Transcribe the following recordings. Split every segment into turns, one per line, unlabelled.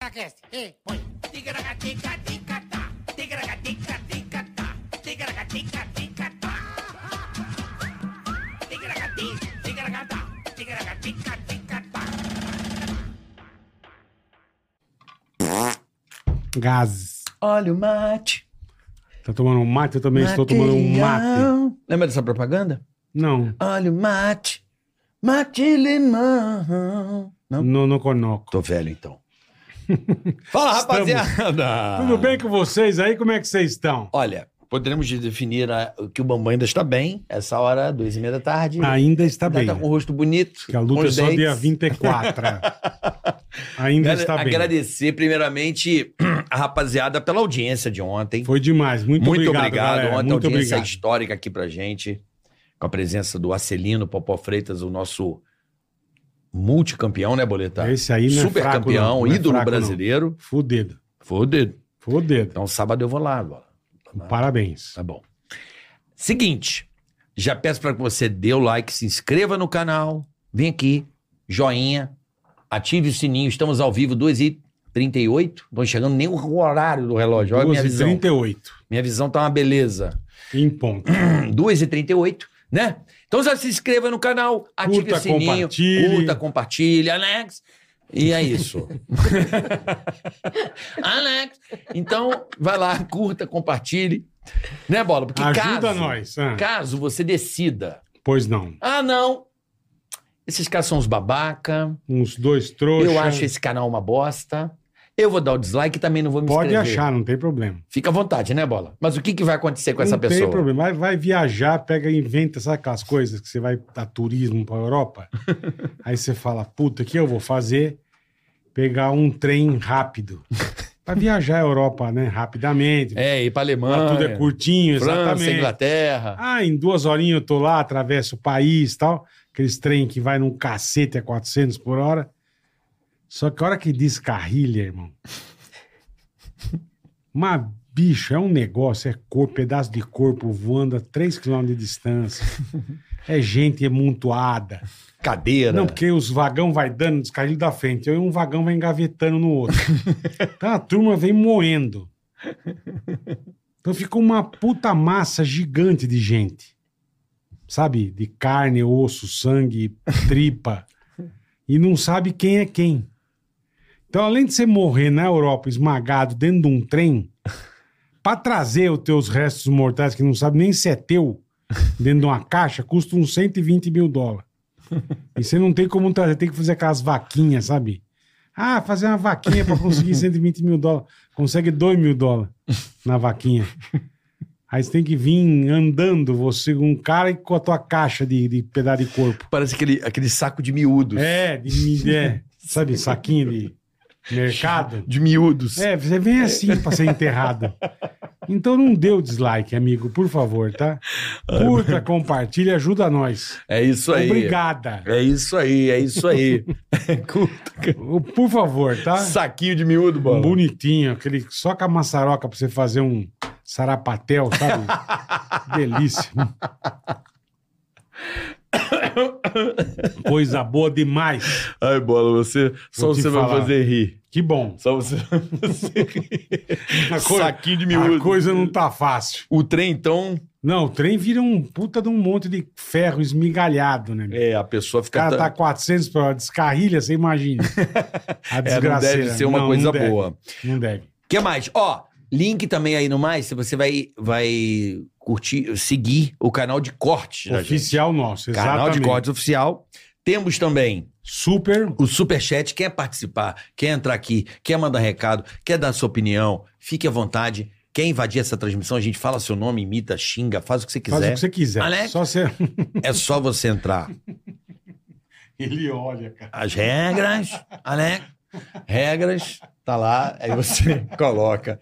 Cast. E põe.
Ticaracatica-ticatá, ticaracatica-ticatá, ticaracatica-ticatá. Ticaracati, ticaracatá, ticaracatica-ticatá.
Gases.
Olha o mate.
Tá tomando um mate? Eu também estou tomando um mate.
Maquião. Lembra dessa propaganda?
Não.
Olha o mate. Mate e limão. Não?
No, no conoco.
Tô velho, então. Fala,
Estamos.
rapaziada.
Tudo bem com vocês aí? Como é que vocês estão?
Olha, poderemos definir a- que o Bambam ainda está bem. Essa hora, duas e meia da tarde.
Ah, Ainda está
Ainda
bem.
Tá com o rosto bonito.
Que a luta
com
é
os
só
dentes.
dia 24. Ainda
Quero
está bem.
Agradecer, primeiramente, a rapaziada pela audiência de ontem.
Foi demais. Muito,
Muito,
obrigado,
obrigado.
galera.
Ontem,
Muito
audiência
obrigado.
histórica aqui pra gente, com a presença do Acelino Popó Freitas, o nosso multicampeão, né, Boleta?
Esse aí não é
Super
fraco,
campeão,
não. Não é
ídolo
fraco, não.
brasileiro.
Fudido.
Fudido.
Fudido.
Então, sábado eu vou lá agora.
Parabéns.
Tá bom. Seguinte, já peço pra que você dê o like, se inscreva no canal, vem aqui, joinha, ative o sininho, estamos ao vivo 2h38, não chegando nem o horário do relógio, olha a minha visão.
2h38.
Minha visão tá uma beleza.
Em ponto.
2h38, né? Então já se inscreva no canal, ative
Curta,
o sininho,
compartilhe.
curta, compartilha, Alex. E é isso. Alex. Então, vai lá, curta, compartilhe. Né, Bola? Porque
Ajuda
caso,
nós. ah.
caso você decida,
Pois não.
ah, não, esses caras são uns babaca,
Uns dois trouxas.
eu acho esse canal uma bosta, eu vou dar o dislike e também não vou me
Pode
inscrever.
achar, não tem problema.
Fica à vontade, né, Bola? Mas o que, que vai acontecer com essa
não tem
pessoa?
problema. Vai, vai viajar, pega e inventa, sabe aquelas coisas que você vai a turismo pra Europa? Aí você fala, puta, o que eu vou fazer? Pegar um trem rápido. Pra viajar a Europa, né? Rapidamente.
É, ir pra
Lá
Alemanha.
tudo é curtinho,
França,
exatamente.
Inglaterra.
Ah, em duas horinhas eu tô lá, atravesso o país e tal. Aqueles trem que vai num cacete a 400 por hora. Só que a hora que descarrilha, irmão. Uma bicho, é um negócio, é corpo, pedaço de corpo voando a 3 km de distância. É gente amontoada.
Cadeira.
Não, porque os vagão vai dando descarrilho da frente, e um vagão vai engavetando no outro. então a turma vem moendo. Então fica uma puta massa gigante de gente. Sabe? De carne, osso, sangue, tripa. e não sabe quem é quem. Então, além de você morrer na Europa esmagado dentro de um trem, pra trazer os teus restos mortais, que não sabe nem se é teu, dentro de uma caixa, custa uns 120 mil dólares. E você não tem como trazer, tem que fazer aquelas vaquinhas, sabe? Ah, fazer uma vaquinha pra conseguir 120 mil dólares. Consegue 2 mil dólares na vaquinha. Aí você tem que vir andando, você, um cara com a tua caixa de, de pedaço de corpo.
Parece aquele, aquele saco de miúdos.
É, de, mi- é, sabe, saquinho de mercado.
De miúdos.
É, você vem assim pra ser enterrado. Então não dê o dislike, amigo, por favor, tá? Curta, compartilha, ajuda nós.
É isso aí.
Obrigada.
É isso aí, é isso aí. Curta, cara.
Por favor, tá?
Saquinho de miúdo, bola.
Bonitinho, aquele só com a maçaroca pra você fazer um sarapatel, sabe? Delícia. Coisa boa demais.
Ai, bola, você. Só
Vou te
você vai
falar.
fazer rir.
Que bom.
Só você vai fazer rir.
A coi-
Saquinho de
A
miúdo.
coisa não tá fácil.
O trem, então,
Não, o trem vira um puta de um monte de ferro esmigalhado, né? meu?
é, a pessoa
O
fica.
cara
tão-
tá 400 pra descarrilha, você imagina. A
É, não
desgraceira.
deve ser uma
Não, não
coisa
deve,
boa.
Não deve.
O que mais? Ó, link também aí no mais, se você vai, vai curtir, seguir o canal de cortes. da gente.
Oficial nosso, exatamente.
Canal de cortes oficial. Temos também
Super
o Superchat. Quer participar, quer entrar aqui, quer mandar recado, quer dar sua opinião, fique à vontade. Quer invadir essa transmissão, a gente fala seu nome, imita, xinga, faz o que você
Faz o
quiser.
que você quiser.
Alex?
Só você...
É só você entrar.
Ele olha, cara.
As regras, Alex. Regras, tá lá, aí você coloca.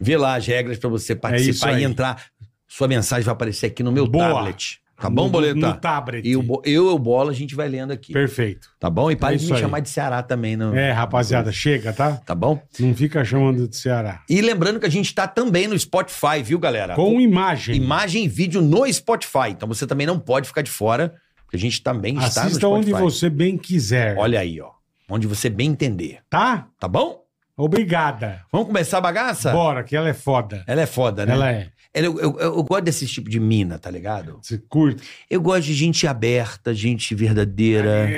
Vê lá as regras pra você
É isso
participar
aí.
e entrar. Sua mensagem vai aparecer aqui no meu
Boa.
tablet. Tá
No-
bom,
No
Boleta?
tablet.
E o Bo- eu e o Bola a gente vai lendo aqui.
Perfeito.
Tá bom? E pare
É
de
isso
me
aí.
chamar de Ceará também, não.
É, rapaziada, chega, tá?
Tá bom?
Não fica chamando de Ceará.
E lembrando que a gente tá também no Spotify, viu, galera?
Com imagem.
imagem e vídeo no Spotify. Então você também não pode ficar de fora, porque a gente também está no
Assista
Spotify.
é. onde você bem quiser.
Olha aí, ó. Onde você bem entender.
Tá?
Tá bom?
Obrigada.
Vamos começar a bagaça?
Bora, que ela é foda.
Ela é foda, né?
Ela é.
Ela- eu, eu- eu gosto desse tipo de mina, tá ligado?
Você curte.
Eu gosto de gente aberta, gente verdadeira.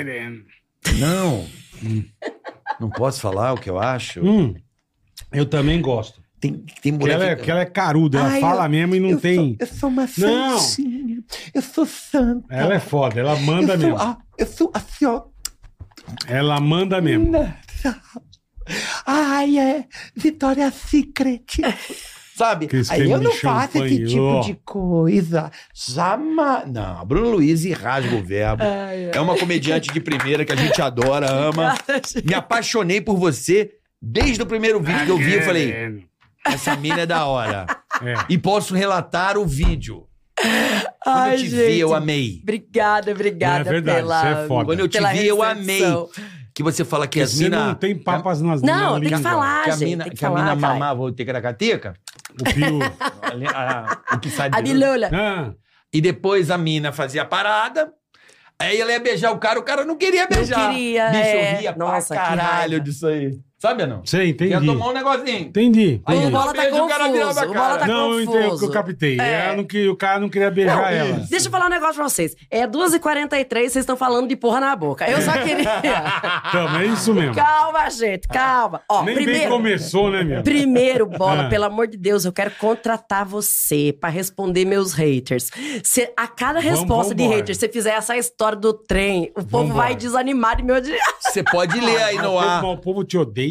Não. Não posso falar o que eu acho.
Hum, eu também gosto.
Tem, tem
Porque ela, é,
mulher
porque ela é caruda, ela
Ai,
fala mesmo e não
eu
tem.
Sou, eu sou uma
Não.
santinha. Eu sou santa.
Ela é foda, ela manda
eu
mesmo.
sou, a, eu sou a senhora.
Ela manda mesmo.
Ai, é Vitória Secret. Sabe?
Aqueles
Aí eu
creme
não
de
faço
champanhe,
esse tipo
ó.
de coisa. Jamais. Não, Bruno Luiz e rasga o verbo. É uma comediante de primeira que a gente adora, ama. Me apaixonei por você desde o primeiro vídeo que eu vi. Eu falei, essa mina é da hora.
É.
E posso relatar o vídeo. Quando
Ai,
eu te
gente.
vi, eu amei.
Obrigada, obrigada
É verdade,
pela.
você é foda.
Quando eu te
pela
vi, eu amei.
recepção.
Que você fala que as
Você não
minas.
tem papas nas
Não,
na
tem que
língua.
falar.
Que a
Ah, gente,
mina,
tem que
que a
falar,
mina
vai.
mamava o tecaracateca.
O pio.
Ali- a- O que sai
A
de
Bilula.
Ah,
E depois a mina fazia a parada. Aí ela ia beijar o cara, o cara não queria
Não
beijar.
queria,
Bicho,
é.
eu ria
Nossa, que
pra caralho
raiva.
disso aí. Sabe ou não?
sei, entendi.
Ia tomar um negocinho.
Entendi.
Aí
o
entendi.
bola tá
Beijo, o cara virava
confuso.
a
O bola
cara.
tá
não, eu entendo que
confuso.
eu captei.
É.
Ela não queria- o cara não queria beijar
Não,
ela.
Deixa eu falar um negócio pra vocês. É 2h43, vocês estão falando de porra na boca. Eu só queria.
Então, é isso mesmo.
calma, gente, calma. Ó,
Nem bem
primeiro.
começou, né, meu?
Primeiro, Bola,
Ah.
pelo amor de Deus, eu quero contratar você pra responder meus haters. Se a cada
Vamos-
resposta de
vambora.
hater você fizer essa história do trem, o povo
Vambora.
vai desanimar de meu dia.
Você pode ler aí
Ah,
no
o povo-
ar.
mas O povo te odeia.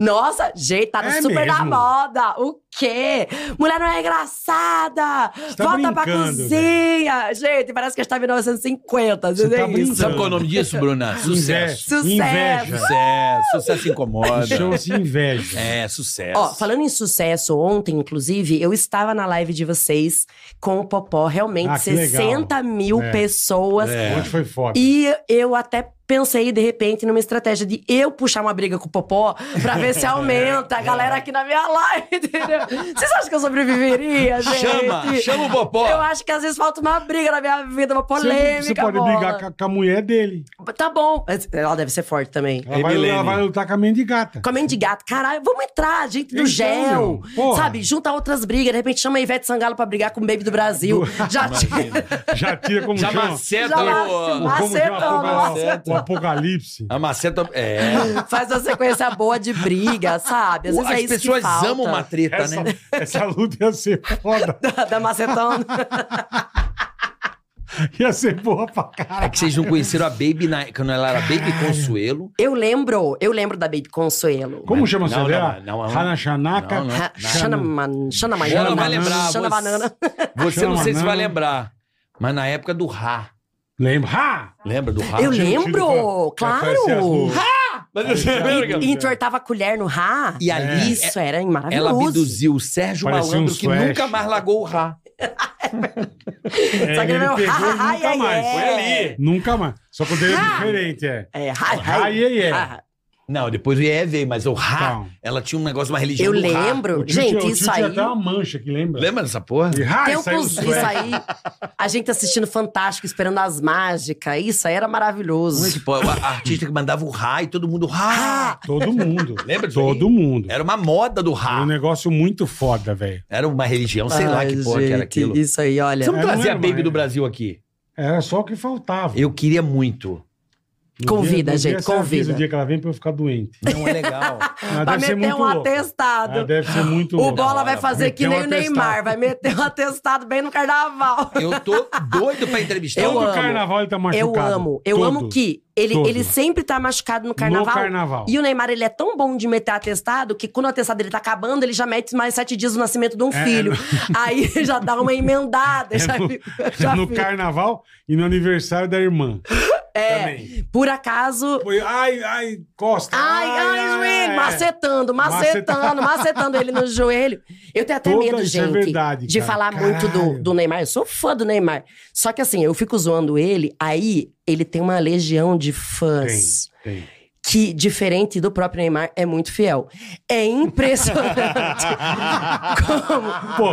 Nossa, gente, tá no
É
super da
mesmo?
moda. O quê? Mulher não é engraçada.
tá
Volta pra
brincando,
cozinha. Gente, parece que a gente tá em 1950.
Você
Não é
tá
isso.
brincando.
Sabe qual é o nome disso, Bruna? Sucesso.
Sucesso.
Inveja.
Sucesso. Sucesso
Isso
incomoda.
Chama-se inveja.
É, sucesso.
Ó, falando em sucesso, ontem, inclusive, eu estava na live de vocês com o Popó. Realmente,
Ah, que legal.
60 mil
É.
pessoas.
É.
Hoje foi foda.
E eu até pensei, de repente, numa estratégia de eu puxar uma briga com o Popó pra ver se aumenta a galera aqui na minha live, entendeu? Vocês acham que eu sobreviveria, gente?
Chama, chama o Popó.
Eu acho que às vezes falta uma briga na minha vida, uma polêmica.
Você pode
bola.
brigar com a, com a mulher dele.
Tá bom. Ela deve ser forte também.
Ela vai,
Emilene.
ela vai lutar com a mendigata.
Com a mendigata, caralho, vamos entrar, gente do
Então,
gel.
meu, porra.
Sabe, junta outras brigas, de repente chama a Ivete Sangalo pra brigar com o Baby do Brasil. Já
Ah, Imagina.
Já tira como
Já
chama.
maceta
Já maceta.
o...
Como chama
Acertou,
apoca-
acertou.
o apocalipse.
A maceta... É.
faz uma sequência boa de briga, sabe? Às vezes é
As
isso que
pessoas
falta.
amam uma
Tá
treta,
Essa,
né?
essa luta ia ser foda.
Da, da macetão.
Ia ser boa pra caralho.
É que vocês não conheceram a Baby na... quando ela era Baby Consuelo.
Eu lembro, eu lembro da Baby Consuelo.
Como chama essa
Não,
dela?
não, não, não.
Hanashanaka.
Não, não.
Ha- Xana Man- Xana
Ela
Manana.
vai
Xana
lembrar. você-
Banana.
Você não
Chama
sei se vai
banana.
lembrar, mas na época do Ra.
Lembra? Ha!
Lembra do Ra?
Eu
Tinha um tiro
lembro,
pra- pra aparecer as
claro.
duas.
Mas você lembra, cara?
E entortava a colher no Ra.
E ali
Isso era
ela
maravilhoso.
abduziu o Sérgio
Parecia
Malandro,
uns
que
flash.
nunca mais largou o Ra.
É,
Só que
ele
era meu
pegou
ha, ha, ha,
nunca
ai, ai,
mais.
Foi ali.
Nunca mais. Só que o dele é
Ha!
diferente, é.
É,
Ha,
hi, hi.
iê, iê.
Ha.
Não, depois o IE veio, mas o Ra,
Então.
ela tinha um negócio, uma religião
Eu
do Ra.
O
lembro.
tio tinha- o
Gente,
tio
isso
tinha
aí.
até uma mancha aqui, lembra?
Lembra dessa porra?
E, ha,
Tempos,
saiu
isso
sué.
aí. A gente tá assistindo Fantástico, esperando as mágicas. Isso aí era
Como é
maravilhoso. Ah!
que pode? A artista que mandava o Ra e todo mundo Ra.
Todo mundo.
Lembra disso
Todo
aí? É.
mundo.
Era uma moda do
Era um
Ra.
negócio muito foda, velho.
Era uma religião, sei lá
Ai,
que porra que era
gente,
aquilo.
Isso aí, olha.
Vamos
É, não
trazer a
era
Baby
mais.
do Brasil aqui.
Era só o que faltava.
Eu queria muito.
No
Convida,
no
gente,
você avisa
convida.
O dia que ela vem pra eu ficar doente.
Não é legal.
Ela
Vai
deve ser
meter
muito
um
louca.
atestado.
Ela deve ser muito
O
louca.
Bola vai
Vai
fazer que
meter
nem
um
o
atestado.
Neymar, vai meter um atestado bem no carnaval.
Eu tô doido pra entrevistar
Eu
o
Todo
amo.
carnaval ele tá machucado.
Eu amo, eu
Todo.
amo que ele,
Todo.
ele sempre tá machucado no carnaval.
No carnaval.
E o Neymar, ele é tão bom de meter atestado que quando o atestado ele tá acabando, ele já mete mais sete dias do nascimento de um
É,
filho. Aí já dá uma emendada.
É
já
no,
fica-
é
já
no
fica.
carnaval e no aniversário da irmã.
É.
Também.
Por acaso.
Foi, ai, ai, costa. é.
Ai, ai, joelho, macetando, macetando,
Macetando.
macetando ele no joelho. Eu tenho até
Toda
medo,
isso é
gente,
verdade,
de
cara.
falar muito do,
Caralho.
do Neymar. Eu sou fã do Neymar. Só que assim, eu fico zoando ele, aí ele tem uma legião de
Tem,
fãs.
tem.
que, diferente do próprio Neymar, é muito fiel. É impressionante como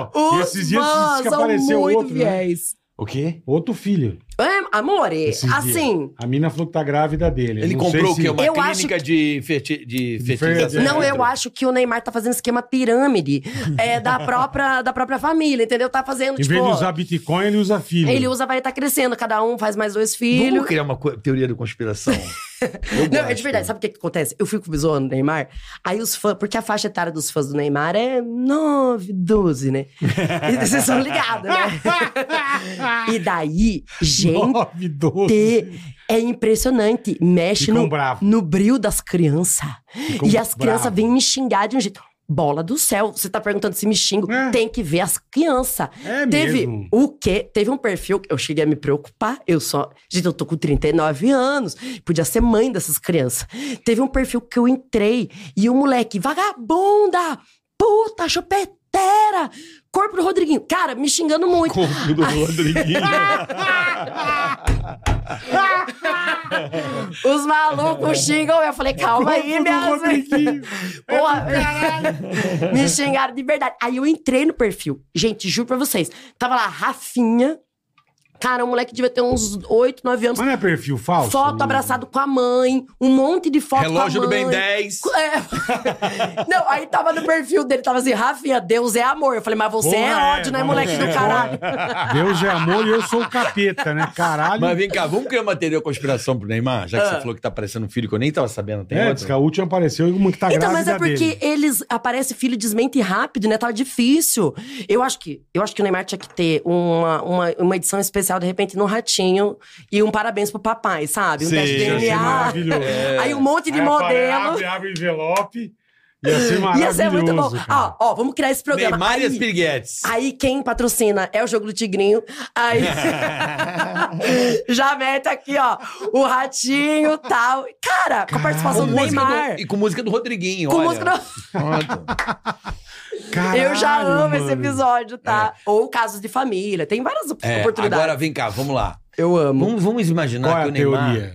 Pô,
os
esses dias
fãs
que
Ah, são
apareceu
muito
outro, né?
fiéis.
O O quê?
Outro filho.
É, amore,
esses dias.
assim.
A mina falou que tá grávida dele.
Ele
Não sei
comprou o
se-
quê? Uma
Eu acho
clínica de, ferti- de
De
fertilização.
fertilização.
Não, eu acho que o Neymar tá fazendo esquema pirâmide é, da, própria, da própria família, entendeu? Tá fazendo,
Em
tipo.
vez de usar Bitcoin, ele usa filho.
Ele usa, vai estar crescendo, cada um faz mais dois filhos.
Vamos criar uma co- teoria da conspiração. Eu
Não, é de
gosto.
verdade. Sabe o que, que acontece? Eu fico zoando o Neymar. Aí os fãs, porque a faixa etária dos fãs do Neymar é 9, 12, né? E vocês são ligados, né? e daí, gente,
Nove, doze.
é impressionante. Mexe
Ficam
no,
bravo.
no bril das crianças.
Ficam
E as crianças
bravo.
vêm me xingar de um jeito. Bola do céu, você tá perguntando se me xingo.
É.
Tem que ver as crianças.
É
Teve
mesmo.
o quê? Teve um perfil que eu cheguei a me preocupar. Eu só. Gente, eu tô com 39 anos. Podia ser mãe dessas crianças. Teve um perfil que eu entrei e o moleque, vagabunda, puta, chupeteira, corpo do Rodriguinho. Cara, me xingando muito.
Corpo do Rodriguinho.
Os malucos xingam. Eu falei, calma aí,
Corpo do
minha
Rodriguinho.
Porra, me xingaram de verdade. Aí eu entrei no perfil. Gente, juro pra vocês. Tava lá, Rafinha. Cara, o moleque devia ter uns 8, 9 anos.
Mas não é perfil falso?
foto
Não.
abraçado com a mãe. Um monte de foto
Relógio
com
do
a mãe.
Ben 10.
É. Não, aí tava no perfil dele, tava assim, Rafinha, Deus é amor. Eu falei, mas você
Porra,
é
é,
ódio, né,
mas
moleque
você
do
é
caralho?
Deus é amor e eu sou o capeta, né? Caralho.
Mas vem cá, vamos criar uma teoria da conspiração pro Neymar? Já que
Ah.
você falou que tá aparecendo um filho que eu nem tava sabendo. Tem
é, diz que
outro?
a última apareceu e uma que tá
Então,
grávida
mas é porque
dele.
eles aparece filho desmente rápido, né? Tá difícil. Eu acho que eu acho que o Neymar tinha que ter uma, uma, uma edição especial de repente no ratinho e um parabéns pro papai, sabe? Um
Sim,
teste de
Ia ser
DNA.
maravilhoso.
É.
Aí um monte de
Aí apare-
modelo.
Abre, abre o envelope. Ia ser maravilhoso.
Ia ser muito bom.
cara.
Ó, ó, vamos criar esse programa.
Neymar e as
aí,
piriguetes.
aí quem patrocina é o jogo do Tigrinho. Aí já mete aqui, ó, o ratinho, tal. Cara, com a participação do
música
Neymar.
do- e com música do Rodriguinho,
Com
olha.
música do-
Pronto.
Eu já
Caralho,
amo esse
mano.
episódio, tá? Ou casos de família, tem várias op-
É,
oportunidades.
agora vem cá, vamos lá.
Eu amo.
Vamos, vamos imaginar
Qual é
que
a
o Neymar...
teoria?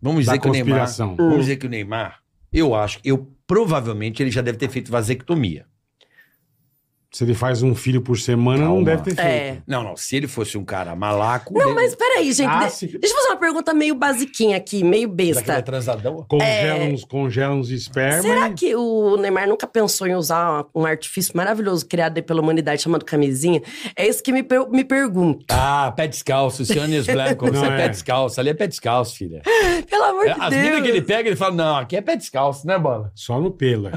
Vamos dizer
da
que o Neymar...
conspiração?
Vamos dizer que o Neymar... Eu acho que eu... Provavelmente ele já deve ter feito vasectomia.
Se ele faz um filho por semana, não
Calma.
deve ter
É.
feito.
Não, não. Se ele fosse um cara malaco...
Não,
ele-
mas peraí, gente.
Ah,
de-
sim.
Deixa eu fazer uma pergunta meio basiquinha aqui, meio
Daquele
besta.
transadão...
Congela, uns, congela uns espermas.
É. Será
e-
que o Neymar nunca pensou em usar um artifício maravilhoso criado aí pela humanidade chamado camisinha? É isso que me, per- me pergunto.
Ah, pé descalço, Cianes Blanco, você
Não,
é pé
é.
descalço, ali é pé descalço, filha.
Pelo amor
É,
de
As
Deus.
minas que ele pega, ele fala, não, aqui é pé descalço, né, bola?
Só no pela.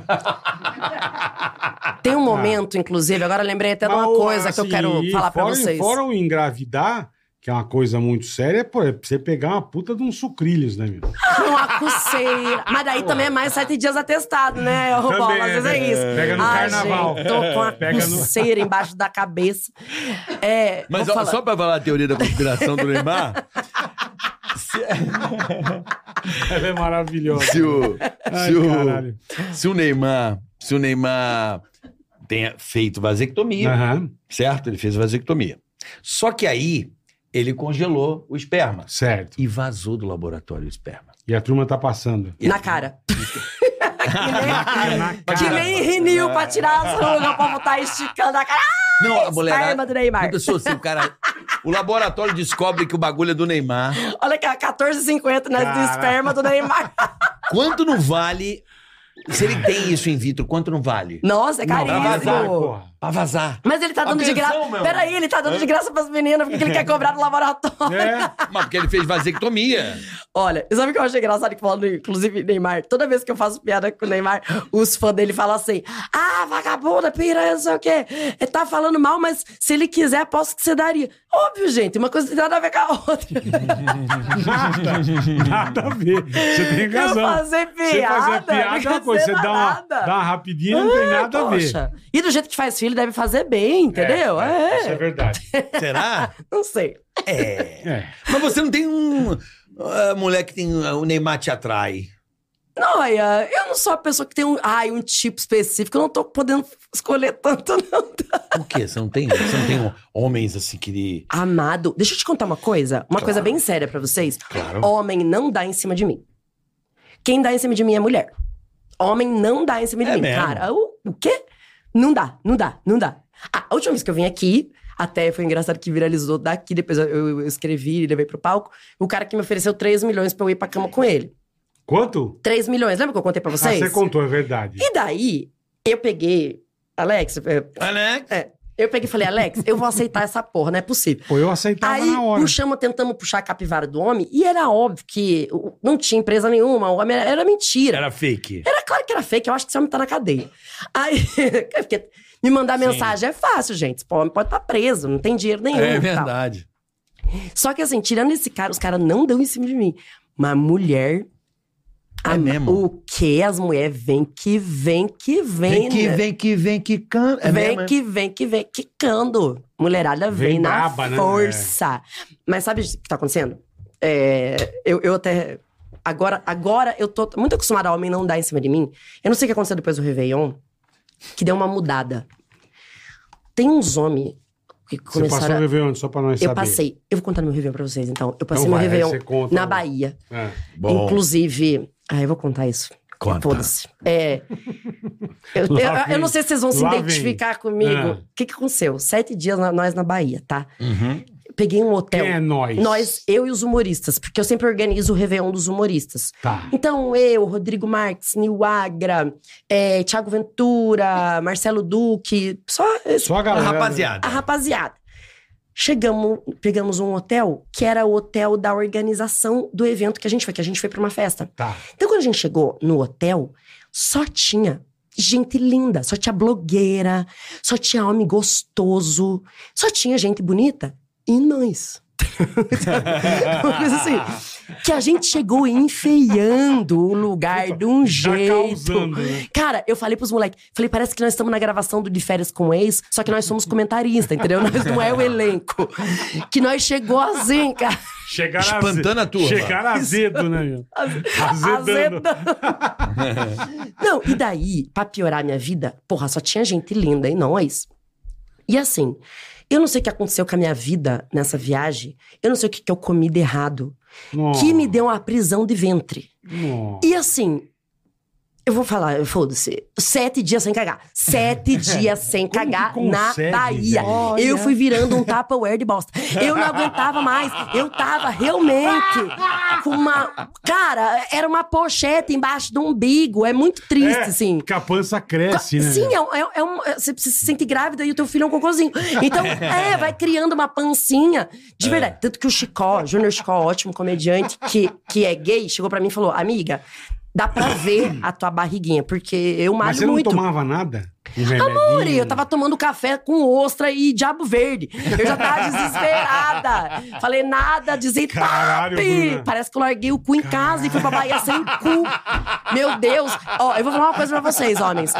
Tem
Ah,
um
tá.
momento, inclusive, agora eu lembrei até de Então, uma
Mas,
coisa que eu
assim,
quero falar pra
fora,
vocês.
Fora o engravidar, que é uma coisa muito séria, pô, é pra você pegar uma puta de um sucrilhos, né, meu?
Uma coceira. Mas daí também é mais sete dias atestado, né, Robola? Às vezes é
né?
isso.
Pega no
Ai,
carnaval.
gente, tô com a
Pega no-
pulseira embaixo da cabeça. É,
Mas
vou
ó,
falar.
só pra falar a teoria da conspiração do Neymar,
Ela é maravilhosa.
se o,
Ai,
se, o,
caralho.
se o Neymar, se o Neymar tenha feito vasectomia,
Aham,
certo? Ele fez vasectomia. Só que aí ele congelou o esperma
certo.
e vazou do laboratório o esperma.
E a turma tá passando.
Na cara.
Na cara.
É. Que nem rinil pra tirar as rugas, pra botar esticando a cara.
Não, Ah.
Esperma
a
do
mulherada.
Neymar.
Não pensou assim, o cara. O laboratório descobre que o bagulho é do Neymar.
Olha aqui, ó, 14,50 né, do
Cara.
esperma do Neymar.
Quanto não vale? Se ele tem isso in vitro, quanto não vale?
Nossa, é
Não, pra vazar,
caríssimo.
porra.
Pra vazar.
Mas ele tá dando de
Atenção,
graça.
meu.
Peraí, ele tá dando de graça pras meninas, porque ele quer cobrar no laboratório.
É,
Mas porque ele fez vasectomia.
Olha, sabe o que eu achei engraçado que falando, inclusive, Neymar? Toda vez que eu faço piada com o Neymar, os fãs dele falam assim: ah, vagabunda, piranha, não sei o quê. Ele tá falando mal, mas se ele quiser, aposto que você daria. Óbvio, gente, uma coisa não tem nada a ver com a outra.
nada, nada a ver. Você tem
Eu
razão.
fazer
Você fazer
piada,
piada é uma
não
coisa. Você
dá
dá uma,
nada.
dá uma rapidinha, não tem nada a ver.
Poxa. E do jeito que faz filho, deve fazer bem, entendeu? É.
Isso é verdade.
Será?
Não sei.
É.
É.
Mas você não tem um. ah, mulher que tem. ah, o Neymar te atrai.
Não, olha, eu não sou a pessoa que tem um, ai, um tipo específico, eu não tô podendo escolher tanto, não.
Por quê? Você não tem, você não tem um- homens assim que. lhe-
Amado, deixa eu te contar uma coisa, uma coisa bem séria pra vocês.
Claro.
Homem não dá em cima de mim. Quem dá em cima de mim é mulher. Homem não dá em cima de
É
mim.
mesmo?
Cara, o, o quê? Não dá, não dá, não dá. Ah, a última vez que eu vim aqui, Até foi engraçado que viralizou daqui, depois eu, eu- eu escrevi e levei pro palco. O cara que me ofereceu 3 milhões pra eu ir pra cama com ele.
Quanto?
3 milhões, lembra que eu contei pra vocês?
Ah, você contou, é verdade.
E daí, eu peguei... Alex, é,
Alex.
eu peguei e falei, Alex, eu vou aceitar essa porra, não é possível.
Pô, eu aceitava
Aí
na hora.
puxamos, tentamos puxar a capivara do homem e era óbvio que o- não tinha empresa nenhuma, o homem era, era mentira.
Era fake.
Era claro que era fake, eu acho que esse homem tá na cadeia. Aí, porque me mandar
Sim.
mensagem é fácil, gente. Esse homem pode estar preso, não tem dinheiro nenhum.
É
e tal.
verdade.
Só que assim, tirando esse cara, os caras não dão em cima de mim. Mas mulher.
É mesmo?
O que as mulheres vem que vem que vem.
Vem que
né?
vem que vem que canta. É
vem
mesmo, é?
que vem que vem quicando. Mulherada vem,
Vem
na
braba, né?
força. Mas sabe o que tá acontecendo? É, eu, eu até. Agora, agora eu tô muito acostumada a homem não dar em cima de mim. Eu não sei o que aconteceu depois do Réveillon, que deu uma mudada. Tem uns homens que
Você passou o
começaram. a.
Réveillon, só pra nós
eu
saber.
passei. Eu vou contar meu Réveillon pra vocês, então. Eu passei
Então
meu
vai, aí
Réveillon
você conta
na
o-
Bahia. Então,
É.
Bom,
Inclusive. Ah, eu vou contar isso.
Conta.
Foda-se. É. Eu, eu-
Lá vem.
eu não sei se vocês vão se
Lá vem.
identificar comigo. O
Ah.
que, que aconteceu? Sete dias na- nós na Bahia, tá?
Uhum.
Então,
Eu peguei um hotel.
Quem é nós?
Nós, eu e os humoristas, porque eu sempre organizo o Réveillon dos humoristas.
Tá.
Então, eu, Rodrigo Marques, Nil Agra, eh, Thiago Ventura, Marcelo Duque, só esse
Só a
A
galera.
Então,
né?
rapaziada.
a rapaziada. Chegamos, pegamos um hotel que era o hotel da organização do evento que a gente foi, que a gente foi pra uma festa.
Tá.
Então, quando a gente chegou no hotel, só tinha gente linda, só tinha blogueira, só tinha homem gostoso, só tinha gente bonita e nós. Uma coisa
Tá
assim. Que a gente chegou enfeiando o lugar de um
Já
jeito.
causando, né?
Cara, eu falei pros moleques, falei, parece que nós estamos na gravação do De Férias com Ex, só que nós somos comentarista, entendeu? Nós não é o elenco. Que nós chegou assim, cara.
Chegaram
Espantando a
azedo.
turma.
Chegaram azedo, né? meu? Azedando.
Azedando. não, e daí, pra piorar a minha vida, porra, só tinha gente linda e nós. E assim, eu não sei o que aconteceu com a minha vida nessa viagem, eu não sei o que, que eu comi de errado,
Nossa.
que me deu uma prisão de ventre.
Nossa.
E assim, eu vou falar, foda-se, sete dias sem cagar. Sete dias sem
Como que
cagar na
consegue,
Bahia.
velho? Olha.
Eu fui virando um tupperware de bosta. Eu não aguentava mais. Eu tava realmente com uma... Cara, era uma pochete embaixo do umbigo. É muito triste,
É,
assim.
Porque a pança cresce, né?
Sim, é, um- é, é um, é- você se sente grávida e o teu filho é um cocôzinho. Então, é, vai criando uma pancinha
É.
de verdade. Tanto que o Chicó, Júnior Chicó, ótimo comediante, que, que é gay, chegou pra mim e falou: Amiga, dá pra ver a tua barriguinha, porque eu
Mas você
malho
não
muito.
tomava nada? Um
Amor,
remedinho?
eu tava tomando café com ostra e diabo verde. Eu já tava desesperada. Falei nada,
Caralho,
desetape.
Bruna.
Parece que eu larguei o cu em casa e fui pra Bahia sem cu. Meu Deus. Ó, eu vou falar uma coisa pra vocês, homens.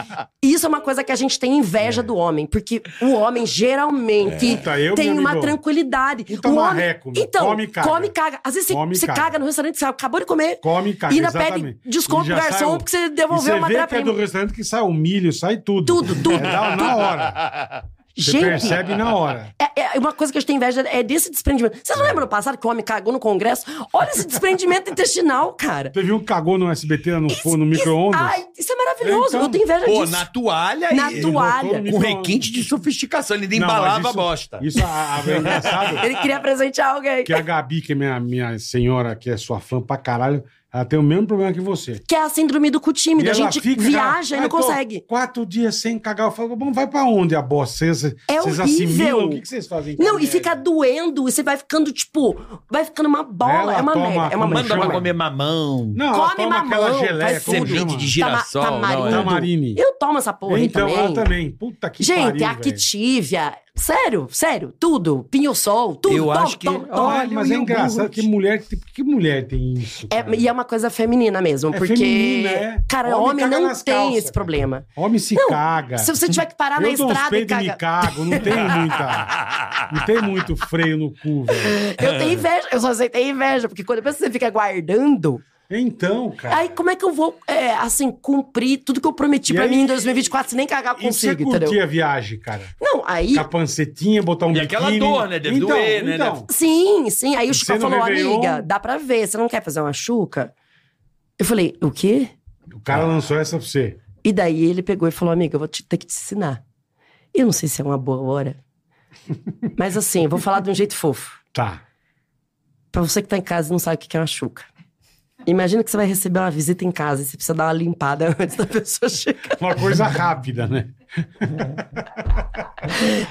Isso é uma coisa que a gente tem inveja do homem, porque o homem geralmente
É. Puta, eu,
tem
meu
uma
amigo.
tranquilidade.
Puta
o homem,
marreco, meu.
então,
Come e caga.
come e caga. Às vezes você,
Come e
você caga.
caga.
no restaurante, você acabou de comer.
Come, cara.
E ainda pede
exatamente.
desconto
E já
pro garçom
sai o-
porque você devolveu
e
uma
Você vê que é
trapinha.
do restaurante que sai o milho, sai tudo.
Tudo, tudo,
É na, na hora. Você
Gente,
percebe na hora.
É, é uma coisa que a gente tem inveja é desse desprendimento. Vocês não lembram no passado que o homem cagou no Congresso? Olha esse desprendimento intestinal, cara.
Teve um que cagou no SBT lá no, fo- no micro-ondas.
Ai, isso é maravilhoso.
Então,
eu tenho inveja
Pô,
disso.
na toalha
Na
e-
toalha.
Com um requinte de sofisticação. Ele
Não,
ainda
mas
embalava
isso-
a bosta.
Isso a, a, é engraçado.
Ele queria presentear alguém.
que a Gabi, que é minha, minha senhora, que é sua fã pra caralho, ela tem o mesmo problema que você.
Que é a síndrome do cu tímido.
E
A
ela
gente
fica- Ah,
viaja e
Ai,
não
tô
consegue.
Quatro dias sem cagar. Eu falo, bom, vai pra onde a bosta? Vocês,
É
vocês
horrível.
assimilam? O que que vocês fazem? com
Não,
a
e
merda?
fica doendo. E você vai ficando, tipo... Vai ficando uma bola.
Ela
é uma
toma-
merda. É uma
como
merda.
Manda pra
chama?
comer mamão.
Não, ela
Come
toma
mamão,
aquela geleia,
faz
como
tudo.
chama?
Semente de
Tama-
girassol. não,
tamarindo.
é.
Tamarine.
Eu tomo essa porra aí
então,
também.
ela também. Puta que
Gente,
pariu,
a
velho.
Activia. Sério, sério. Tudo. Pinho Sol. Tudo.
Eu
toma,
acho que-
toma, toma.
Olha, mas é
Olha o
engraçado
iogurte.
que mulher, tem- que mulher tem isso.
É,
cara?
e é uma coisa feminina mesmo,
É
porque.
feminina, é.
Cara,
Homem
homem,
caga
não
nas
tem
calças,
esse
cara.
problema.
Homem se caga.
Se você tiver que parar na
eu dou uns
estrada e
peidos e me
cagar.
cago, não tem muita. não tem muito freio no cu, velho.
Eu tenho inveja, eu só sei ter inveja, porque quando depois você fica guardando,
Então, cara.
aí como é que eu vou, é, assim, cumprir tudo que eu prometi
E
pra
aí-
mim em 2024 se nem cagar eu
e você
Ah, consigo,
curtir
entendeu?
a viagem, cara?
Não, aí.
Com a pancetinha, botar um
E
biquíni.
aquela dor, né? Deve
então,
doer, né?
então,
Deve-
Sim, sim. Aí o
Você
Chico
no
falou,
Réveillon-
amiga, dá pra ver, você não quer fazer uma chuca? Eu falei, o quê?
O cara
Tá.
lançou essa pra você.
E daí ele pegou e falou, amiga, eu vou te- ter que te ensinar. Eu não sei se é uma boa hora, Mas assim, vou falar de um jeito fofo.
Tá.
Pra você que tá em casa e não sabe o que que é uma chuca. Imagina que você vai receber uma visita em casa e você precisa dar uma limpada antes da pessoa chegar.
Uma coisa rápida, né?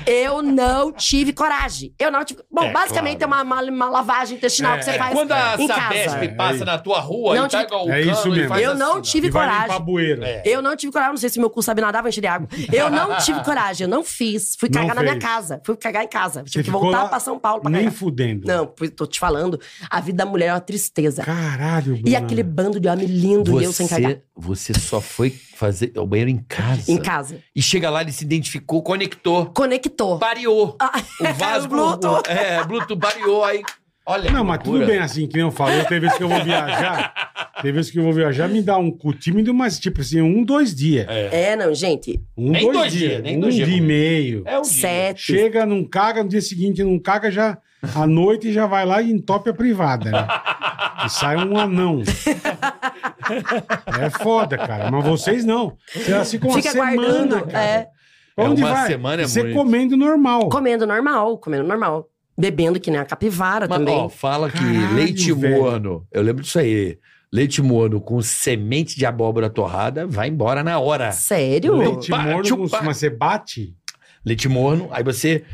Eu não tive coragem. Eu não tive. Bom,
É,
basicamente
claro.
é uma, uma, uma lavagem intestinal
É,
que você
é.
faz
Quando a
em
Sabesp
casa.
passa
É
na tua rua
Não,
e pega o
É
cano
isso
e
mesmo.
faz
Eu
assim,
não
ó.
tive
E vai limpar
coragem. É.
bueiro.
Eu não tive coragem, não sei se meu cu sabe nadar, vai encher de água. Eu não tive coragem, eu não fiz. Fui
Não
cagar na minha
fez.
casa. Fui cagar em casa.
Você
Tive que
ficou
voltar
lá
pra São Paulo pra
Nem
cagar.
fudendo.
Não, pois tô te falando, a vida da mulher é uma tristeza.
Caralho, Bruno.
E aquele bando de homem lindo e eu sem cagar.
Você, você só foi fazer o banheiro em casa.
Em casa.
E chega lá, ele se identificou, conectou,
Conectou.
pareou.
Ah,
O vaso.
o Bluetooth.
o- é, Bluetooth pareou aí. Olha.
Não, mas tudo
loucura.
bem assim, que nem eu falo. Eu, Tem vezes que eu vou viajar. Tem vezes que eu vou viajar, me dá um cu tímido, mas tipo assim, um, dois dias.
É, não, gente.
Um,
Nem
dois,
dois
dias.
dias, nem
um
dois
dia
dias,
e
Bruno.
meio.
É um dia.
Sete.
Chega, não caga, no dia seguinte não caga, já à noite já vai lá e entope a privada, né? E sai um anão. É foda, cara. Mas vocês não. Vocês ficam uma
Fica
semana,
guardando.
cara.
É,
Pra
É,
Onde
uma
vai?
semana é
Você
muito.
comendo normal.
comendo normal, comendo normal. Bebendo que nem a capivara
Mas,
também.
ó, fala que
Caralho,
leite
velho.
morno, eu lembro disso aí. Leite morno com semente de abóbora torrada vai embora na hora.
Sério?
Leite
Chupa,
morno,
chupa.
com- mas você bate,
Leite morno, aí você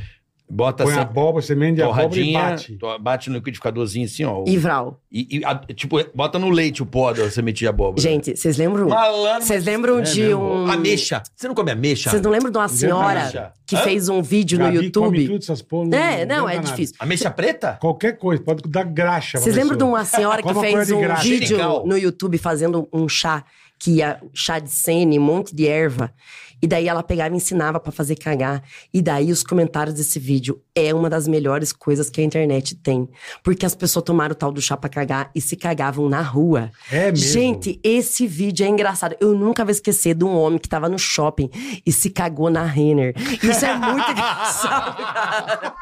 bota
põe
essa
abóbora, semente de abóbora e
Tá torradinha,
bate.
to- bate no liquidificadorzinho assim, ó. E,
Ivral.
e a- tipo, bota no leite o pó da semente de abóbora.
Gente, vocês lembram?
malandro.
Vocês lembram
É
de
mesmo.
um.
Ameixa. Você não come ameixa?
Vocês não lembram de uma senhora
Ameixa.
que
Hã?
fez um vídeo no
Gabi come
YouTube?
tudo, essas porra,
É, não,
dá
é
nada.
difícil.
Ameixa preta?
Qualquer coisa, pode dar graxa. pra
Vocês lembram de
pessoa.
uma senhora que
Come uma colher
fez
de
um
graxa.
vídeo
Xerigal.
no YouTube fazendo um chá, que ia chá de sene, um monte de erva. E daí ela pegava e ensinava pra fazer cagar. E daí os comentários desse vídeo é uma das melhores coisas que a internet tem. Porque as pessoas tomaram o tal do chá pra cagar e se cagavam na rua.
É mesmo.
um Gente, esse vídeo é engraçado. Eu nunca vou esquecer de um homem que tava no shopping e se cagou na Renner. Isso é muito engraçado, cara.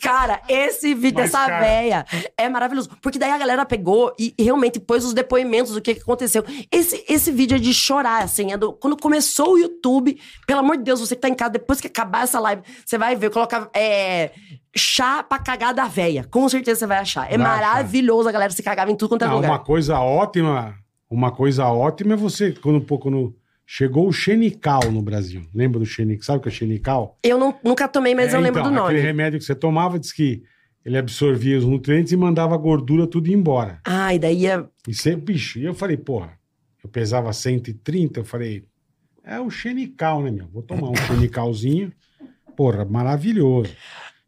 Cara, esse vídeo
Mas,
dessa
cara-
véia é maravilhoso. Porque daí a galera pegou e, e realmente pôs os depoimentos do que, que aconteceu. Esse, esse vídeo é de chorar, assim. é do- quando começou o YouTube, pelo amor de Deus, você que tá em casa, depois que acabar essa live, você vai ver, coloca é, chá pra cagar da véia. Com certeza você vai achar. É
Vai achar.
maravilhoso, a galera se cagava em tudo quanto é
Não,
lugar.
uma coisa ótima, uma coisa ótima é você, quando um pouco no... Chegou o Xenical no Brasil. Lembra do Xenical? Sabe o que é Xenical?
Eu não- nunca tomei, mas
É,
eu lembro
então,
do
Aquele
nome.
remédio que você tomava, diz que ele absorvia os nutrientes e mandava a gordura tudo embora.
Ai, daí é.
E sempre, bicho, e eu falei, porra, eu pesava 130, eu falei, é o Xenical, né, meu? Vou tomar um Xenicalzinho. Porra, maravilhoso.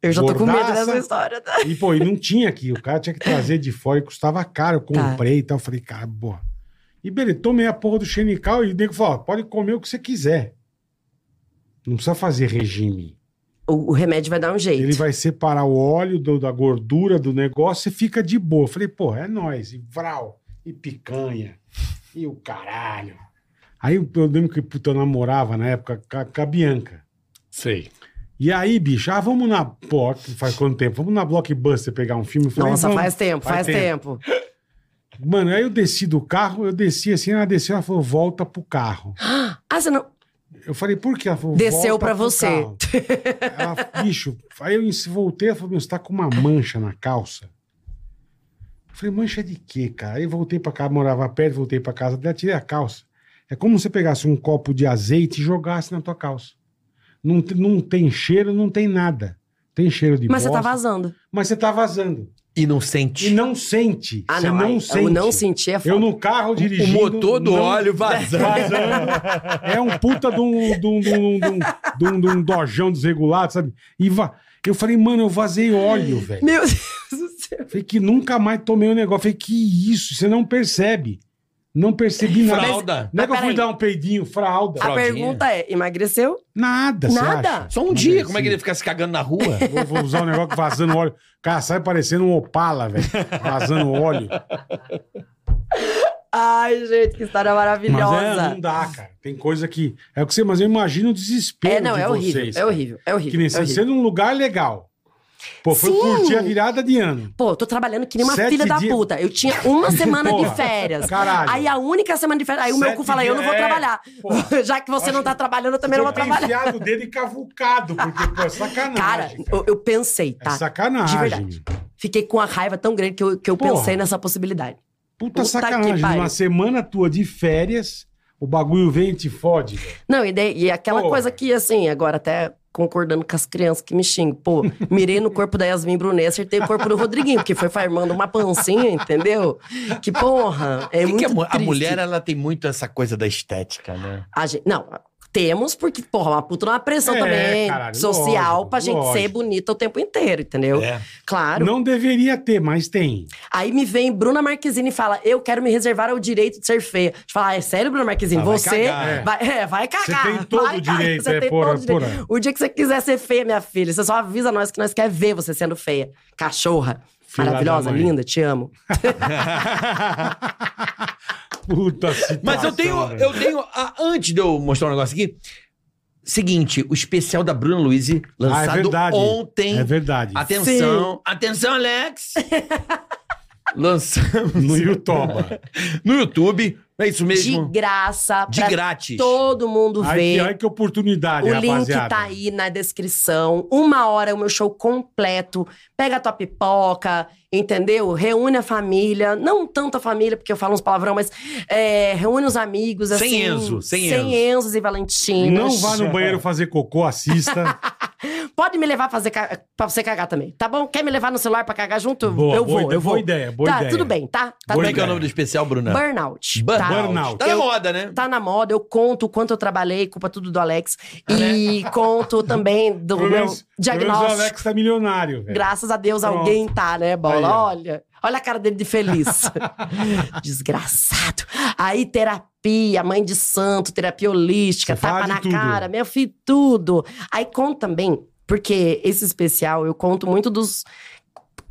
Eu já tô com medo
Gordaça.
dessa história. tá?
E, pô, e não tinha aqui. O cara tinha que trazer de fora e custava caro. Eu
Tá.
comprei e tal. Eu falei, cara, boa. E beleza, tomei a porra do Xenical e o nego falou, ó, pode comer o que você quiser. Não precisa fazer regime.
O, o remédio vai dar um jeito.
Ele vai separar o óleo do- da gordura do negócio e fica de boa. Eu falei, pô, é nóis. E vral, e picanha, e o caralho. Aí eu eu lembro que puta, eu namorava na época com a- com a Bianca.
Sei.
E aí, bicho, ah, vamos na. Pô, faz quanto tempo? Vamos na Blockbuster pegar um filme. Eu falei,
Nossa,
vamos.
faz tempo, faz,
faz
tempo.
Mano, aí eu desci do carro, eu desci assim, ela desceu, ela falou, volta pro carro.
Ah, você não.
Eu falei, por quê? Ela falou,
Desceu
"Volta
pra
pro
você."
carro." Ela, bicho, aí eu ens- voltei, ela falou, meu, você tá com uma mancha na calça. Eu falei, mancha de quê, cara? Aí eu voltei pra casa, morava perto, voltei pra casa dela, tirei a calça. É como se você pegasse um copo de azeite e jogasse na tua calça. Não, te- não tem cheiro, não tem nada. Tem cheiro de
Mas você
bosta,
tá vazando.
mas você tá vazando.
E não sente.
E não sente.
Ah,
você
não.
não,
aí,
sente.
Eu não senti é
Eu
foda.
no carro
o
dirigindo.
motor do
não-
óleo vazando.
vazando. É um puta de um, de um, de um, de um, de um, de um dojão desregulado, sabe? E va... eu falei, mano, eu vazei óleo, velho.
Meu Deus do céu.
Falei que nunca mais tomei o negócio. Falei, que isso? Você não percebe. Não percebi nada.
Fralda.
Não
Mas
é que eu fui
peraí.
dar um peidinho, fralda.
A
Fraldinha.
pergunta é: emagreceu?
Nada, você
Nada.
acha?
Só um
Não
dia,
merecia.
como é que ele fica se cagando na rua?
Vou, vou usar um negócio vazando óleo. Cara, sai parecendo um opala, velho. Vazando óleo.
Ai, gente, que história
Mas
maravilhosa.
é, não dá, cara. Tem coisa que. É o que você. Mas eu imagino o desespero.
É, não,
de
é horrível.
vocês,
é
cara.
horrível. É horrível.
Que nem
é
você,
horrível.
você num lugar legal. Pô, foi
Sim.
curtir a virada de ano.
Pô, eu tô trabalhando que nem uma
Sete
filha da
dias-
puta. Eu tinha uma semana
Porra,
de férias.
caralho.
Aí a única semana de férias. Aí o meu
Sete
cu fala, eu não vou
dias- é,
trabalhar.
porra.
Já que você
Acho
não tá trabalhando, eu também não vou
ter
trabalhar.
enfiado o dedo e cavucado, porque, pô, é sacanagem.
Cara, eu, eu pensei,
É
tá?
sacanagem.
De verdade. Fiquei com uma raiva tão grande que eu, que eu
Porra.
pensei nessa possibilidade. Puta
Puta,
que
sacanagem.
pariu.
Uma semana tua de férias, o bagulho vem e te fode.
Não, e, daí- e aquela
Porra.
coisa que, assim, agora até concordando com as crianças que me xingam. Pô, mirei no corpo da Yasmin Brunet, acertei o corpo do Rodriguinho, porque foi farmando uma pancinha, entendeu? Que porra, é
Por
muito
que que a, mu- a
triste.
mulher, ela tem muito essa coisa da estética, né?
A gente- não, temos, porque, porra, uma puta uma pressão
É,
também
caralho,
social
lógico,
pra gente
lógico.
ser bonita o tempo inteiro, entendeu?
É.
Claro.
Não deveria ter, mas tem.
Aí me vem Bruna Marquezine e fala: Eu quero me reservar ao direito de ser feia. De falar, ah, é sério, Bruna Marquezine?
Ah, vai
você
cagar, é.
vai, é, vai cagar.
Você tem todo
vai
o
cagar,
direito,
você
é,
tem
porra,
todo o direito.
porra.
O dia que você quiser ser feia, minha filha, você só avisa nós que nós quer ver você sendo feia. Cachorra.
Filha
maravilhosa,
da mãe.
linda, te amo.
Puta situação,
Mas eu tenho,
velho.
eu tenho. ah, antes de eu mostrar um negócio aqui. Seguinte, o especial da Bruna Luiz
Ah, é
lançado
verdade.
ontem.
É verdade.
Atenção, atenção, Alex! Lançamos
No Yutoba.
no YouTube. É
De
isso mesmo.
graça,
De,
pra
grátis.
todo mundo
Ai,
ver.
que, ai, que oportunidade,
O link
rapaziada.
tá aí na descrição. Uma hora é o meu show completo. Pega a tua pipoca, entendeu? Reúne a família. Não tanto a família, porque eu falo uns palavrão, mas é, reúne os amigos.
Sem
assim,
Enzo, sem Enzo.
Enzos e Valentinas.
Não vá no banheiro fazer cocô, assista.
Pode me levar fazer ca- pra você cagar também, tá bom? Quer me levar no celular pra cagar junto?
Boa,
eu
boa
vou,
ideia,
eu vou.
boa ideia, boa
tá,
ideia.
tudo bem, tá? tá
Boa
Como é
tudo
que é o
ideia.
nome do especial, Bruna?
bem. Burnout. tá?
Burnout.
Burnout.
Tá na
Eu-
moda, né?
Tá na moda, eu conto o quanto eu trabalhei, culpa tudo do Alex. E conto também do
É, né? Pelo
meu
menos- pelo menos
diagnóstico.
o Alex tá milionário, velho.
Graças a Deus
Pronto.
alguém tá, né, Bola?
Aí, ó.
olha, olha a cara dele de feliz. Desgraçado. Aí terapia, mãe de santo, terapia holística,
Você fala
tapa
de
na
tudo.
cara, meu filho, tudo. Aí conto também, porque esse especial eu conto muito dos...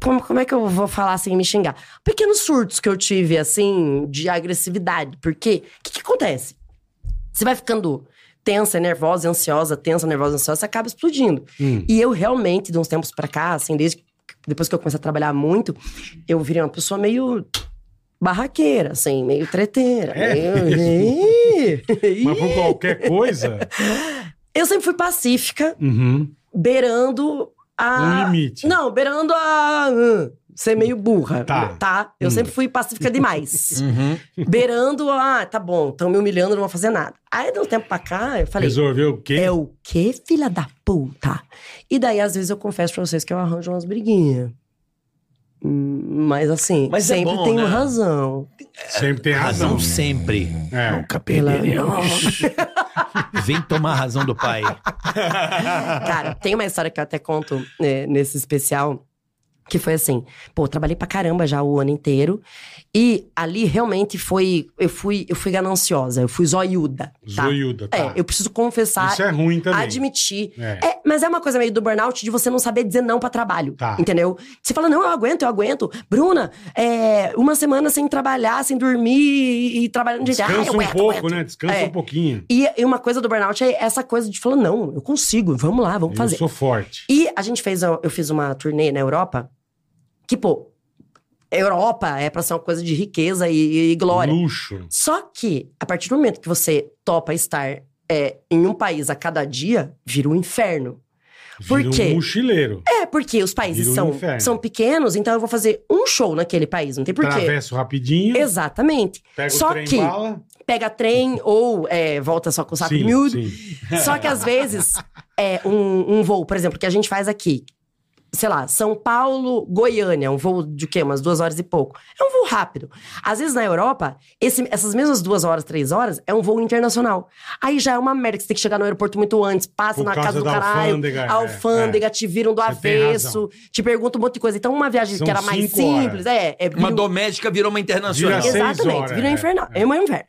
Como, como é que eu vou falar sem me xingar? Pequenos surtos que eu tive, assim, de agressividade. Porque, o que que acontece? Você vai ficando tensa, nervosa, ansiosa, tensa, nervosa, ansiosa, você acaba explodindo.
Hum.
E eu realmente, de uns tempos pra cá, assim, desde que- depois que eu comecei a trabalhar muito, eu virei uma pessoa meio barraqueira, assim, meio treteira.
É
meio-
Mas por qualquer coisa,
Eu sempre fui pacífica,
uhum,
beirando
um
a.
limite.
Ah, Não, beirando a. ah, Ser meio burra,
Tá.
Eu
Hum.
sempre fui pacífica demais.
Uhum.
beirando a. Ah, tá bom, estão me humilhando, não vou fazer nada. Aí, de um tempo pra cá, eu falei.
Resolveu o quê?
É o quê, filha da puta? E daí, às vezes, eu confesso pra vocês que eu arranjo umas briguinhas. Hum, Mas assim,
Mas é
sempre
bom,
tenho
né?
razão.
Sempre tem razão.
Razão sempre.
É.
Nunca
Pela-
perderemos. Vem tomar a razão do pai.
Cara, tem uma história que eu até conto né, nesse especial. Que foi assim, pô, eu trabalhei pra caramba já o ano inteiro. E ali realmente foi. Eu fui, eu fui gananciosa, eu fui zoiuda. Tá?
Zoiuda, tá.
É, eu preciso confessar,
Isso é ruim também.
admitir.
É.
É, mas é uma coisa meio do burnout de você não saber dizer não pra trabalho.
Tá.
Entendeu? Você fala, não, eu aguento, eu aguento. Bruna, é, uma semana sem trabalhar, sem dormir e, e trabalhando de Ah,
Descansa
eu
um
aguento,
pouco,
aguento.
né? Descansa
É.
um pouquinho.
E, e uma coisa do burnout é essa coisa de falar, não, eu consigo, vamos lá, vamos
Eu
fazer.
sou forte.
E a gente fez, eu fiz uma turnê na Europa, que, pô, Europa é pra ser uma coisa de riqueza e- e glória.
Luxo.
Só que, a partir do momento que você topa estar é, em um país a cada dia, vira um inferno. Por
Vira
quê?
um mochileiro.
É, porque os países
Vira um
são,
inferno.
são pequenos, então eu vou fazer um show naquele país, não tem porquê.
Atravesso rapidinho,
Exatamente.
pega
Só
o trem
que
bala.
pega trem ou é, volta só com o saco
sim,
miúdo.
sim.
Só que às vezes, é, um, um voo, por exemplo, que a gente faz aqui, sei lá, São Paulo, Goiânia, um voo de o quê? Umas duas horas e pouco. É um voo rápido. Às vezes na Europa, esse- essas mesmas duas horas, três horas, é um voo internacional. Aí já é uma merda que você tem que chegar no aeroporto muito antes, passa
Por
na
causa
casa do
da
caralho.
alfândega,
a
é,
alfândega te viram do
Você tem
avesso, te perguntam um monte de coisa. Então, uma viagem
São
que era mais
cinco horas.
simples, é, é
Uma
vira-
doméstica virou uma internacional.
Vira seis
Exatamente,
horas,
virou
é,
infernal.
é.
É. uma inferno.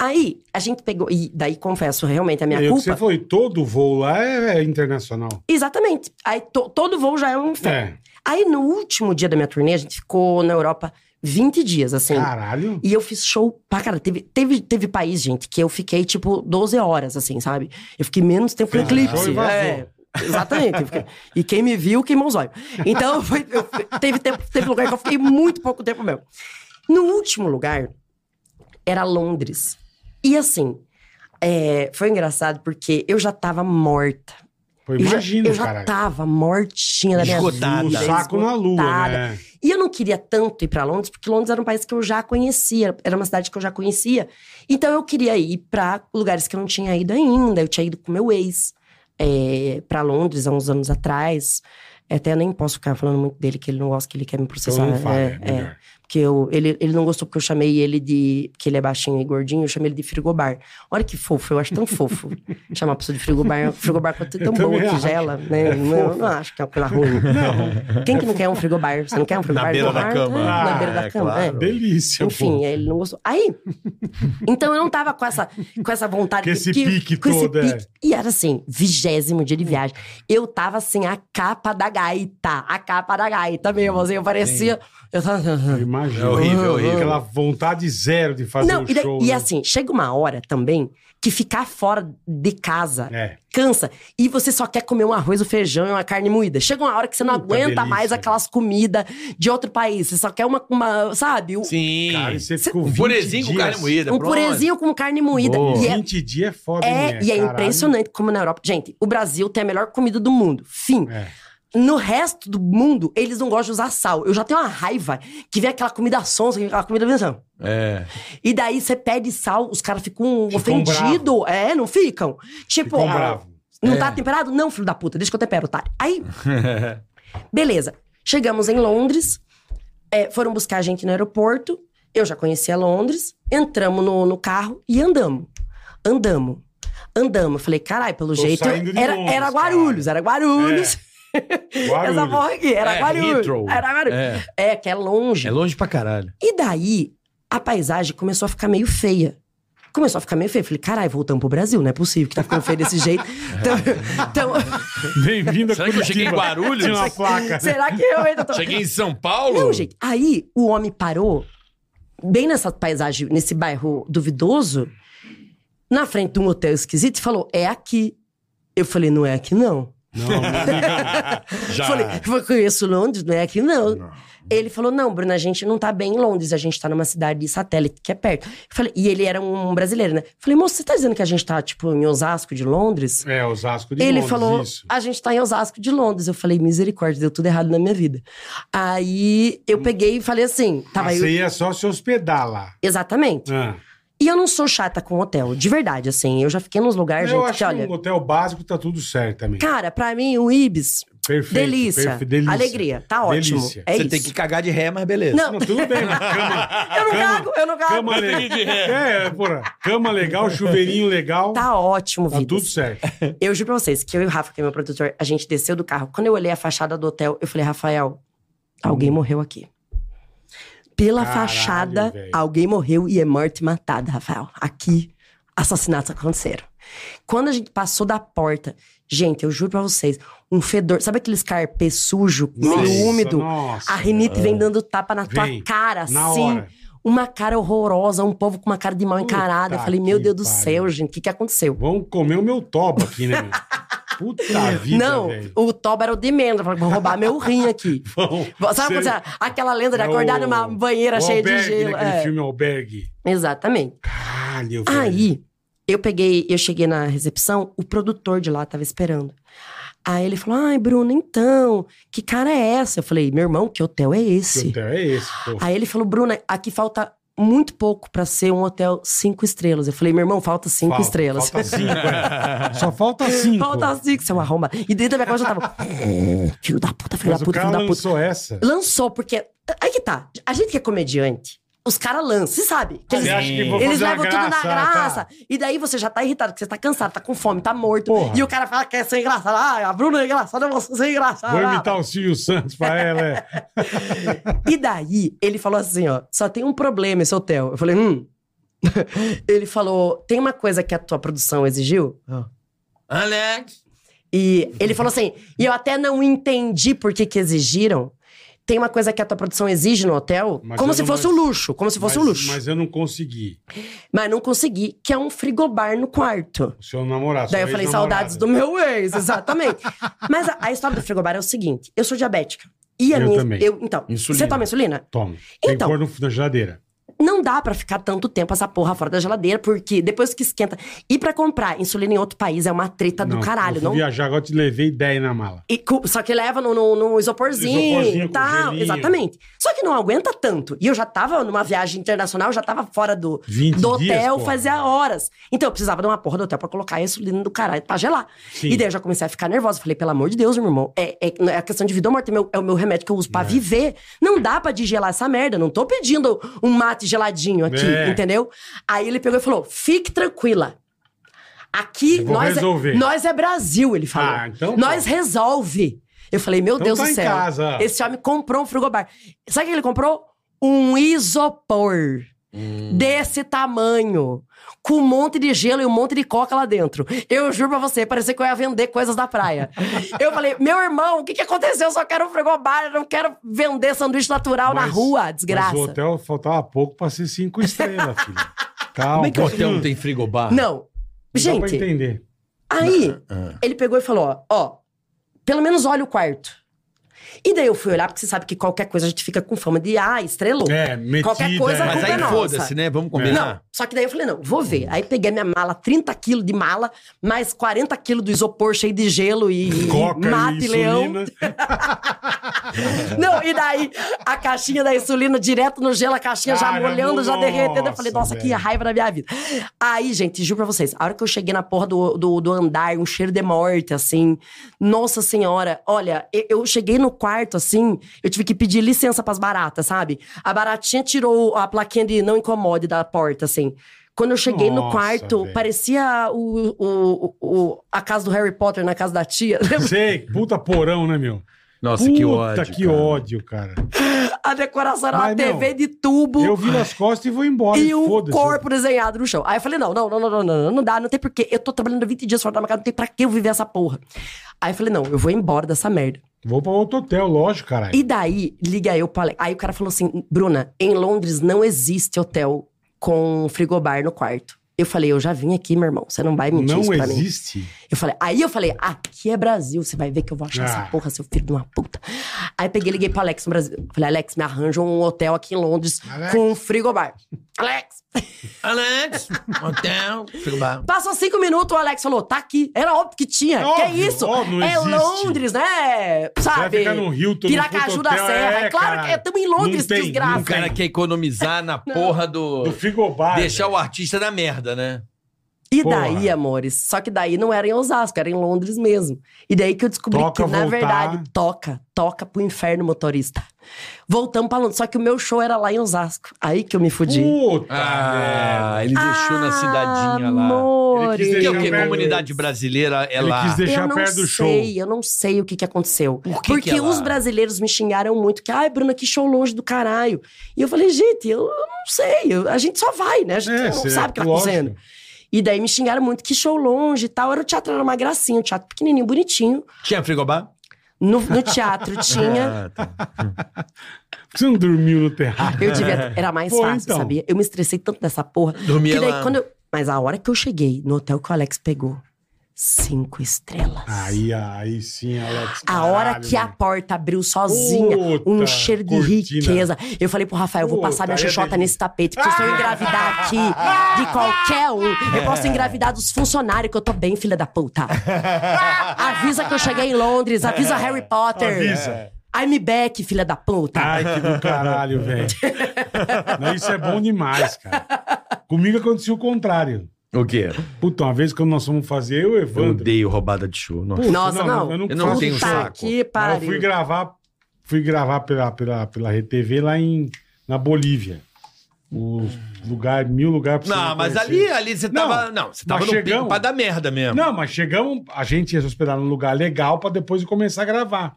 Aí, a gente pegou, e daí confesso, realmente, a minha
E É o que
culpa.
você foi, todo voo lá é, é internacional.
Exatamente. Aí to- todo voo já é um inferno.
É.
Aí no último dia da minha turnê, a gente ficou na Europa 20 dias, assim.
Caralho.
E eu fiz show pra cara. Teve, teve, teve país, gente, que eu fiquei tipo 12 horas, assim, sabe? Eu fiquei menos tempo no
Fez um show e
eclipse.
vazou.
É. Exatamente. Eu fiquei- E quem me viu queimou os olhos. Então, foi- eu- teve, tempo, teve lugar que eu fiquei muito pouco tempo mesmo. No último lugar, era Londres. E assim, é, foi engraçado porque eu já tava morta.
Pô,
Eu já-
imagina,
eu já,
cara.
tava mortinha da minha
Esgotada.
O
vida.
saco na lua,
esgotada.
né?
E eu não queria tanto ir pra Londres, porque Londres era um país que eu já conhecia, era uma cidade que eu já conhecia. Então eu queria ir pra lugares que eu não tinha ido ainda. Eu tinha ido com meu ex é, para Londres há uns anos atrás. Até eu nem posso ficar falando muito dele, que ele não gosta, que ele quer me
Então
processar.
não fala,
É,
é,
é.
melhor.
Porque eu, ele, ele não gostou porque eu chamei ele de. Porque ele é baixinho e gordinho, eu chamei ele de frigobar. Olha que fofo, eu acho tão fofo. Chamar a pessoa de frigobar. Frigobar quanto é tão
Eu
bom,
também acho.
tigela, né?
É
não, eu
fofo.
não acho que é uma coisa ruim. Quem que não quer um frigobar? Você não quer um frigobar?
Na beira
no
da
ar?
cama.
É, na
Ah,
beira da
é
cama.
claro.
é.
Delícia, pô.
Enfim, aí ele não gostou. Aí. Então eu não tava com essa, com essa vontade.
Com esse pique todo, é.
E era assim, vigésimo dia de viagem. Eu tava assim, a capa da gaita. A capa da gaita mesmo. Assim, eu parecia. Eu tava. assim,
Eu Imagino.
É horrível, horrível.
Aquela vontade zero de fazer
não,
o
e, daí-
show.
e
né?
assim, chega uma hora também que ficar fora de casa
É.
cansa e você só quer comer um arroz, um feijão e uma carne moída. Chega uma hora que você não
Puta
aguenta
delícia.
mais aquelas comidas de outro país. Você só quer uma, uma sabe, um,
Sim.
Cara, e você
Cê-
ficou
um
20
purezinho com
dias.
carne moída.
um
pronto.
purezinho com carne moída.
Boa.
E é,
20 dias é foda, hein,
é-
mulher?
e é
Caralho.
impressionante como na Europa. Gente, o Brasil tem a melhor comida do mundo. Fim.
É.
No resto do mundo, eles não gostam de usar sal. Eu já tenho uma raiva que vem aquela comida sonsa, aquela comida benção.
É.
E daí você pede sal, os caras ficam
Ficam
ofendidos. É, não ficam. Tipo,
Ficou
ah,
bravo.
não tá temperado? Não, filho da puta, deixa que eu tempero, otário. Aí, beleza. Chegamos em Londres, é, foram buscar a gente no aeroporto. Eu já conhecia Londres, entramos no, no carro e andamos. Andamos. Andamos. Falei, caralho, pelo
Tô
jeito.
saindo de
Era,
Londres,
era Guarulhos, era Guarulhos.
Guarulhos.
Essa porra aqui, era
É,
Guarulhos.
Heathrow.
Era Guarulhos.
É.
É, que é longe.
É longe pra caralho.
E daí, a paisagem começou a ficar meio feia. Começou a ficar meio feia. Falei, caralho, voltamos pro Brasil, não é possível que tá ficando feio desse jeito. Então,
Bem-vindo a
Será que eu cheguei em
Curitiba.
Guarulhos?
Tinha uma
então,
placa.
será que eu ainda tô...
Cheguei em São Paulo?
Não, gente. Aí, o homem parou, bem nessa paisagem, nesse bairro duvidoso, na frente de um hotel esquisito, e falou, é aqui. Eu falei, não é aqui, não.
Não,
Já.
Falei, eu conheço Londres, não é aqui não. Ele falou, não, Bruna, a gente não tá bem em Londres, a gente tá numa cidade satélite que é perto. Eu falei, e ele era um brasileiro, né? Eu Falei, moço, você tá dizendo que a gente tá, tipo, em Osasco de Londres?
é, Osasco de
ele
Londres,
falou,
isso.
a gente tá em Osasco de Londres. Eu falei, misericórdia, deu tudo errado na minha vida. Aí eu
Hum.
peguei e falei assim, tava
Mas
eu...
você ia só se hospedar lá.
Exatamente.
Ah.
E eu não sou chata com hotel, de verdade, assim. Eu já fiquei nos lugares,
eu
gente,
acho
que
que
olha...
um hotel básico tá tudo certo também.
Cara, pra mim, o Ibis,
Perfeito.
delícia,
perfe- delícia.
alegria, tá ótimo.
Delícia.
É
Você
isso.
tem que cagar de ré, mas beleza.
Não,
Não, tudo bem, mas cama,
Eu não
Cama-
cago, eu não cago.
cama legal. É, porra, cama legal, chuveirinho legal. Tá,
Tá ótimo, vida.
tudo certo.
Eu juro pra vocês que eu e o Rafa, que é meu produtor, a gente desceu do carro. Quando eu olhei a fachada do hotel, eu falei, Rafael, alguém morreu aqui. Pela
Hum. Caralho,
fachada,
velho.
alguém morreu e é morte matada, Rafael. Aqui, assassinatos aconteceram. Quando a gente passou da porta, gente, eu juro pra vocês, um fedor. Sabe aqueles carpê sujo, meio
Nossa,
úmido?
nossa.
a rinite vem dando tapa na tua
Vem,
cara,
na
assim.
hora.
Uma cara horrorosa, um povo com uma cara de mal encarada. Eu
Puta
falei, meu
que
Deus do
pariu.
céu, gente, o que, que aconteceu?
Vamos comer o meu toba aqui, né? meu? Puta vida,
não,
velho.
o Toba era o de menos. Eu falei, vou roubar meu rim aqui.
Vão-
Sabe quando
Cê-
você, aquela lenda de
É o-
acordar numa banheira
o
cheia de
Albergue,
gelo?
né, Aquele
é. Ah,
filme é Albergue.
Exatamente.
Caralho, velho.
Aí, eu peguei, eu cheguei na recepção, o produtor de lá tava esperando. Aí ele falou, ai, Bruna, então, que cara é essa? Eu falei, meu irmão, que hotel é
Que
esse?
hotel é esse, pô?
Aí ele falou, Bruna, aqui falta muito pouco pra ser um hotel cinco estrelas. Eu falei, meu irmão, falta cinco
Falta-
estrelas.
Falta cinco, é. Só falta cinco.
Falta cinco, seu arromba. E dentro da minha casa eu tava, "Hum, filho da puta, filho
Mas
da
o
puta,
cara
filho da puta.
lançou essa.
Lançou, porque. Aí que tá. A gente que é comediante, os caras lançam, você sabe? Que eles
Você acha que vou
eles
fazer uma
levam tudo na
graça? ah, tá.
graça. E daí você já tá irritado, porque você tá cansado, tá com fome, tá morto.
Porra.
E o cara fala que é ser engraçado. Ah, a Bruna é engraçada, eu vou ser engraçada.
Vou imitar o Silvio Santos pra ela. é.
E daí ele falou assim: ó, só tem um problema esse hotel. Eu falei, hum. ele falou: tem uma coisa que a tua produção exigiu?
Alex.
E ele falou assim: e eu até não entendi por que, que exigiram. tem uma coisa que a tua produção exige no hotel,
Mas
como
eu
se
não-
fosse um luxo, como se fosse
mas,
um luxo. Mas...
Mas eu não consegui.
não consegui, que é um frigobar no quarto.
O seu namorado.
Daí eu
sua
falei,
ex-namorada.
saudades do meu ex, exatamente. mas a, a história do frigobar é o seguinte: eu sou diabética. E a
Eu
minha.
também.
Eu, então,
Insulina.
você toma insulina?
Toma. Tem que
Então.
pôr no, na geladeira.
Não dá pra ficar tanto tempo essa porra fora da geladeira, porque depois que esquenta. E pra comprar insulina em outro país é uma treta
Não,
do
eu
caralho,
fui
não?
viajar agora, eu te levei 10 na mala.
E cu- só que leva no, no, no isoporzinho
Isoporzinho
e
com
tal.
gelinho.
Exatamente. Só que não aguenta tanto. E eu já tava numa viagem internacional, já tava fora do,
20
do
dias,
hotel,
porra.
fazia horas. Então eu precisava de uma porra do hotel pra colocar isso dentro do caralho pra gelar.
Sim.
E daí eu já comecei a ficar nervosa. Falei, pelo amor de Deus, meu irmão, é, é, é a questão de vida ou morte, é meu- é o meu remédio que eu uso pra viver. Não dá pra digelar essa merda. Não tô pedindo um mate geladinho aqui,
É.
entendeu? Aí ele pegou e falou: fique tranquila. Aqui
Eu vou
nós
resolver.
é, nós é Brasil, ele falou.
Ah, então
nós resolve. Eu falei, meu
Então
Deus
tá
do
em
céu.
casa.
Esse homem comprou um frigobar. Sabe o que ele comprou? Um isopor. Desse tamanho. Com um monte de gelo e um monte de coca lá dentro. Eu juro pra você, parecia que eu ia vender coisas da praia. eu falei, meu irmão, o que, que aconteceu? Eu só quero um frigobar, eu não quero vender sanduíche natural na
Mas-
rua,
Mas o
desgraça.
hotel faltava pouco pra ser 5 estrelas, filho. Calma.
Como é que o hotel
não
não tem frigobar?
Não.
Dá pra
Gente,
entender.
Aí,
ah.
ele pegou e falou: ó, ó, pelo menos olha o quarto. E daí eu fui olhar, porque você sabe que qualquer coisa a gente fica com fama de, ah, estrelou.
É, metida.
Qualquer coisa,
é.
a
Mas
culpa é
aí
nossa.
foda-se, né? Vamos
Não,
combinar.
só que daí eu falei, não, vou ver. Aí peguei minha mala, 30 quilos de mala, mais 40 quilos do isopor cheio de gelo e,
Coca
e mate
e
e leão.
insulina.
Não, e daí a caixinha da insulina direto no gelo, a caixinha já
Caramba,
molhando, já derretendo. Eu falei,
nossa,
nossa, que
velho.
raiva da minha vida. Aí, gente, juro pra vocês, a hora que eu cheguei na porra do, do, do andar, um cheiro de morte, assim. Nossa senhora, olha, eu, eu cheguei no quarto, assim, eu tive que pedir licença pras baratas, sabe? A baratinha tirou a plaquinha de não incomode da porta, assim. Quando eu cheguei no
Nossa,
quarto,
velho.
parecia o, o, o- o- a casa do Harry Potter na casa da tia. Lembra?
Sei, puta porão, né, meu?
Nossa,
puta,
que ódio.
que
cara.
ódio, cara.
A decoração era uma
Mas, meu,
TV de tubo.
Eu viro as costas e vou embora.
E um
foda-se.
corpo desenhado no chão. Aí eu falei: não, não, não, não, não, não, não dá, não tem porquê. Eu tô trabalhando 20 dias fora da minha casa, não tem pra que eu viver essa porra. Aí eu falei: não, eu vou embora dessa merda.
Vou pra outro hotel, lógico, caralho.
E daí, liga eu pro Alex. Aí o cara falou assim: Bruna, em Londres não existe hotel com frigobar no quarto. Eu falei: eu já vim aqui, meu irmão, você não vai mentir isso
Não
pra mim.
existe.
Eu falei, aí eu falei, aqui é Brasil, você vai ver que eu vou achar
Ah.
essa porra, seu filho de uma puta. Aí peguei, liguei pro Alex no Brasil. Falei, Alex, me arranja um hotel aqui em Londres
Alex.
com um frigobar. Alex!
Alex, hotel, frigobar.
Passou cinco minutos, o Alex falou, tá aqui. Era óbvio que tinha.
É óbvio,
que isso?
óbvio, não
é
existe.
Londres, né? Sabe?
ficar no Hilton, no
Piracaju
puto
da
hotel,
Serra.
é,
É, claro
cara.
que estamos em Londres,
Não tem,
desgraça.
O cara quer economizar na porra do.
Do frigobar.
Deixar
velho.
o artista na merda, né?
E
Porra.
daí, amores? Só que daí não era em Osasco, era em Londres mesmo. E daí que eu descobri
Toca
que, na
voltar.
verdade, toca, toca pro inferno motorista. Voltamos pra Londres, só que o meu show era lá em Osasco. Aí que eu me fudi.
Puta
Ah,
merda.
ele deixou na cidadinha lá.
Amores.
Ele
Que é o
Deixa
quê?
perto.
Comunidade brasileira é
Ele
lá.
quis deixar
eu não
perto
sei,
do show.
eu não sei o que, que aconteceu.
Por que
Porque
que ela-
os brasileiros me xingaram muito, que, ai, Bruna, que show longe do caralho. E eu falei, gente, eu, eu não sei, eu- a gente só vai, né? A gente
É,
não
cê-
sabe o que tá
lógico.
acontecendo. E daí me xingaram muito, que show longe e tal. Era o teatro, era uma gracinha, um teatro pequenininho, bonitinho.
Tinha frigobar?
No, no teatro tinha.
Ah, tá.
Por que você não dormiu no terraço?
Eu devia. Era mais
Pô,
fácil,
então.
sabia? Eu me estressei tanto nessa porra.
Dormia
que daí
lá.
quando eu- Mas a hora que eu cheguei no hotel que o Alex pegou, cinco estrelas.
Aí, aí sim, Alex.
A hora
caralho,
que a
velho.
porta abriu sozinha,
Puta,
um cheiro de
cortina.
riqueza. Eu falei pro Rafael, eu vou
Puta,
passar minha
aí é Ah!
xoxota
delícia.
nesse tapete, porque se eu engravidar aqui de qualquer um, eu posso engravidar dos funcionários, que eu tô bem, filha da puta. avisa que eu cheguei em Londres, avisa Harry Potter.
É, Avisa. Ah,
I'm back, filha da puta.
Ai, que do caralho, velho. Não, Isso é bom demais, cara. Comigo aconteceu o contrário.
O quê?
Puta, uma vez quando nós fomos fazer, eu e o
Eu
Evandro.
odeio roubada de show. Nossa.
Nossa,
não,
não.
eu não
Eu não
Puta
tenho saco.
que
Mas eu
pariu.
fui gravar, fui gravar pela, pela, pela RTV lá em, na Bolívia. Os lugar, mil lugares pra você
Não, mas
conhecer.
ali, ali você tava. Não, você tava
mas
no
chegamos.
pico pra dar merda mesmo.
Não, mas chegamos, a gente ia se hospedar num lugar legal pra depois começar a gravar.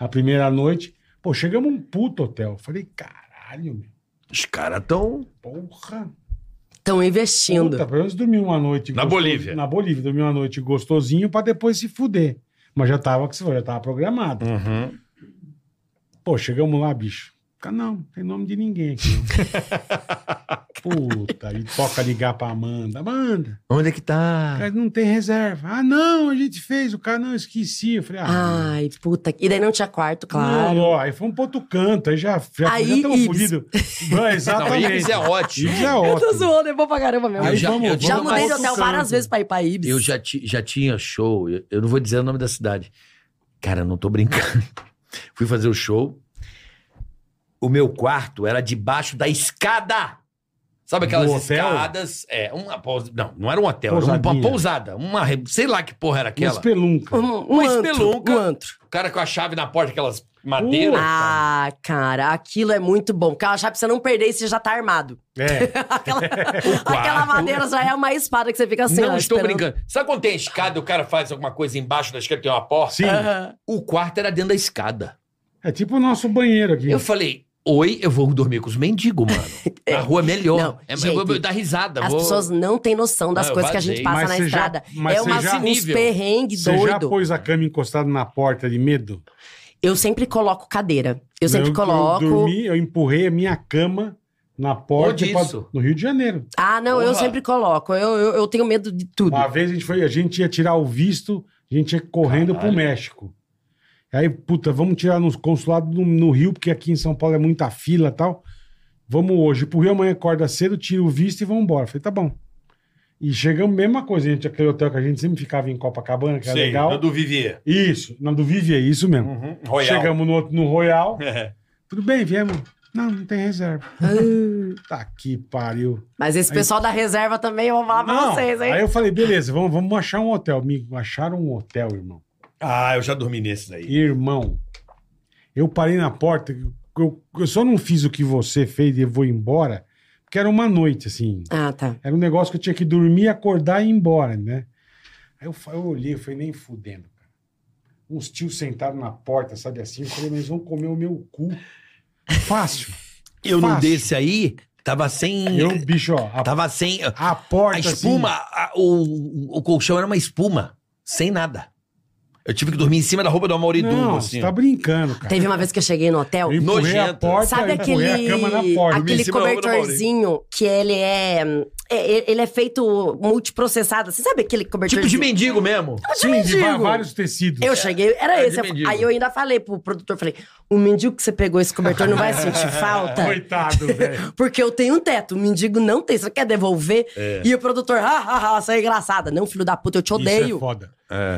A primeira noite, pô, chegamos um puto hotel. Falei, caralho, meu,
Os caras tão.
porra.
Estão investindo.
Puta, pelo menos dormi uma noite.
Na Bolívia.
Na Bolívia, dormi uma noite
Hum.
Uhum. gostosinho pra depois se fuder. Mas já tava, que se for, já tava programado. Pô, chegamos lá, bicho. Cara, não, tem nome de ninguém aqui. não. Puta, e toca ligar pra Amanda. Amanda,
Onde é que tá?
cara, não tem reserva. Ah, não, a gente fez. O cara, não, eu esqueci. Eu falei, ah,
Ai, puta. que- E daí não tinha quarto, claro.
Não, ó, aí foi um pro outro canto, aí já, já,
Aí,
já estamos
Ibs.
fodidos. Não,
Não,
exatamente.
Ibis é ótimo.
Ibs é
Eu tô
ótimo.
zoando, é bom pra caramba mesmo.
Eu
Aí
já-
vamos,
eu
vamos
Já
Vamos
mudei de
pro
hotel
outro
várias
canto.
vezes pra ir pra Ibis.
Eu já, ti- já tinha show, eu, eu não vou dizer o nome da cidade. Cara, eu não tô brincando. Fui fazer o show. O meu quarto era debaixo da escada. Sabe aquelas
Do hotel?
escadas? É, uma pousa- Não, não era um hotel, era
Pousadinha.
uma pousada. Uma, re- sei lá que porra era
Uma
aquela.
espelunca.
Um, um
Uma
antro,
espelunca.
um antro.
O cara com a chave na porta, aquelas madeiras.
Ah, cara, aquilo é muito bom. Porque ela chave pra você não perder e você já tá armado.
É,
Aquela, aquela madeira já é uma espada que você fica assim, ó,
não estou
esperando.
brincando. Sabe quando tem a escada e o cara faz alguma coisa embaixo da escada, tem uma porta?
sim.
Aham.
O quarto era dentro da escada.
É tipo o nosso banheiro aqui.
Eu
Hum.
falei, oi, eu vou dormir com os mendigos, mano. Na rua é melhor.
Não,
é,
gente,
eu vou dar risada.
As
vou-
pessoas não têm noção das
Não, eu
coisas que a
vazei.
gente passa
Mas
na
você já-
estrada.
mas
é
você
uma,
já-
uns
nível.
perrengue
Você já
doido.
pôs a cama encostada na porta de medo?
Eu sempre coloco cadeira. Eu sempre coloco.
Eu dormi, eu empurrei a minha cama na porta.
Onde
pra-
isso?
No Rio de Janeiro.
Ah, não, eu
Porra.
sempre coloco. Eu, eu, eu tenho medo de tudo.
Uma vez a gente foi, a gente ia tirar o visto, a gente ia correndo
Caralho.
pro México. Aí, puta, vamos tirar nos consulados no, no Rio, porque aqui em São Paulo é muita fila e tal. Vamos hoje pro Rio, amanhã acorda cedo, tira o visto e vamos embora. Falei, tá bom. E chegamos, mesma coisa, a gente, aquele hotel que a gente sempre ficava em Copacabana, que era
Sei,
legal.
eu do Vivier.
Isso, na do Vivi, é isso mesmo.
Hum,
Uhum,
Chegamos no, outro- no Royal.
É.
Tudo bem, viemos. Não, não tem reserva. Tá que pariu.
Mas esse
Aí-
pessoal da reserva também, eu vou falar pra
Não,
vocês, hein?
Aí eu falei, beleza, vamos, vamos achar um hotel. Me acharam um hotel, irmão.
Ah, eu já dormi nesses aí.
Irmão, eu parei na porta. Eu, eu só não fiz o que você fez e eu vou embora, porque era uma noite, assim.
Ah, tá.
Era um negócio que eu tinha que dormir, acordar e ir embora, né? Aí eu, fa- eu olhei, eu falei, nem fudendo, cara. Uns tios sentados na porta, sabe assim? Eu falei, mas eles vão comer o meu cu. Fácil.
Eu num
Fácil.
desse aí, tava sem.
Eu, bicho, ó, a,
Tava sem. A
a porta.
espuma,
assim,
a- o, o colchão era uma espuma. Sem nada. Eu tive que dormir em cima da roupa do Amoridum,
não,
assim.
você tá brincando, cara.
Teve uma vez que eu cheguei no hotel.
Eu empurrei a
Nojenta.
porta,
Sabe
eu empurrei
aquele,
a cama na porta.
aquele
Em cima da roupa do
cobertorzinho que ele é, é- Ele é feito multiprocessado. Você sabe aquele cobertorzinho?
Tipo de mendigo mesmo.
Sim, de va-
mendigo.
vários tecidos.
Eu cheguei, era
Ah,
É,
esse.
de mendigo.
Aí eu ainda falei pro produtor, falei, o mendigo que você pegou esse cobertor não vai sentir falta?
Ah, Coitado, velho. é
Porque eu tenho um teto, o mendigo não tem, você quer devolver? E o produtor, ha, ha, ha, você é engraçada. Não, filho da puta, eu te
É. Isso é
odeio.
foda.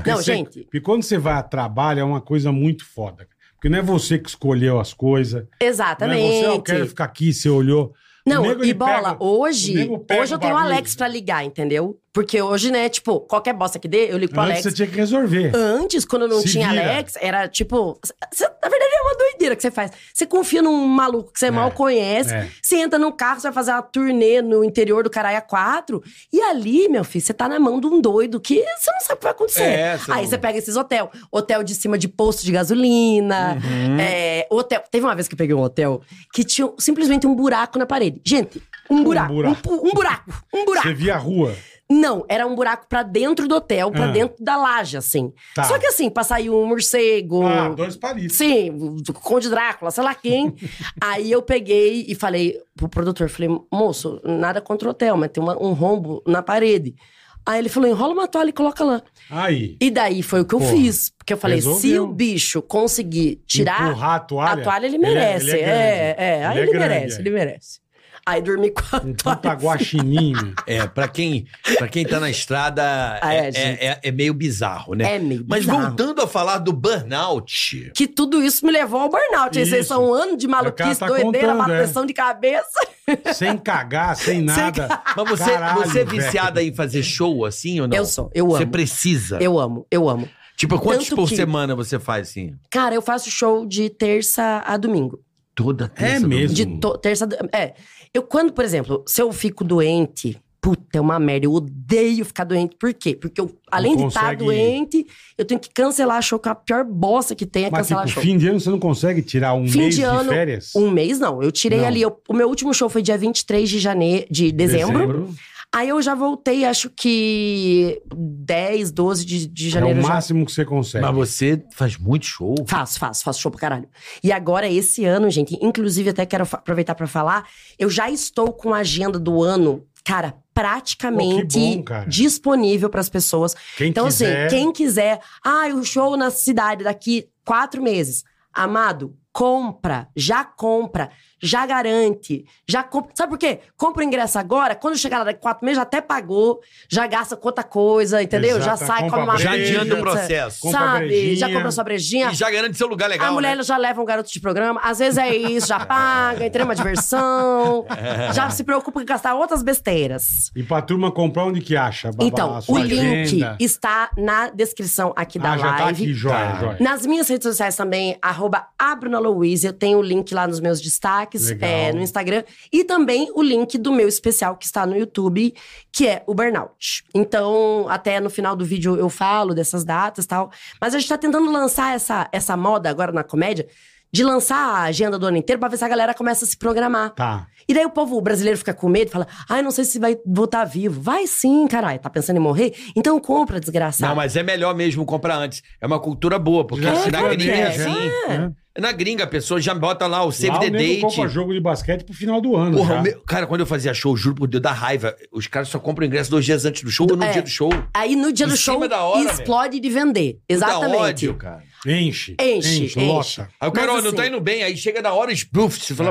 não,
Você-
gente,
Porque quando você vai a trabalho, é uma coisa muito foda. cara. Porque não é você que escolheu as coisas. Não é
exatamente.
você, "Ah, eu quero ficar aqui, você olhou.
Não,
O nego,
e
ele
bola,
pega- o
hoje,
nego pega
hoje eu
o
tenho o
bagulho.
Alex pra ligar, entendeu? Porque hoje, né, tipo, qualquer bosta que dê, eu ligo pro
Antes
Alex.
você tinha que resolver.
Antes, quando eu não
Se
tinha
vira.
Alex, era tipo. cê- na verdade, é uma doideira que você faz. Você confia num maluco que você mal conhece,
é.
você entra num carro, você vai fazer uma turnê no interior do Caraia 4, e ali, meu filho, você tá na mão de um doido que você não sabe o que vai acontecer.
É, você
Aí
não-
você pega esses hotel. Hotel de cima de posto de gasolina.
Uhum.
é, hotel. Teve uma vez que eu peguei um hotel que tinha simplesmente um buraco na parede. Gente, um buraco. Um
buraco.
pu- um buraco. Um buraco.
Você via a rua.
Não, era um buraco pra dentro do hotel, pra
Ah.
dentro da laje, assim.
Tá.
Só que assim, pra sair um morcego.
Ah, dois palitos.
Sim, o Conde Drácula, sei lá quem. Aí eu peguei e falei pro produtor, falei, moço, nada contra o hotel, mas tem uma- um rombo na parede. Aí ele falou, enrola uma toalha e coloca lá.
Aí.
E daí foi o que eu
Porra,
fiz. Porque eu falei, se
resolveu.
o bicho conseguir tirar
Empurrar a toalha.
a toalha, ele
é-
merece. é,
ele
é,
grande.
aí ele,
grande,
merece,
é.
ele merece. Aí dormi com a
Um
toalha.
puta guaxininho.
É, pra quem, pra quem tá na estrada,
Ah, é,
é,
gente.
é- é- é meio bizarro, né?
É meio
Mas
bizarro.
voltando a falar do burnout.
que tudo isso me levou ao burnout. Aí Vocês
Isso.
são um ano de maluquice,
O cara tá
doideira,
contando,
bateção de cabeça.
sem cagar, sem nada.
Mas você,
Caralho,
você é
velho.
viciada em fazer show assim ou não?
Ah, Eu sou, eu
Você
amo.
precisa.
Eu amo, eu amo.
Tipo, quantos
Tanto
por
que-
semana você faz assim?
Cara, eu faço show de terça a domingo.
Toda terça.
É
do
mesmo.
De
mundo.
to- terça a do- É. Eu, quando, por exemplo, se eu fico doente, puta, é uma merda. Eu odeio ficar doente. Por quê? Porque eu, além de estar
consegue-
doente, eu tenho que cancelar show, que é a pior bosta que tem é
Mas
cancelar
tipo,
show.
fim de ano você não consegue tirar um
Fim
mês
de
de,
ano,
férias?
Um mês, não. Eu tirei
Não.
ali. eu- o meu último show foi dia 23 de janeiro, de dezembro. Aí eu já voltei, acho que 10, 12 de, de
É
janeiro
o
eu já
máximo que você consegue.
Mas você faz muito show.
Faço, faço, faço show pra caralho. E agora, esse ano, gente, inclusive até quero fa- aproveitar pra falar, eu já estou com a agenda do ano, cara, praticamente
Pô, que bom, cara.
disponível pras pessoas.
Quem
então,
quiser,
assim, quem quiser, ah, o show na cidade daqui quatro meses. Amado, compra, já compra, já garante, já compra. Sabe por quê? Compra o ingresso agora, quando chegar lá daqui quatro meses, já até pagou, já gasta com outra coisa, entendeu? já
Exato,
sai,
compra
come uma
Já adianta
pizza,
o
processo.
Compra
sabe?
brejinha.
já compra sua brejinha.
E já garante seu lugar legal.
A mulher
né?
já leva um garoto de programa, às vezes é isso, já paga, entrega uma diversão, já se preocupa com gastar outras besteiras.
E pra turma comprar onde que acha? Babá, a
Então,
sua
o link
agenda.
está na descrição aqui da
Ah, já tá aqui,
live.
joia,
Tá.
joia.
Nas minhas redes sociais também, arroba a Bruna Luiz, eu tenho o link lá nos meus destaques,
Legal.
é, no Instagram. E também o link do meu especial que está no YouTube, que é o Burnout. Então, até no final do vídeo eu falo dessas datas e tal. Mas a gente tá tentando lançar essa, essa moda agora na comédia, de lançar a agenda do ano inteiro pra ver se a galera começa a se programar.
Tá.
E daí o povo brasileiro fica com medo, fala, ai, não sei se vai voltar vivo. Vai sim, caralho, tá pensando em morrer? Então compra, desgraçado.
Não, mas é melhor mesmo comprar antes. É uma cultura boa, porque
Já
assim,
se
na gringa é
planeja,
assim.
né?
Na gringa, a pessoa já bota lá o save
Lá
the
o nego
date.
compra jogo de basquete pro final do ano.
Porra,
já.
o meu- cara, quando eu fazia show, juro por Deus, dá raiva. Os caras só compram ingresso dois dias antes do show ou no
É.
dia do show.
Aí no dia
Em
do
cima
show
da hora, meu.
explode de vender. Exatamente.
Dá ódio, cara.
Enche.
Enche, enche.
lota.
Aí
Mas
o cara, ó, não
assim-
tá indo bem, aí chega na hora, espluf, você fala,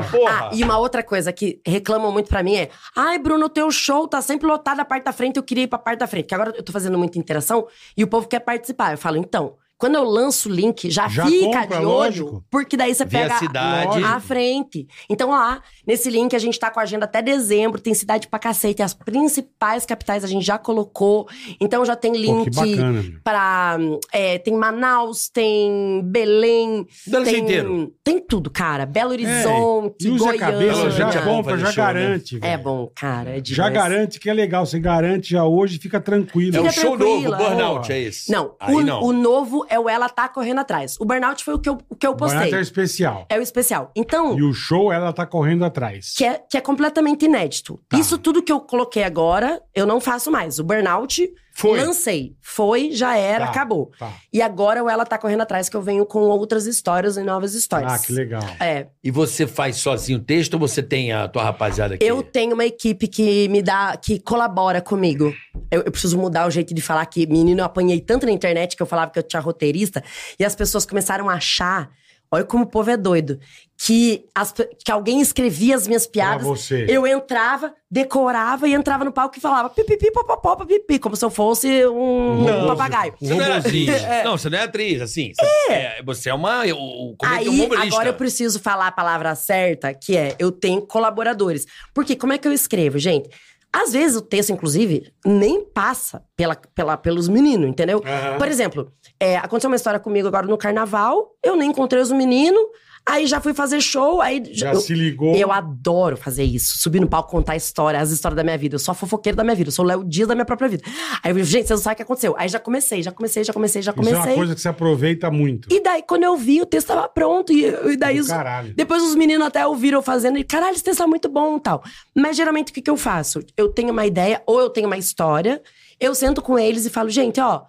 Ah,
porra.
e uma outra coisa que reclamam muito pra mim é: ai, Bruno, teu show tá sempre lotado a parte da frente, eu queria ir pra parte da frente. Porque agora eu tô fazendo muita interação e o povo quer participar. Eu falo, então, quando eu lanço o link, já,
Já
fica
compra,
de olho,
lógico.
porque daí você
Vê a
pega
cidade.
à frente. Então lá, nesse link, a gente tá com a agenda até dezembro, tem cidade pra cacete, as principais capitais a gente já colocou. Então já tem
Pô,
link.
que bacana, meu.
Pra, é, tem Manaus, tem Belém.
Deve ser
tem,
inteiro.
tem tudo, cara. Belo Horizonte,
É, E usa a
É, Goiânia.
cabeça,
Gente,
já
é bom
compra,
fazer
já
show, né?
garante.
É
velho.
bom, cara. É demais.
Já garante que é legal. Você garante já hoje, fica tranquilo.
é um
fica
show novo,
tranquila.
burnout, é esse.
Não,
aí
o,
não.
o novo é o Ela Tá Correndo Atrás. O Burnout foi o que eu, o que eu
O barato
postei.
é especial.
É o especial. Então,
E o show, ela tá correndo atrás.
que é, que é completamente inédito.
Tá.
Isso tudo que eu coloquei agora, eu não faço mais. O Burnout,
Foi.
lancei. Foi, já era,
Tá,
acabou.
tá.
E agora o Ela Tá Correndo Atrás, que eu venho com outras histórias e novas histórias.
Ah, que legal.
É,
E você faz sozinho o texto ou você tem a tua rapaziada aqui?
Eu tenho uma equipe que me dá, que colabora comigo. Eu, eu preciso mudar o jeito de falar que, menino, eu apanhei tanto na internet que eu falava que eu tinha roteirista e as pessoas começaram a achar. Olha como o povo é doido. Que, as pe- que alguém escrevia as minhas piadas.
você.
Eu entrava, decorava e entrava no palco e falava pipipi, popopó, pipipi, como se eu fosse um
Não.
papagaio.
Um
Você não é
robôzinho.
atriz. Não, você não é atriz, assim. Você é, você é uma. O, o, como é que é um
Aí,
humorista?
agora eu preciso falar a palavra certa, que é eu tenho colaboradores. Porque como é que eu escrevo, gente? Às vezes o texto, inclusive, nem passa pela, pela, pelos meninos, entendeu?
Aham.
Por exemplo, é, aconteceu uma história comigo agora no carnaval, eu nem encontrei os meninos, aí já fui fazer show, aí.
Já
eu,
se ligou.
eu adoro fazer isso. Subir no palco, contar história, as histórias da minha vida. Eu sou a fofoqueira da minha vida, eu sou o Léo Dias da minha própria vida. Aí eu falei, gente, vocês não sabem o que aconteceu. Aí já comecei, já comecei, já comecei, já
Isso é
comecei.
uma coisa que você aproveita muito.
E daí, quando eu vi, o texto tava pronto. E, e daí,
Do
os-
caralho.
depois os meninos até ouviram eu fazendo. E, caralho, esse texto tá muito bom e tal. Mas, geralmente, o que, que eu faço? Eu tenho uma ideia, ou eu tenho uma história. Eu sento com eles e falo, gente, ó...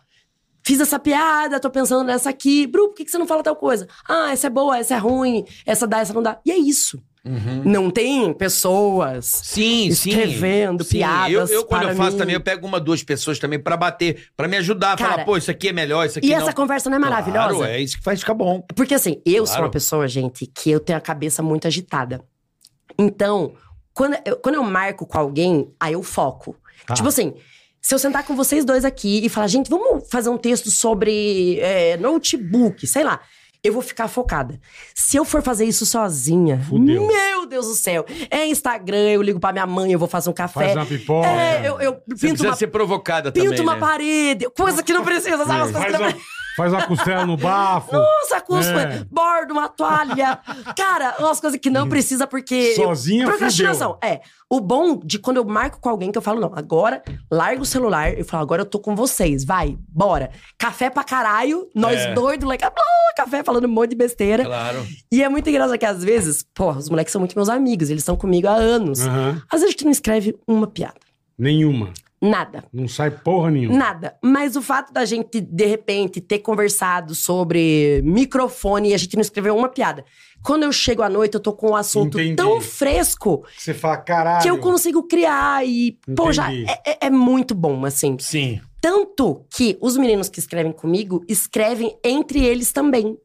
Fiz essa piada, tô pensando nessa aqui. Bru, por que, que você não fala tal coisa? Ah, essa é boa, essa é ruim. Essa dá, essa não dá. E é isso.
Uhum.
Não tem pessoas...
Sim,
Escrevendo
sim.
piadas
Eu, eu quando
para
eu faço
mim.
também, eu pego uma, duas pessoas também pra bater, pra me ajudar,
Cara,
falar, pô, isso aqui é melhor, isso aqui
E
não.
essa conversa não é maravilhosa?
Claro, é isso que faz ficar bom.
Porque assim, eu sou
Claro.
uma pessoa, gente, que eu tenho a cabeça muito agitada. Então, quando eu, quando eu marco com alguém, aí eu foco.
Tá.
Tipo assim, se eu sentar com vocês dois aqui e falar, gente, vamos fazer um texto sobre é, notebook, sei lá. Eu vou ficar focada. Se eu for fazer isso sozinha,
Fudeu.
meu Deus do céu. É Instagram, eu ligo pra minha mãe, eu vou fazer um café.
Faz uma pipoca.
É, eu, eu
Você
pinto
precisa
uma,
ser provocada
pinto
também,
uma
né?
parede, coisa que não precisa, sabe? As coisas que
Faz
não-
uma, faz uma costela no bafo.
nossa, cuspa,
É.
bordo, uma toalha. Cara, umas coisas que
Hum.
não precisa porque.
Sozinha,
Procrastinação. É. O bom de quando eu marco com alguém que eu falo, não, agora larga o celular, eu falo, agora eu tô com vocês, vai, bora. Café pra caralho, nós
É.
doidos, like, "Ah, blá, blá, café falando um monte de besteira.
Claro.
E é muito engraçado que às vezes, porra, os moleques são muito meus amigos, eles estão comigo há anos.
Aham.
Às vezes a gente não escreve uma piada.
Nenhuma.
Nada.
Não sai porra nenhuma.
Nada. Mas o fato da gente, de repente, ter conversado sobre microfone e a gente não escreveu uma piada. Quando eu chego à noite, eu tô com um assunto
Entendi.
tão fresco
Você fala, caralho.
que eu consigo criar e. Pô, já.
Entendi.
É, é- é muito bom, assim.
Sim.
Tanto que os meninos que escrevem comigo escrevem entre eles também.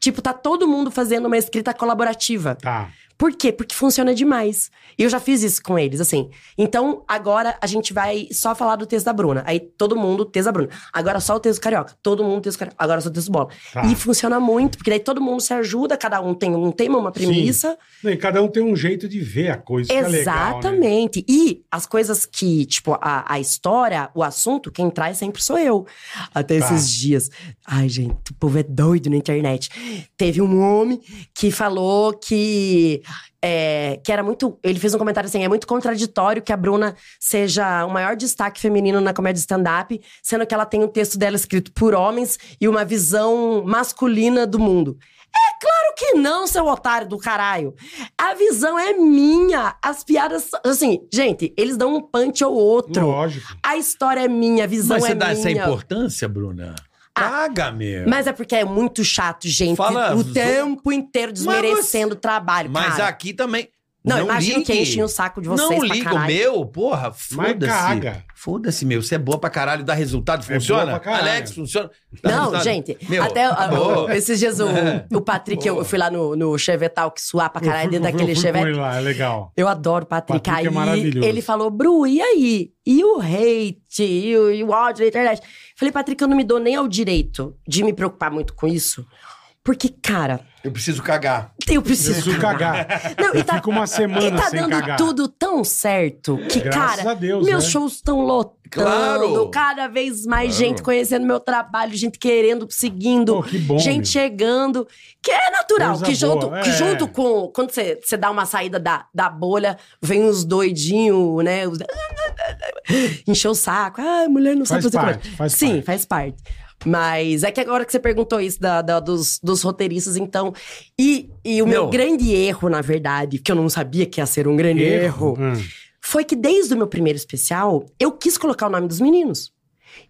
Tipo, tá todo mundo fazendo uma escrita colaborativa.
Tá.
Por quê? Porque funciona demais. E eu já fiz isso com eles, assim. Então, agora a gente vai só falar do texto da Bruna. Aí todo mundo, texto da Bruna. Agora só o texto do carioca. Todo mundo, texto do carioca. Agora só o texto do bola.
Tá.
E funciona muito, porque daí todo mundo se ajuda, cada um tem um tema, uma premissa.
E cada um tem um jeito de ver a coisa. isso que é legal, né?
Exatamente. E as coisas que, tipo, a, a história, o assunto, quem traz sempre sou eu. Até
Tá.
esses dias. Ai, gente, o povo é doido na internet. Teve um homem que falou que. é, que era muito. Ele fez um comentário assim: é muito contraditório que a Bruna seja o maior destaque feminino na comédia stand-up, sendo que ela tem um texto dela escrito por homens e uma visão masculina do mundo. É claro que não, seu otário do caralho. A visão é minha. As piadas. são- Assim, gente, eles dão um punch ou outro.
Lógico.
A história é minha, a visão
Mas
é
você dá
minha. Ah,
essa importância, Bruna? Caga, meu.
Mas é porque é muito chato, gente.
Fala,
o
zo-
tempo inteiro desmerecendo o trabalho,
Mas
cara.
aqui também.
Não,
não
imagina
ligue.
que enchem o um saco de vocês
não
pra
liga o
caralho.
meu, porra, foda-se.
caga.
Foda-se, meu. Você é boa pra caralho, dá resultado,
É
boa
funciona.
pra caralho.
Alex, funciona. Dá
Não,
resultado.
gente,
tá Meu, tá
até ah,
acabou.
o- esses dias o,
É.
o Patrick, eu, eu fui lá no, no Chevetal que suar pra
Eu
caralho
fui-
dentro
eu fui-
daquele
eu fui com ele
Chevetal.
lá, é legal.
Eu adoro o Patrick.
Patrick é
aí
maravilhoso.
ele falou, Bru, e aí? E o hate? E o, e o ódio da internet? Falei, Patrick, eu não me dou nem ao direito de me preocupar muito com isso. Porque, cara,
Eu preciso cagar.
eu preciso,
Preciso cagar.
Não, e
Eu
tá
fico uma semana
e tá
sem
dando
cagar.
tudo tão certo que,
Graças
cara,
a Deus,
meus
né?
shows estão lotando.
Claro!
Cada vez mais
Claro.
gente conhecendo meu trabalho, gente querendo, seguindo,
Pô, que bom,
gente
meu.
chegando. Que é natural,
Coisa
que junto,
boa,
que
é.
junto com. Quando você você dá uma saída da, da bolha, vem os doidinhos, né? Os... Encheu o saco. Ah, mulher não sabe
Faz
fazer
parte,
comédia.
faz
Sim,
parte.
faz parte. Mas é que agora que você perguntou isso da- da- dos, dos roteiristas, então. E, e o meu
Meu.
grande erro, na verdade, que eu não sabia que ia ser um grande erro,
Hum.
foi que desde o meu primeiro especial, eu quis colocar o nome dos meninos.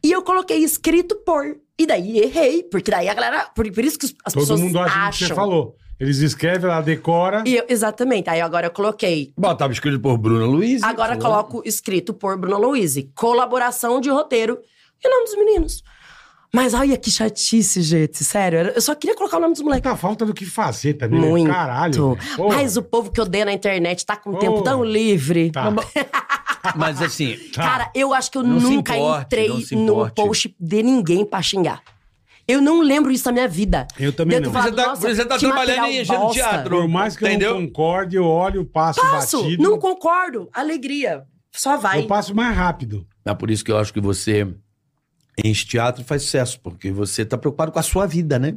E eu coloquei escrito por. E daí errei, porque daí a galera. Por, por isso que os- as
Todo
pessoas
mundo acha o que
acham.
você falou. né? Eles escrevem lá, decora.
E eu- exatamente. Aí agora eu coloquei.
Botava escrito por Bruno Luiz.
Agora
né?
coloco escrito por Bruno Luizzi. Colaboração de roteiro e nome dos meninos. Mas olha que chatice, gente. Sério, eu só queria colocar o nome dos moleques.
Muita Tá, falta do que fazer também. né?
Muito.
Caralho. Pô,
Mas o povo que odeia na internet tá com o tempo
Porra.
tão livre.
Tá.
Mas assim,
Tá.
Cara, eu acho que eu
Não se
nunca
importe, não
entrei
se
num
importe.
post de ninguém pra xingar. Eu não lembro isso da minha vida.
Eu também
Deve
não.
ter falado,
Você tá-
"Nossa,
você tá
que
trabalhando
material
em engenho de
bosta."
teatro.
Por mais que
Entendeu?
eu não concorde, eu olho, passo,
Passo,
batido.
não concordo. Alegria. Só vai.
Eu passo mais rápido.
é por isso que eu acho que você enche teatro e faz sucesso, porque você tá preocupado com a sua vida, né?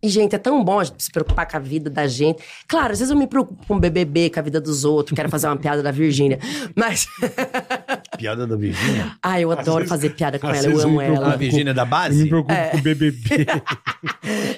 E, gente, é tão bom a gente se preocupar com a vida da gente. Claro, às vezes eu me preocupo com um o BBB, com a vida dos outros, quero fazer uma piada da Virgínia. Mas.
Piada da Virgínia.
Ai, eu
Às
adoro
vezes-
fazer piada com
às
ela, eu
vezes eu
amo
me preocupo.
A
ela.
Virgínia da
Eu me
base?
preocupo com o BBB.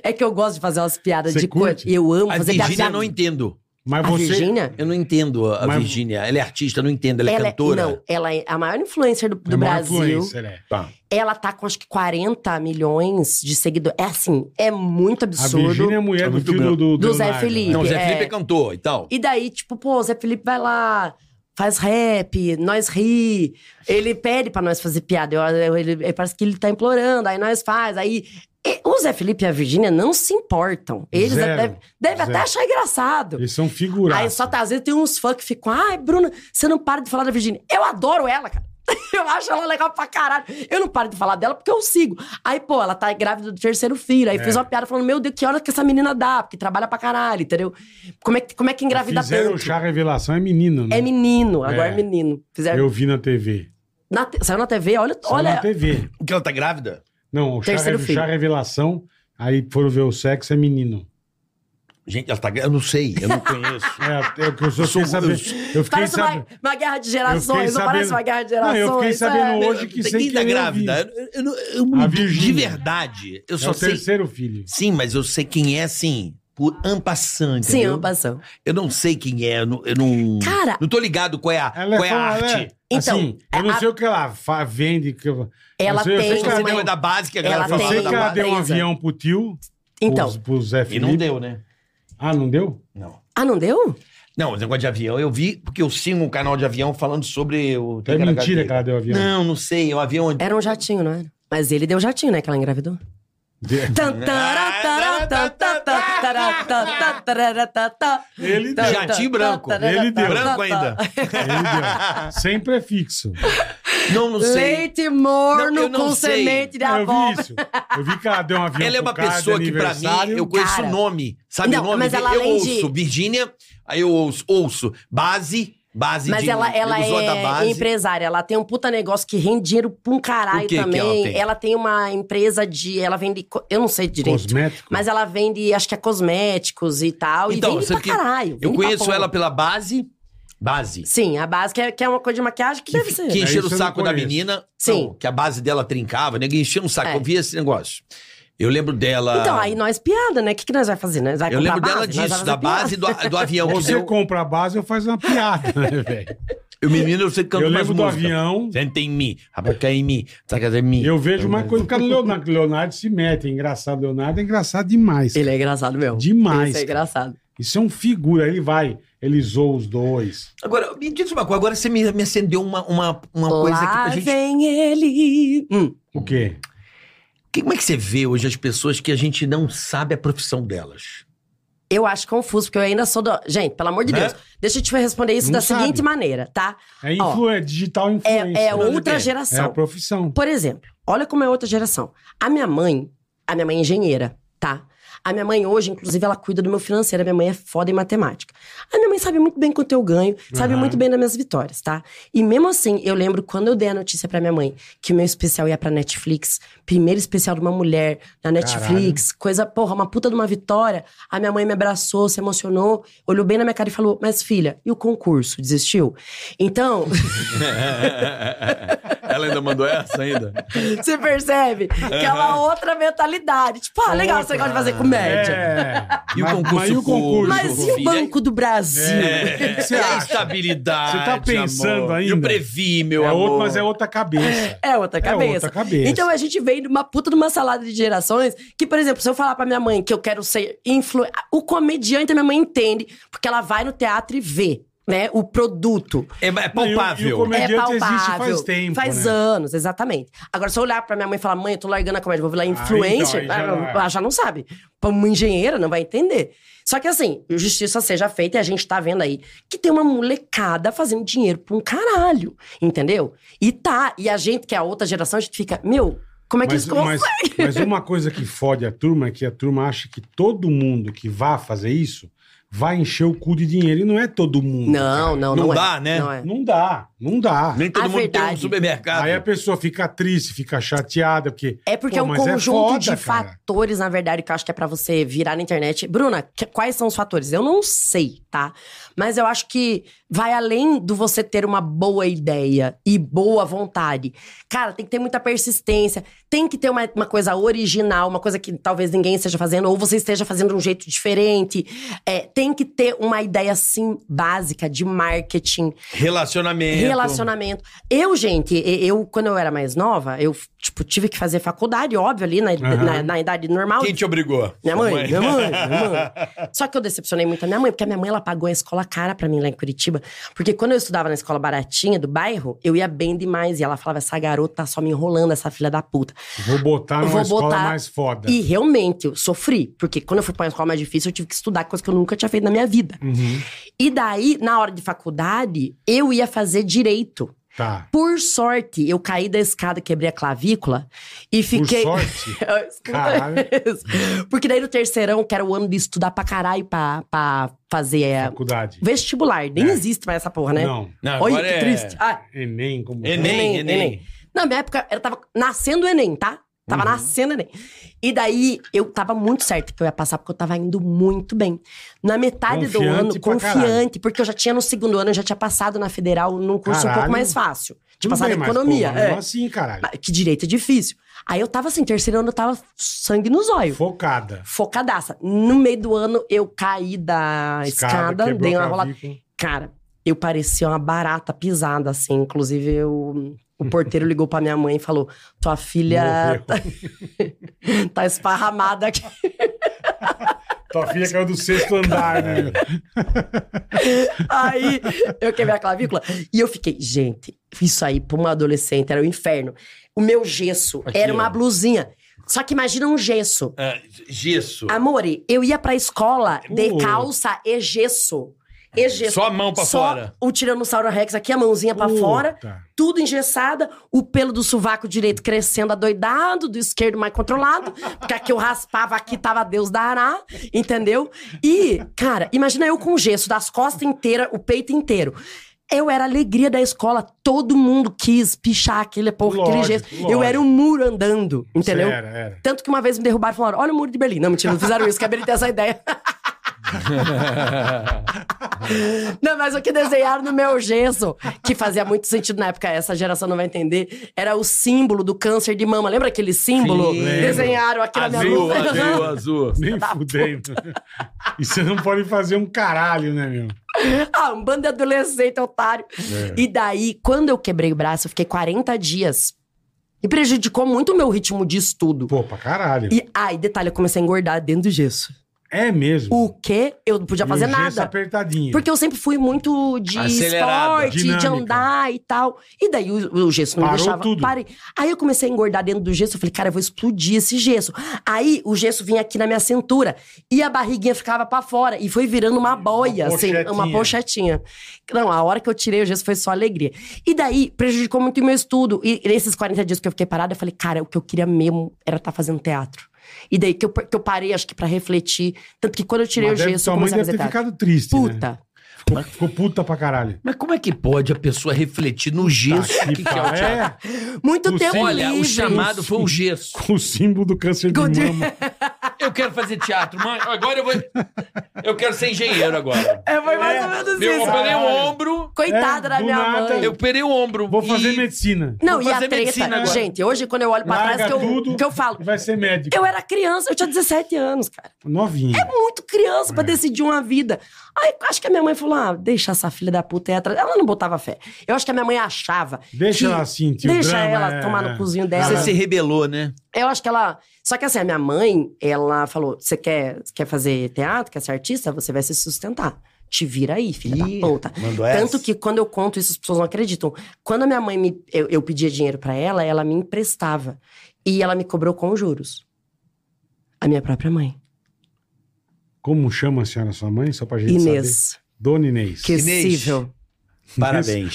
É que eu gosto de fazer umas piadas
Você
de coisa.
curte?
Eu amo
A
fazer piada.
Virgínia eu não entendo.
Mas
A
você.
Virgínia?
Eu não entendo a
Mas-
Virgínia. Ela é artista, eu não entendo. Ela é cantora.
Não, ela é a maior influencer do, do
é uma
Brasil.
influencer, é.
Tá.
Ela tá com acho que 40 milhões de seguidores. É assim, é muito
A
absurdo.
Virgínia é a mulher
É
do
muito
filho
branco.
do, do
Do Zé
Leonardo,
Felipe.
né?
Não, o Zé
É.
Felipe é cantor e tal.
E daí, tipo, pô, o Zé Felipe vai lá, faz rap, nós ri. Ele pede pra nós fazer piada. Eu- eu- ele, ele- parece que ele tá implorando, aí nós faz, aí. E o Zé Felipe e a Virgínia não se importam. Eles
Zero.
devem deve
Zero.
até achar engraçado.
Eles são figurados.
Aí só tá, às vezes tem uns fãs que ficam, ai, Bruna, você não para de falar da Virgínia. Eu adoro ela, cara. Eu acho ela legal pra caralho. Eu não paro de falar dela porque eu sigo. Aí, pô, ela tá grávida do terceiro filho. Aí
É.
fez uma piada falando, meu Deus, que hora que essa menina dá? Porque trabalha pra caralho, entendeu? Como é que, como é que engravida
Fizeram
tanto?
chá revelação, é menino, né?
É menino, agora
É.
é menino. Fizeram.
Eu vi na TV.
na te- Saiu na TV, olha.
Só
olha
na TV.
Porque ela tá grávida?
Não, o chá,
Terceiro
Re-
filho.
Chá revelação, aí foram ver o sexo, é menino.
Gente, ela tá grávida? Eu não sei, eu não conheço.
É, é o que eu sou,
Sou-
fiquei sabendo. Eu fiquei
Parece uma,
sabendo.
uma guerra de
Eu
gerações,
fiquei
não parece
sabendo-
uma guerra de
Não, eu
gerações.
fiquei sabendo
é.
hoje que sem
Quem tá
querer eu
grávida? Eu, eu, não- eu
A
não- de
Virgínia.
verdade. Eu
é
só
o
sei.
terceiro filho.
Sim, mas eu sei quem é, sim. por ampassante.
Sim, uma passão.
Eu não sei quem é, eu não. eu não-
Cara-
Não tô ligado qual é a,
Ela
qual é a
fala,
arte.
né?
Então,
assim, eu não
a-
sei o que ela fa- vende. Que eu...
Ela
eu sei, eu sei
tem
que ela
uma-
Você
deu,
lembra é da base que a
Ela
galera
eu
falava
sei
tem
que
da
ela
uma
base?
deu um
presa.
avião pro tio,
Então.
pro, pro Zé
E
Felipe.
não deu, né?
Ah, não deu?
Não.
Ah, não deu?
Não, esse negócio de avião, eu vi, porque eu sigo um canal de avião falando sobre o.
É mentira que ela deu avião.
Não, não sei. É um avião.
Era um jatinho, não era? Mas ele deu jatinho, né? Que ela engravidou.
De- é,
Tan, tará, tará, tan, tá, tá, tará, tá, tá, tará, tá, tá.
Ele
Tan,
deu.
Jatinho
tan,
branco.
tan, tará,
Ele
tá, tá,
deu.
Branco
tá.
ainda.
Ele deu. é Sem prefixo.
Não, não sei.
É Leite
Não, eu
morno
não
com
sei.
semente de
Eu vi
abóbora.
isso. Eu vi que ela deu um avião
Ela é
pro
uma
cara de
pessoa que, pra mim,
aniversário.
eu conheço
Cara.
o nome. Sabe
Não,
o nome?
mas ela
eu
além de-
ouço Virgínia, aí eu ouço, ouço base, base
Mas
de
ela, ela
Ilusão da
é
base.
empresária, ela tem um puta negócio que rende dinheiro pra um caralho
O que que
também.
ela tem?
uma empresa de. Ela vende. co- Eu não sei direito.
Cosmético.
Mas ela vende, acho que é cosméticos e tal.
Então,
e vende
sabe
pra
que
caralho.
Eu
vende pra
conheço
porra.
ela pela base, base.
Sim, a base que é, que é uma coisa de maquiagem que deve ser.
Que
É,
encheram o
isso eu
saco
não
da
conheço.
menina.
Sim.
não, que a base dela trincava, ninguém enchia o saco.
É.
Eu vi esse negócio. Eu lembro dela.
Então, aí nós piada, né? O que, que nós vai fazer? Nós vai
Ah. Eu
comprar
lembro
base?
dela
Nós vai
disso,
fazer
da
piada?
base do, do avião.
Então, Você
É, Eu,
compra a base, eu faço uma piada, né, velho?
eu menino, eu sei que canto
Eu
mais
lembro do
música.
avião.
Senta em mim, abaca em mim, saca em mim.
Eu vejo uma coisa que o Leonardo, Leonardo se mete. é Engraçado, Leonardo é engraçado demais. cara.
Ele é engraçado mesmo.
Demais,
Isso é
cara.
engraçado.
Isso é um figura. Aí Ele vai, ele zoa os dois.
Agora, me diz uma coisa, agora você me, me acendeu uma, uma, uma coisa aqui
Lá
pra gente.
vem ele. Hum.
O quê?
Que- como é que você vê hoje as pessoas que a gente não sabe a profissão delas?
Eu acho confuso, porque eu ainda sou do. Gente, pelo amor de
Né?
Deus, deixa eu te responder isso da
Não sabe.
seguinte maneira, tá?
É influ... é digital influência.
É, é
Não,
outra
depende.
É a
geração.
profissão.
Por exemplo, olha como é outra geração. A minha mãe, a minha mãe é engenheira, tá? A minha mãe hoje, inclusive, ela cuida do meu financeiro. A minha mãe é foda em matemática. A minha mãe sabe muito bem quanto eu ganho, sabe
Aham.
muito bem das minhas vitórias, tá? E mesmo assim, eu lembro quando eu dei a notícia pra minha mãe que o meu especial ia pra Netflix, primeiro especial de uma mulher na Netflix, coisa, porra, uma puta de uma vitória. A minha mãe me abraçou, se emocionou, olhou bem na minha cara e falou: Mas filha, e o concurso? Desistiu? Então.
Ela ainda mandou essa ainda?
Você percebe? Que é uma outra mentalidade. Tipo, ah, legal, você gosta de fazer comédia.
É.
E o
Mas-
concurso
Mas e o concurso?
Mas É. e o
Filha,
Banco do Brasil?
O que
É,
que você
e a
acha? Você
estabilidade.
tá pensando
amor?
ainda?
Eu previ, meu
É
amor.
outro, mas é outra cabeça.
É outra cabeça.
É outra cabeça.
Então a gente vem de uma puta de uma salada de gerações que, por exemplo, se eu falar pra minha mãe que eu quero ser influ... o comediante, a minha mãe entende, porque ela vai no teatro e vê, né, o produto.
É, é
Não, e o-
palpável.
e o come- Comediante
é
existe
palpável.
faz tempo,
Faz
né?
anos, exatamente. Agora, se eu olhar pra minha mãe e falar, mãe, eu tô largando a comédia, vou virar influencer,
Ah, então, aí já não é.
ela já não sabe. Pra uma engenheira, não vai entender. Só que assim, justiça seja feita e a gente tá vendo aí que tem uma molecada fazendo dinheiro pra um caralho, entendeu? E tá, e a gente, que é a outra geração, a gente fica, meu, como é que
Mas,
isso consegue?
mas- mas uma coisa que fode a turma é que a turma acha que todo mundo que vá fazer isso vai encher o cu de dinheiro. E não é todo mundo.
Não, não, não,
Não
é.
dá, né?
Não é.
Não dá, não dá.
Nem todo
A
mundo tem um
verdade.
supermercado.
Aí é- a pessoa fica triste, fica chateada, porque.
É porque
Pô,
é um
mas
conjunto
foda,
de
cara.
fatores, na verdade, que eu acho que é pra você virar na internet. Bruna, que- quais são os fatores? Eu não sei, tá? Mas eu acho que vai além do você ter uma boa ideia e boa vontade. Cara, tem que ter muita persistência, tem que ter uma, uma coisa original, uma coisa que talvez ninguém esteja fazendo, ou você esteja fazendo de um jeito diferente. É, tem que ter uma ideia, assim, básica de marketing,
Relacionamento.
Relacionamento. Eu, gente, e- eu, quando eu era mais nova, eu, tipo, tive que fazer faculdade, óbvio, ali na,
Aham.
na, na idade normal.
Quem te obrigou?
Minha mãe,
Sua
minha mãe, minha mãe. Só que eu decepcionei muito a minha mãe, porque a minha mãe, ela pagou a escola cara pra mim lá em Curitiba. Porque quando eu estudava na escola baratinha do bairro, eu ia bem demais. E ela falava, essa garota tá só me enrolando, essa filha da puta.
Vou botar Tá numa
Vou
escola
botar-
mais foda.
E realmente, eu sofri. Porque quando eu fui pra uma escola mais difícil, eu tive que estudar coisa que eu nunca tinha feito na minha vida.
Uhum,
E daí, na hora de faculdade, eu ia fazer direito.
tá.
Por sorte, eu caí da escada, quebrei a clavícula e fiquei. Ah,
Por sorte.
Escuta
Caralho.
isso. Porque daí no terceirão, que era o ano de estudar pra caralho pra, pra fazer é,
Faculdade.
vestibular. Nem
É.
existe mais essa porra, né?
Não.
Não, agora
Olha que
é...
triste. Ah,
Enem, como.
Enem, Enem.
Enem. na minha época, eu tava nascendo o Enem, tá? Tava
Uhum.
nascendo o neném. E daí eu tava muito certa que eu ia passar, porque eu tava indo muito bem. Na metade do
Confiante
ano,
pra caralho.
confiante, porque eu já tinha no segundo ano, eu já tinha passado na federal num curso um
Caralho.
pouco mais fácil. De
Tudo
tipo, passar
bem,
na
mas,
economia.
pô,
é.
não assim, caralho.
Mas Que direito é difícil. Aí eu tava assim, terceiro ano eu tava sangue nos olhos.
Focada.
Focadaça. No meio do ano, eu caí da escada,
quebrou
dei
a
uma rolada.
clavícula.
Cara, eu parecia uma barata pisada, assim. Inclusive, eu- o porteiro ligou pra minha mãe e falou: Tua filha tá, tá esparramada aqui.
Tua filha caiu do sexto andar, né?
Aí eu quebrei a clavícula. E eu fiquei, gente, isso aí pra uma adolescente era o inferno. O meu gesso
Aqui,
era uma
ó.
blusinha. Só que imagina um gesso.
É,
Ah, gesso.
Amore, eu ia pra escola de
Uh.
calça e gesso. E gesso.
Só a mão pra
Só
fora.
o Tiranossauro Rex aqui, a mãozinha pra
Puta.
fora, tudo engessada, o pelo do sovaco direito crescendo adoidado, do esquerdo mais controlado, porque aqui eu raspava, aqui tava Deus dará, entendeu? E, cara, imagina eu com gesso das costas inteiras, o peito inteiro. Eu era a alegria da escola, todo mundo quis pichar aquele, porra, aquele
Lógico,
gesso. Eu
lógico.
era um muro andando, entendeu?
Você Era, era.
Tanto que uma vez me derrubaram e falaram: olha o muro de Berlim. Não, mentira, não fizeram isso, que a Berlim tem essa ideia. não, mas o que desenharam no meu gesso, que fazia muito sentido na época, essa geração não vai entender, era o símbolo do câncer de mama. Lembra aquele símbolo?
Sim.
Desenharam aqui na minha
Azul,
mão.
azul, azul.
Nem fudendo. E você não pode fazer um caralho, né, meu?
ah, um bando de adolescente, otário.
É.
E daí, quando eu quebrei o braço, eu fiquei 40 dias. E prejudicou muito o meu ritmo de estudo.
Pô, pra caralho.
E, ai, detalhe, eu comecei a engordar dentro do gesso.
É mesmo.
O quê? Eu não podia
E
fazer
o gesso
nada.
apertadinho.
Porque eu sempre fui muito de
Acelerada.
esporte, de
Dinâmica.
andar e tal. E daí o, o gesso não me
Parou
deixava.
tudo.
Parei. Aí eu comecei a engordar dentro do gesso. Eu falei, cara, eu vou explodir esse gesso. Aí o gesso vinha aqui na minha cintura e a barriguinha ficava pra fora. E foi virando uma boia, assim,
pochetinha.
uma pochetinha. Não, a hora que eu tirei o gesso foi só alegria. E daí prejudicou muito o meu estudo. E nesses 40 dias que eu fiquei parada, eu falei, cara, o que eu queria mesmo era estar fazendo teatro. E daí que eu, que eu parei, acho que pra refletir. Tanto que quando eu tirei
Mas
o
deve-
gesso, eu
Sua mãe
comecei a fazer
deve ter
teatro.
ficado triste, né?
Puta.
Ficou, ficou puta pra caralho.
Mas como é que pode a pessoa refletir no gesso?
Tá,
O que, que é o teatro?
é,
Muito
O
tempo
sim-
Olha, o
livre.
chamado foi o gesso.
com o símbolo do câncer de
Good.
mama.
Eu quero fazer teatro, mãe. Agora eu vou. Eu quero ser engenheiro agora.
É, foi mais ou menos
Eu um
isso.
operei o ombro.
Coitada
É,
da
do
minha
nada.
mãe.
Eu operei o ombro.
Vou fazer
e-
medicina.
Não,
vou
e a
fazer
treta,
medicina agora.
gente, hoje quando eu olho pra
Larga
trás, que eu,
tudo
que eu falo.
e Vai ser médico.
Eu era É criança, eu tinha 17 anos, cara.
Novinho.
Muito criança
É.
pra decidir uma vida. Aí acho que a minha mãe falou: ah, deixa essa filha da puta aí atrás. Ela não botava fé. Eu acho que a minha mãe achava.
Deixa
que-
ela assim, tio.
Deixa
drama,
ela
é,
tomar no
é.
cozinho dela.
Você se rebelou, né?
Eu acho que ela. Só que assim, a minha mãe, ela falou: você quer, quer fazer teatro, quer ser artista? Você vai se sustentar. Te vira aí, filha
Ih,
da puta.
mandou
Tanto que quando eu conto isso, as pessoas não acreditam. Quando a minha mãe me. Eu, eu pedia dinheiro pra ela, ela me emprestava. E ela me cobrou com juros. A minha própria mãe.
Como chama a senhora sua mãe? Só pra gente saber.
Inês.
Dona Inês.
Esquecível.
Parabéns.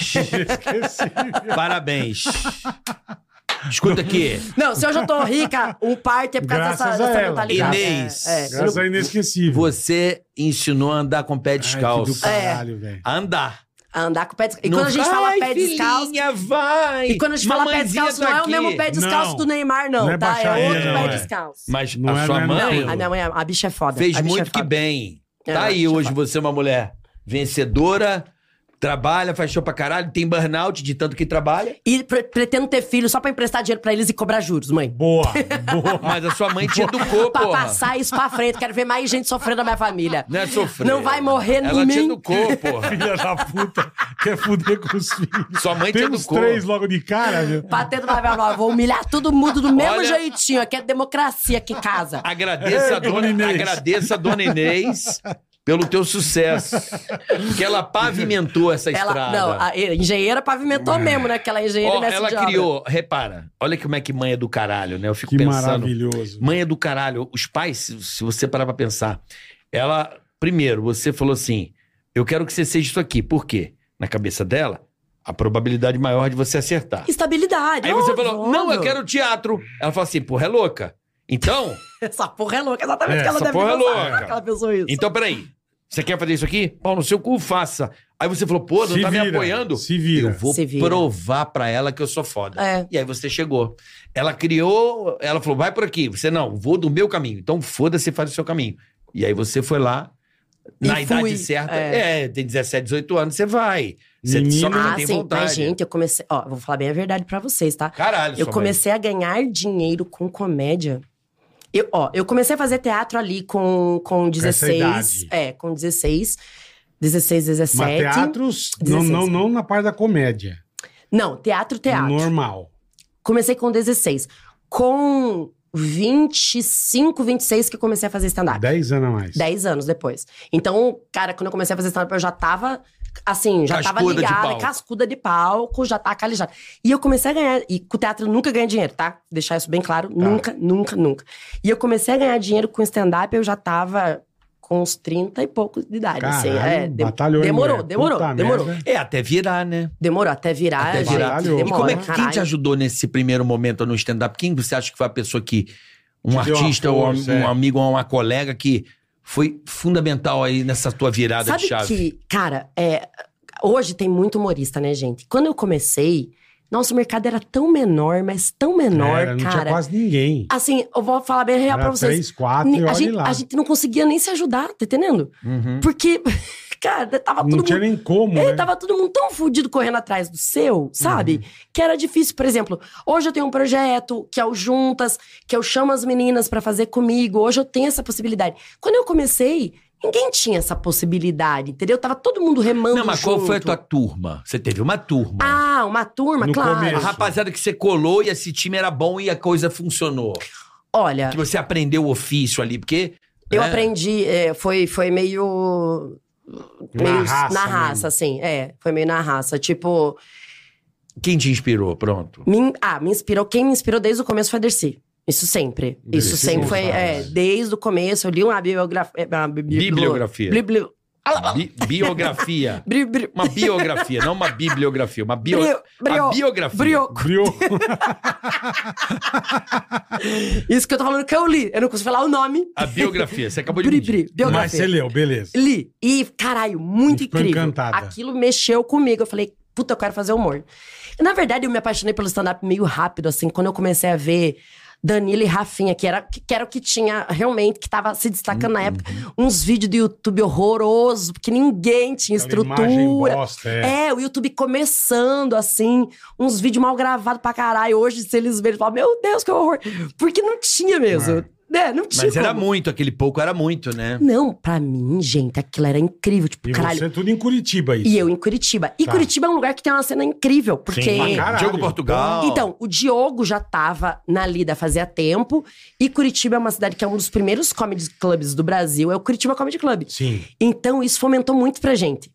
Esqueci.
Parabéns. Escuta aqui.
Não, se hoje eu tô rica, um parte é por causa
Graças
dessa,
a
dessa
ela.
mentalidade.
Inês.
É, é.
Graças a inesquecível.
Você ensinou a andar com o pé
Ai, que do
É.
descalço.
caralho, velho.
A andar.
Andar com o pé descalço. E
Não-
quando a gente fala
Ai,
pé descalço.
filhinha, vai.
E quando a gente fala pé
Mamãezinha
descalço,
tá
não é o
aqui.
mesmo pé descalço
Não.
do Neymar, não,
Não é
tá? É
baixaria,
outro
não,
pé
é.
descalço.
Mas
Não
a
é
sua
mesmo,
mãe
não.
A minha mãe, é- a bicha é foda.
fez
a bicha é
muito que
foda.
bem.
É,
Tá aí
bicha é
hoje
foda.
você é uma mulher vencedora, trabalha, faz show pra caralho, tem burnout de tanto que trabalha.
E pre- pretendo ter filho só pra emprestar dinheiro pra eles e cobrar juros, mãe.
Boa, boa.
Mas a sua mãe te educou,
Pra
porra.
passar isso pra frente. Quero ver mais gente sofrendo na minha família.
Não é sofrer.
Não vai morrer
Ela
em
te
mim.
educou, porra.
Filha da puta. Quer fuder com os filhos.
Sua mãe
Tem
te
uns
educou.
três logo de cara, meu.
Batendo na minha nova. Vou humilhar todo mundo do mesmo
Olha-
jeitinho. Aqui é democracia que casa.
Agradeça, a dona,
dona É, Inês.
agradeça a dona Inês pelo teu sucesso. Porque ela pavimentou essa
Ela,
estrada. Uhum.
não, a engenheira pavimentou mesmo, né? Aquela engenheira
Ó,
mestre
ela
de obra.
criou, repara, olha como é que mãe é do caralho, né? Eu fico
Que
pensando.
maravilhoso.
Mãe é do caralho. Os pais, se, se você parar pra pensar, ela. Primeiro, você falou assim: eu quero que você seja isso aqui. Por quê? Na cabeça dela, a probabilidade maior de você acertar.
Estabilidade.
Aí você
é óbvio,
falou: não, eu
óbvio.
quero teatro. Ela falou assim: porra, é louca. Então,
Essa porra é louca, exatamente o
É,
que ela
essa
deve
porra é
pensar.
louca.
Ela pensou isso.
então peraí. Você quer fazer isso aqui? Pau no seu cu, faça. Aí você falou, pô, não
Se
tá me
vira,
apoiando?
se vira.
Eu vou
Se vira.
provar pra ela que eu sou foda.
É.
E aí você chegou. Ela criou, ela falou, vai por aqui. Você, não, vou do meu caminho. Então foda-se, faz o seu caminho. E aí você foi lá,
E
na
fui,
idade certa. É. tem 17, 18 anos, você vai. Você só que
Menino.
não
Ah,
tem
sim,
vontade.
mas gente, eu comecei. Ó, vou falar bem a verdade pra vocês, tá?
Caralho,
Eu
sua
comecei a ganhar dinheiro com comédia. Eu, ó, eu comecei a fazer teatro ali com, com
essa
16.
idade.
É, com 16. 16, 17.
Mas teatros, não,
16.
não, não na parte da comédia.
Não, teatro, teatro.
Normal.
Comecei com 16. Com 25, 26 que eu comecei a fazer stand-up.
10 anos a mais.
10 anos depois. Então, cara, quando eu comecei a fazer stand-up, eu já tava, assim, já
Cascuda
tava
de
ligada,
palco.
cascuda de palco, já tá calejada. E eu comecei a ganhar, e com o teatro eu nunca ganhei dinheiro, tá? Deixar isso bem claro, nunca, nunca, nunca. E eu comecei a ganhar dinheiro com stand-up, eu já tava com uns 30 e poucos de idade,
Caralho,
assim. É, de-
batalhou, hein,
demorou,
mulher?
demorou,
Puta
demorou.
merda.
É, até virar, né?
Demorou até virar,
Até
gente,
virar.
demora,
E
E como é que quem
caralho.
te ajudou nesse primeiro momento no stand-up? Quem você acha que foi a pessoa que. Um
Te deu uma
artista, ou
força,
um
é.
amigo, ou uma colega que foi fundamental aí nessa tua virada
Sabe
de chave.
que, cara, é, hoje tem muito humorista, né, gente? Quando eu comecei, nosso mercado era tão menor, mas tão menor,
Era, não tinha
cara.
quase ninguém.
Assim, eu vou falar bem real
Era
pra vocês.
3, 4 e
a,
olha
gente,
lá. Hum.
a gente não conseguia nem se ajudar, tá entendendo?
Uhum.
Porque, cara, tava
não
todo
tinha
mundo.
nem como,
É,
né? Uhum.
tava todo mundo tão fudido correndo atrás do seu, sabe? Que era difícil. Por exemplo, hoje eu tenho um projeto que é o Juntas, que eu chamo as meninas pra fazer comigo. Hoje eu tenho essa possibilidade. Quando eu comecei, ninguém tinha essa possibilidade, entendeu? Tava todo mundo remando.
Não, mas qual
junto.
foi a tua turma? Você teve uma turma.
Ah, uma turma,
No
claro.
começo.
a rapaziada que você colou e esse time era bom e a coisa funcionou.
Olha,
Que você aprendeu o ofício ali, porque.
eu
né?
aprendi, é, foi, foi meio.
Na
meio
raça
na
mesmo.
raça assim. É, foi meio na raça. Tipo,
Quem te inspirou? Pronto.
Me- ah, me inspirou. Quem me inspirou desde o começo foi a Dercy. Isso sempre.
Dercy
Isso sempre foi.
Gonçalves.
é, desde o começo, eu li uma biografia. é, Uma bibli-
Bibliografia.
Bibli-
Bi- biografia.
bri- bri-
Uma biografia, não uma bibliografia. Uma bio...
brio- brio-
a biografia.
brioco.
Criou.
Isso que eu tô falando que eu li. Eu não consigo falar o nome.
A biografia. Você acabou de
Bri-
me
bri-
dizer.
Mas você
biografia.
leu, beleza.
Li. E, caralho, muito
Ficou
incrível.
encantada.
Aquilo mexeu comigo. Eu falei, puta, eu quero fazer humor. Na verdade, eu me apaixonei pelo stand-up meio rápido, assim, quando eu comecei a ver. Danilo e Rafinha, que era, que era o que tinha realmente, que tava se destacando
Uhum.
na época. Uns vídeos do YouTube horroroso, porque ninguém tinha
Aquela imagem
estrutura.
bosta, é.
É, o YouTube começando, assim, uns vídeos mal gravados pra caralho. Hoje, se eles verem, eles falam, meu Deus, que horror. Porque não tinha mesmo.
É.
né? não tinha
Mas era
como.
muito, aquele pouco era muito, né?
Não, pra mim, gente, aquilo era incrível. Tipo,
E
caralho.
você tudo em Curitiba, isso.
E eu em Curitiba. E
Tá.
Curitiba é um lugar que tem uma cena incrível, porque.
Sim, pra caralho.
Diogo Portugal.
Então, o Diogo já tava na lida fazia tempo. E Curitiba é uma cidade que é um dos primeiros comedy clubs do Brasil. É o Curitiba Comedy Club.
Sim.
Então, isso fomentou muito pra gente.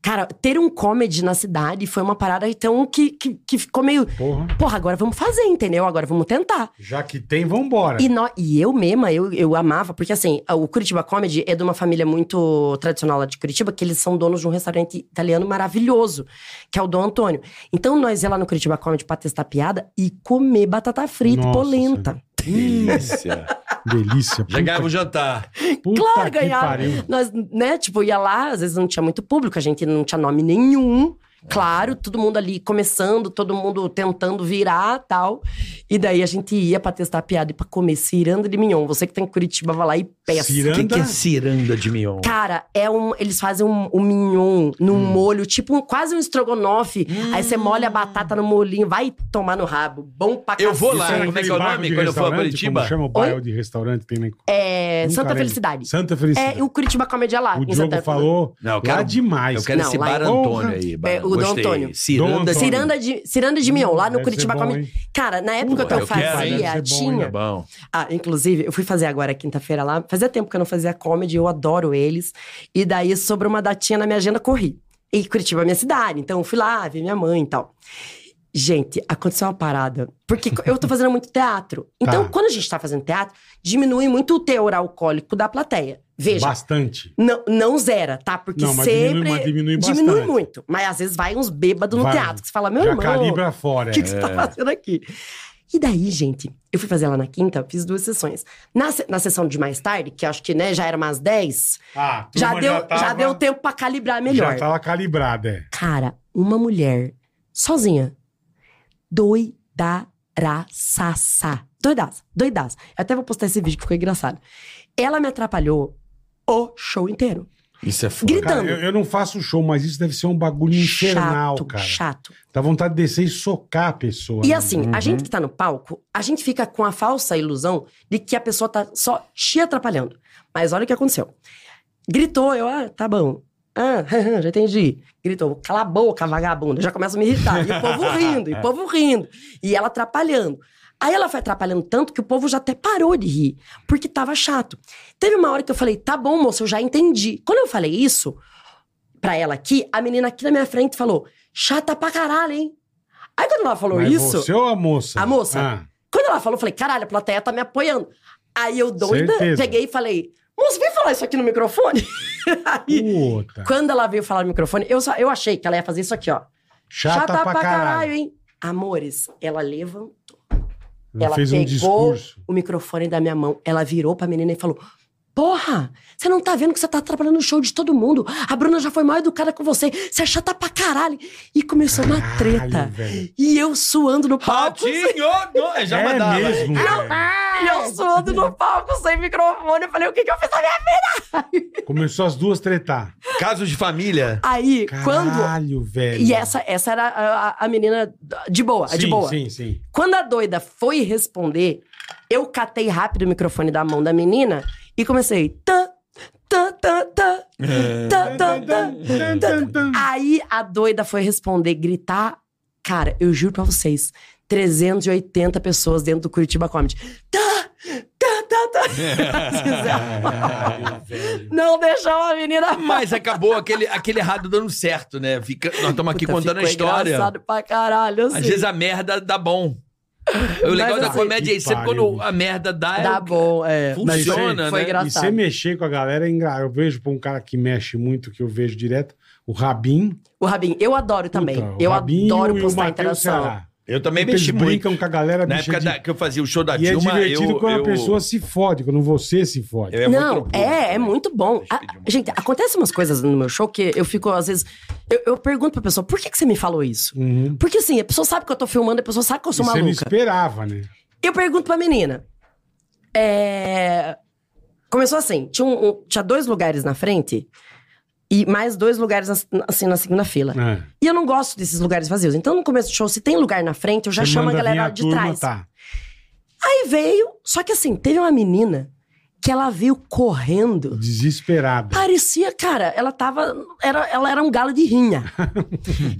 Cara, ter um comedy na cidade foi uma parada, então, que, que, que ficou meio.
Porra.
Porra, agora vamos fazer, entendeu? Agora vamos tentar.
Já que tem, vambora. Hum,
E, nó- e eu mesma, eu, eu amava, porque assim, o Curitiba Comedy é de uma família muito tradicional lá de Curitiba, que eles são donos de um restaurante italiano maravilhoso, que é o Dom Antônio. Então nós ia lá no Curitiba Comedy pra testar piada e comer batata frita
Nossa
e polenta.
Delícia.
Delícia.
Hum.
Já ganhava o jantar.
Puta
Claro,
que
ganhava.
pariu.
Nós, né, tipo, ia lá, às vezes não tinha muito público, a gente não tinha nome nenhum. Claro, todo mundo ali começando, todo mundo tentando virar tal. E daí a gente ia pra testar piada e pra comer ciranda de mignon. Você que tem Curitiba, vai lá e peça.
O que,
Ciranda?
que é ciranda de mignon?
Cara, é um, eles fazem um, um mignon num
Hum.
molho, tipo um- quase um estrogonofe. Aí você molha a batata no molinho, vai tomar no rabo. Bom pra
Eu vou
cacete.
lá.
Isso era
como é que
aquele
é o
bairro
nome
de
quando eu for a
restaurante,
Curitiba?
Como chama o bairro de restaurante? Tem nem...
É,
Nunca
Santa
lembro.
Felicidade.
Santa Felicidade.
É, o Curitiba Comedy é lá.
o
em
Diogo
Santa Felicidade.
falou
Não, eu
lá
quero-
demais.
Eu quero
Não,
esse
lá é
bar
Porra.
Antônio aí. bar-
É, o Dom
Gostei.
Antônio.
Dom
Ciranda de
Antônio.
Ciranda de, ciranda de Mion, lá no
Deve
Curitiba
ser bom,
Comedy.
hein?
Cara, na época
Puta,
que eu,
eu quero,
fazia,
hein? Deve ser bom, hein?
tinha.
Tá bom.
Ah, inclusive, eu fui fazer agora quinta-feira lá. Fazia tempo que eu não fazia comedy, eu adoro eles. E daí, sobre uma datinha na minha agenda, corri. E Curitiba é minha cidade, então eu fui lá, vi minha mãe e tal. Gente, aconteceu uma parada. Porque eu tô fazendo muito teatro. Então,
Tá.
quando a gente tá fazendo teatro, diminui muito o teor alcoólico da plateia. Veja,
Bastante.
não, não zera, tá? Porque
Não, mas
sempre.
diminui- mas diminui bastante.
muito. Mas às vezes vai uns bêbados no
Vai.
teatro. Que você fala, meu
Já
irmão.
calibra
O
fora.
que,
é.
que você tá fazendo aqui? E daí, gente, eu fui fazer ela na quinta, fiz duas sessões. Na, se- na sessão de mais tarde, que acho que né, já era umas 10,
Ah, a
já
turma
deu, já
tava-
deu tempo pra calibrar melhor.
Já tava calibrada, é.
Cara, uma mulher sozinha. Doidaraçaça. Doidaça, doidaça. Eu até vou postar esse vídeo que ficou engraçado. Ela me atrapalhou o show inteiro.
Isso é foda.
Gritando.
Cara, eu, eu não faço show, mas isso deve ser um bagulho infernal,
chato,
cara.
chato.
Dá vontade de descer e socar a pessoa.
E
né?
assim, a gente que tá no palco, a gente fica com a falsa ilusão de que a pessoa tá só te atrapalhando. Mas olha o que aconteceu. Gritou, eu, ah, tá bom. Ah, já entendi. Gritou, cala a boca, vagabunda. Eu Já começa a me irritar. E o povo rindo, e o povo rindo. E ela atrapalhando. Aí ela foi atrapalhando tanto que o povo já até parou de rir, porque tava chato. Teve uma hora que eu falei, tá bom, moço, eu já entendi. Quando eu falei isso pra ela aqui, a menina aqui na minha frente falou, chata pra caralho, hein? Aí quando ela falou
Mas
isso.
Você ou a moça?
A moça.
Ah,
Quando ela falou, eu falei, caralho, a plateia tá me apoiando. Aí eu doida,
Certeza.
peguei e falei, moço, vem falar isso aqui no microfone. Aí,
puta.
quando ela veio falar no microfone, eu, só, eu achei que ela ia fazer isso aqui, ó.
Chata,
tá
pra caralho.
hein? Amores, ela levantou
Ela,
ela
fez um
pegou
discurso.
o microfone da minha mão, ela virou pra menina e falou: Porra, você não tá vendo que você tá atrapalhando o show de todo mundo? A Bruna já foi mal educada com você, você é chata pra caralho. E começou uma
Caralho,
treta.
velho.
E eu suando no palco.
Ratinho! Não, é já
é
mandava.
mesmo, velho.
E eu suando no palco sem microfone. Eu falei, o que, que eu fiz na minha vida?
Começou as duas tretar.
Casos de família.
Aí, quando.
Caralho, velho.
E essa, essa era a, a- a menina de boa, a
sim,
de boa.
Sim, sim.
Quando a doida foi responder, eu catei rápido o microfone da mão da menina e comecei. Tã, tã, tã, tã, tã, tã, tã,
Tan, tan, tan.
Aí a doida foi responder, gritar. Cara, eu juro pra vocês, 380 pessoas dentro do Curitiba Comedy. Tá, tá, tá, tá.
Caralho, velho.
Não deixar a menina
Mas acabou aquele, aquele errado dando certo, né? Fica, nós estamos aqui
Puta,
contando a
ficou
história.
engraçado pra caralho, assim.
Às vezes a merda dá bom. O legal
Mas
da
assim-
comédia é isso. sempre
Que pariu,
quando
bicho.
a merda dá,
Dá
é,
bom, é.
Mas isso aí
funciona,
foi
né?
engraçado.
E você mexer com a galera é engraçado. Eu vejo pra um cara que mexe muito, que eu vejo direto, o Rabin.
O Rabin, eu adoro também.
Puta, Então, o
eu
Rabin
adoro
e o
postar
Matheus
interação.
Ceará.
Eu também
Eles
mexi muito.
brincam com a galera,
Na
bicho,
época
é
da- que eu fazia o show da
E é
Dilma,
divertido
eu,
quando
eu-
a pessoa se fode, quando você se fode.
eu ia muito né?
não,
no público
é, é
também.
muito bom.
Deixa eu
A-
pedir uma
gente,
coisa.
acontece umas coisas no meu show que eu fico, às vezes. Eu, eu pergunto pra pessoa, por que, que você me falou isso?
Uhum.
Porque assim, a pessoa sabe que eu tô filmando, a pessoa sabe que eu
E
sou
Você não
maluca.
esperava, né?
Eu pergunto pra menina. É... Começou assim: tinha, um- um- tinha dois lugares na frente e mais dois lugares na- assim na segunda fila.
É.
E eu não gosto desses lugares vazios. Então, no começo do show, se tem lugar na frente, eu já
É. Você
chamo a
manda vir
galera de
turma,
trás.
Tá.
Aí veio, só que assim, teve uma menina que ela veio correndo.
Desesperada.
Parecia, cara, ela tava. Era, ela era um galo de rinha.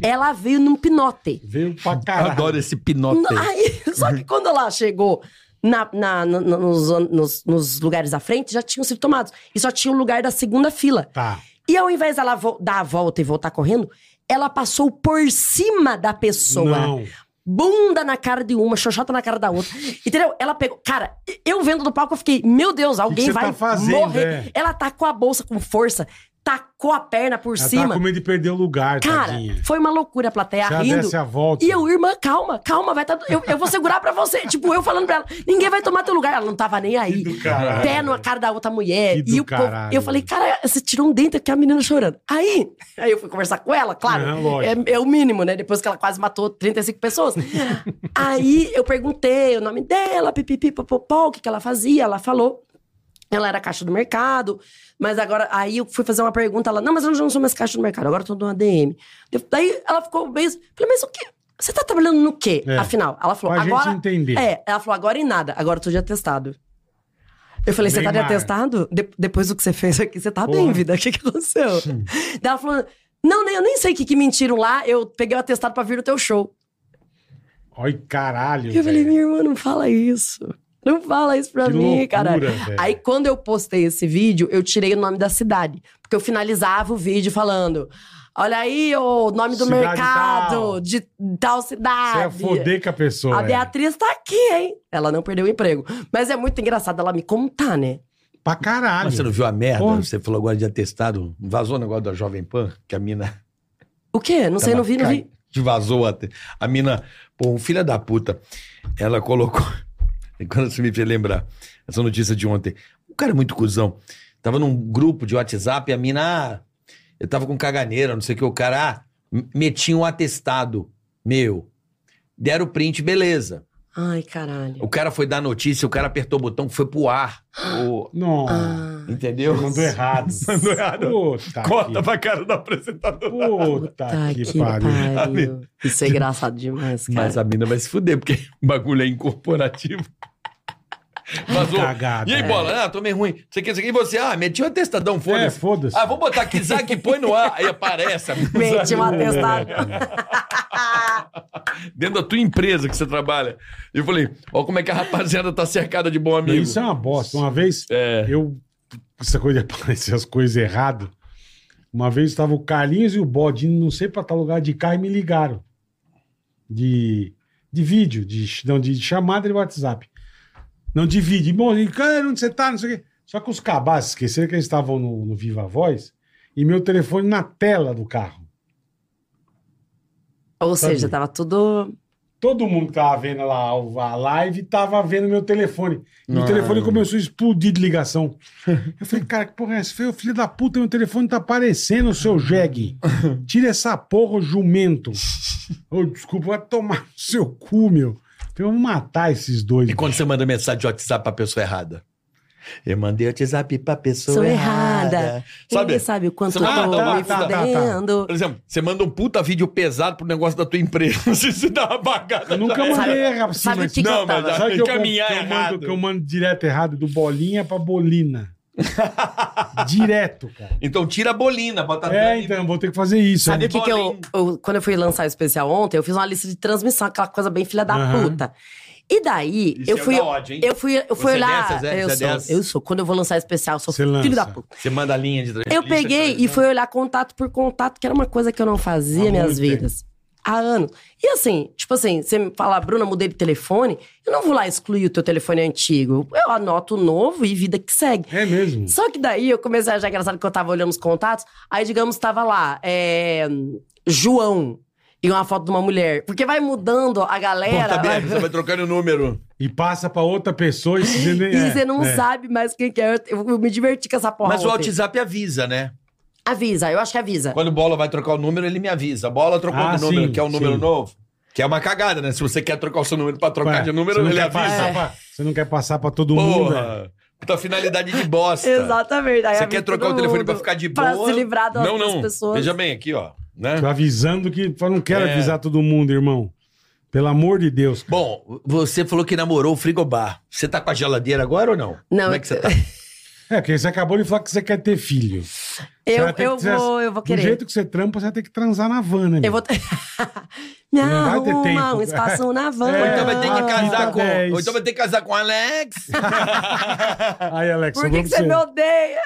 ela veio num pinote.
Veio pra
Eu
caralho.
adoro esse pinote.
No- Aí, só que quando ela chegou na, na- no- no- nos, nos- nos lugares à frente, já tinham sido tomados. E só tinha o lugar da segunda fila.
Tá.
E ao invés dela vo- dar a volta e voltar correndo, ela passou por cima da pessoa.
Não.
Bunda na cara de uma, xoxota na cara da outra. Entendeu? Ela pegou. Cara, eu vendo do palco, eu fiquei, meu Deus, alguém
você
vai
tá fazendo,
morrer.
é?
Ela tacou a bolsa com força, tacou a perna por
Ela
cima.
tava tá com medo de perder o lugar,
Cara,
tadinha.
foi uma loucura a plateia
Se ela
rindo.
desse a volta.
E eu, irmã, calma, calma, vai tá, eu, eu vou segurar pra você. tipo, eu falando pra ela, ninguém vai tomar teu lugar. Ela não tava nem aí.
Que do caralho.
Pé na cara da outra mulher.
Que do
e o povo-
caralho.
eu falei, cara, você tirou um dente aqui, a menina chorando. Aí, aí eu fui conversar com ela, claro.
Aham, lógico.
é, é o mínimo, né? Depois que ela quase matou 35 pessoas. aí eu perguntei o nome dela, pipipi, popopó, o que, que ela fazia. Ela falou. Ela era caixa do mercado, mas agora. Aí eu fui fazer uma pergunta, ela, não, mas eu já não sou mais caixa do mercado, agora eu tô numa DM. Eu- Daí ela ficou bem. Falei, mas o quê? Você tá trabalhando no quê?
É.
Afinal, ela falou,
Pra gente
agora.
entender.
É, ela falou, agora em nada, agora eu tô de atestado. Eu falei, você tá de
Neymar.
atestado? De- depois do que você fez aqui, você tá
Porra.
bem, vida. O que, que aconteceu? Daí ela falou: Não, nem- eu nem sei o que, que mentiram lá, eu peguei o atestado pra vir no teu show.
Olha, caralho.
Eu falei,
velho.
minha irmã, não fala isso. Não fala isso pra
é. Que
mim,
loucura,
cara.
velho.
Aí quando eu postei esse vídeo, eu tirei o nome da cidade. Porque eu finalizava o vídeo falando: Olha aí o nome do
Cidade
mercado
tal.
de tal
Você é ia
cidade.
foder com a pessoa.
a
é.
Beatriz tá aqui, hein? Ela não perdeu o emprego. Mas é muito engraçado ela me contar, né?
Pra caralho.
Mas você não viu a merda?
Porra.
Você falou agora de atestado. Vazou o negócio da Jovem Pan, que a mina.
O quê? Não sei,
tava
não vi, não
ca-
vi.
que vazou até. A mina, pô, um filho da puta, ela colocou. Quando você me fez lembrar essa notícia de ontem, o cara é muito cuzão. Tava num grupo de WhatsApp, e a mina. ah, eu tava com caganeira, não sei o que, o cara. Ah, m- metia um atestado meu. Deram o print, beleza.
Ai, caralho.
O cara foi dar notícia, o cara apertou o botão, foi pro ar. O-
Nossa.
Ah,
entendeu?
Mandou errado.
Mandou errado.
Puta
Corta
que-
pra cara do apresentador.
Puta
tá
que,
que,
pariu.
pariu. Isso é engraçado demais, cara.
Mas a mina vai se fuder, porque o bagulho é incorporativo. Vazou.
É Cagada.
E aí, bola? Ah, tô meio ruim. Você quer isso aqui? E você? Ah, meti um atestadão,
É,
foda-se.
foda-se.
ah, vou botar aqui, Zac, põe no ar. Aí aparece.
Mete um atestado.
é.
um-
Dentro da tua empresa que você trabalha. E eu falei, ó como é que a rapaziada tá cercada de bom amigo.
Isso é uma bosta. Uma vez,
É.
eu. Essa coisa de aparecer as coisas erradas. Uma vez estava o Carlinhos e o Bode, indo não sei pra tal lugar de cá, e me ligaram. De, de vídeo, de, ch- não, de chamada de WhatsApp. Não, de vídeo. Bom, e, cara, onde você tá? Não sei o quê. Só que os cabazes esqueceram que eles estavam no, no Viva Voz e meu telefone na tela do carro.
Ou seja,
Sabe?
tava tudo.
Todo mundo que tava vendo lá a live tava vendo meu telefone. E o telefone começou a explodir de ligação. Eu falei, cara, que porra é essa? Eu falei, filho da puta, meu telefone tá aparecendo, seu jegue. Tira essa porra, ô jumento. Ô, desculpa, vai tomar no seu cu, meu. Então, Eu vou matar esses dois.
E quando você manda mensagem de WhatsApp pra pessoa errada? Eu mandei WhatsApp pra pessoa
Sou
errada.
errada.
Sabe?
Ninguém sabe o quanto
Você-
eu tô
Ah, tá,
me
tá, tá, tá.
fudendo.
Por exemplo, você manda um puta vídeo pesado pro negócio da tua empresa. Você se dá uma bagada.
Eu nunca mandei errar.
sabe o que que
Não,
eu tava?
mas
Sabe que eu,
Caminhar
que eu
errado.
mando, que eu mando direto errado do bolinha pra bolina. direto, cara.
Então tira a bolina, bota a
É, então, vou ter que fazer isso.
Tá né? Sabe o
né?
que, que eu,
Bolinho.
eu- Quando eu fui lançar o especial ontem, eu fiz uma lista de transmissão, aquela coisa bem filha da
Aham.
puta. E daí,
Isso
eu
é o
fui.
da ódio, hein?
eu fui, eu fui
Você é
olhar.
dessas, é?
eu,
Você é
sou,
dessas?
eu sou. Quando eu vou lançar especial, eu sou
Você
filho
lança.
da puta.
Você né? manda a linha de transmissão. então,
Eu peguei e fui olhar contato por contato, que era uma coisa que eu não fazia
Há
minhas
muito tempo.
vidas. Há anos. E assim, tipo assim, você me fala, Bruna, mudei de telefone. Eu não vou lá excluir o teu telefone antigo. Eu anoto o novo e vida que segue.
É mesmo.
Só que daí eu comecei a achar engraçado que eu tava olhando os contatos. Aí, digamos, tava lá, é, João. E uma foto de uma mulher. Porque vai mudando a galera.
Porta
vai-
aberta, você vai trocando o número.
E passa pra outra pessoa e você nem-
E você não
é.
sabe mais quem que é. Eu, eu me diverti com essa porra.
Mas o
ontem.
WhatsApp avisa, né?
Avisa, eu acho que avisa.
Quando o Bola vai trocar o número, ele me avisa. Bola trocou
Ah,
o número,
sim,
quer um número
sim.
novo. Que é uma cagada, né? Se você quer trocar o seu número pra trocar
Ué,
de número,
não
ele
quer
avisa.
passar
É.
pra- você não quer passar pra todo mundo. né?
Porra! Puta finalidade de bosta.
Exatamente. Aí
Você
avisa
quer trocar
todo
o telefone pra
mundo.
ficar de boa?
Pra se livrar das
Não,
outras
não.
pessoas.
Veja bem aqui, ó. Né?
é. Tô avisando que eu não quero
É.
avisar todo mundo, irmão. Pelo amor de Deus.
Bom, você falou que namorou o frigobar. Você tá com a geladeira agora ou não?
Não,
Como é que você tá?
É, porque você acabou de falar que você quer ter filho. Você
Eu,
vai ter
eu
que- você-
vou, eu vou
Do
querer.
jeito que você trampa, você vai ter que transar na van, né?
Eu
meu?
vou. Me
Não vai ter
arruma
tempo.
um espaço na van.
É,
então vai ter
Ah,
que casar
Fita
com.
dez.
Ou então vai ter que casar com o Alex.
Aí, Alex,
Por
eu
que,
vou
que
pra
você é me odeia?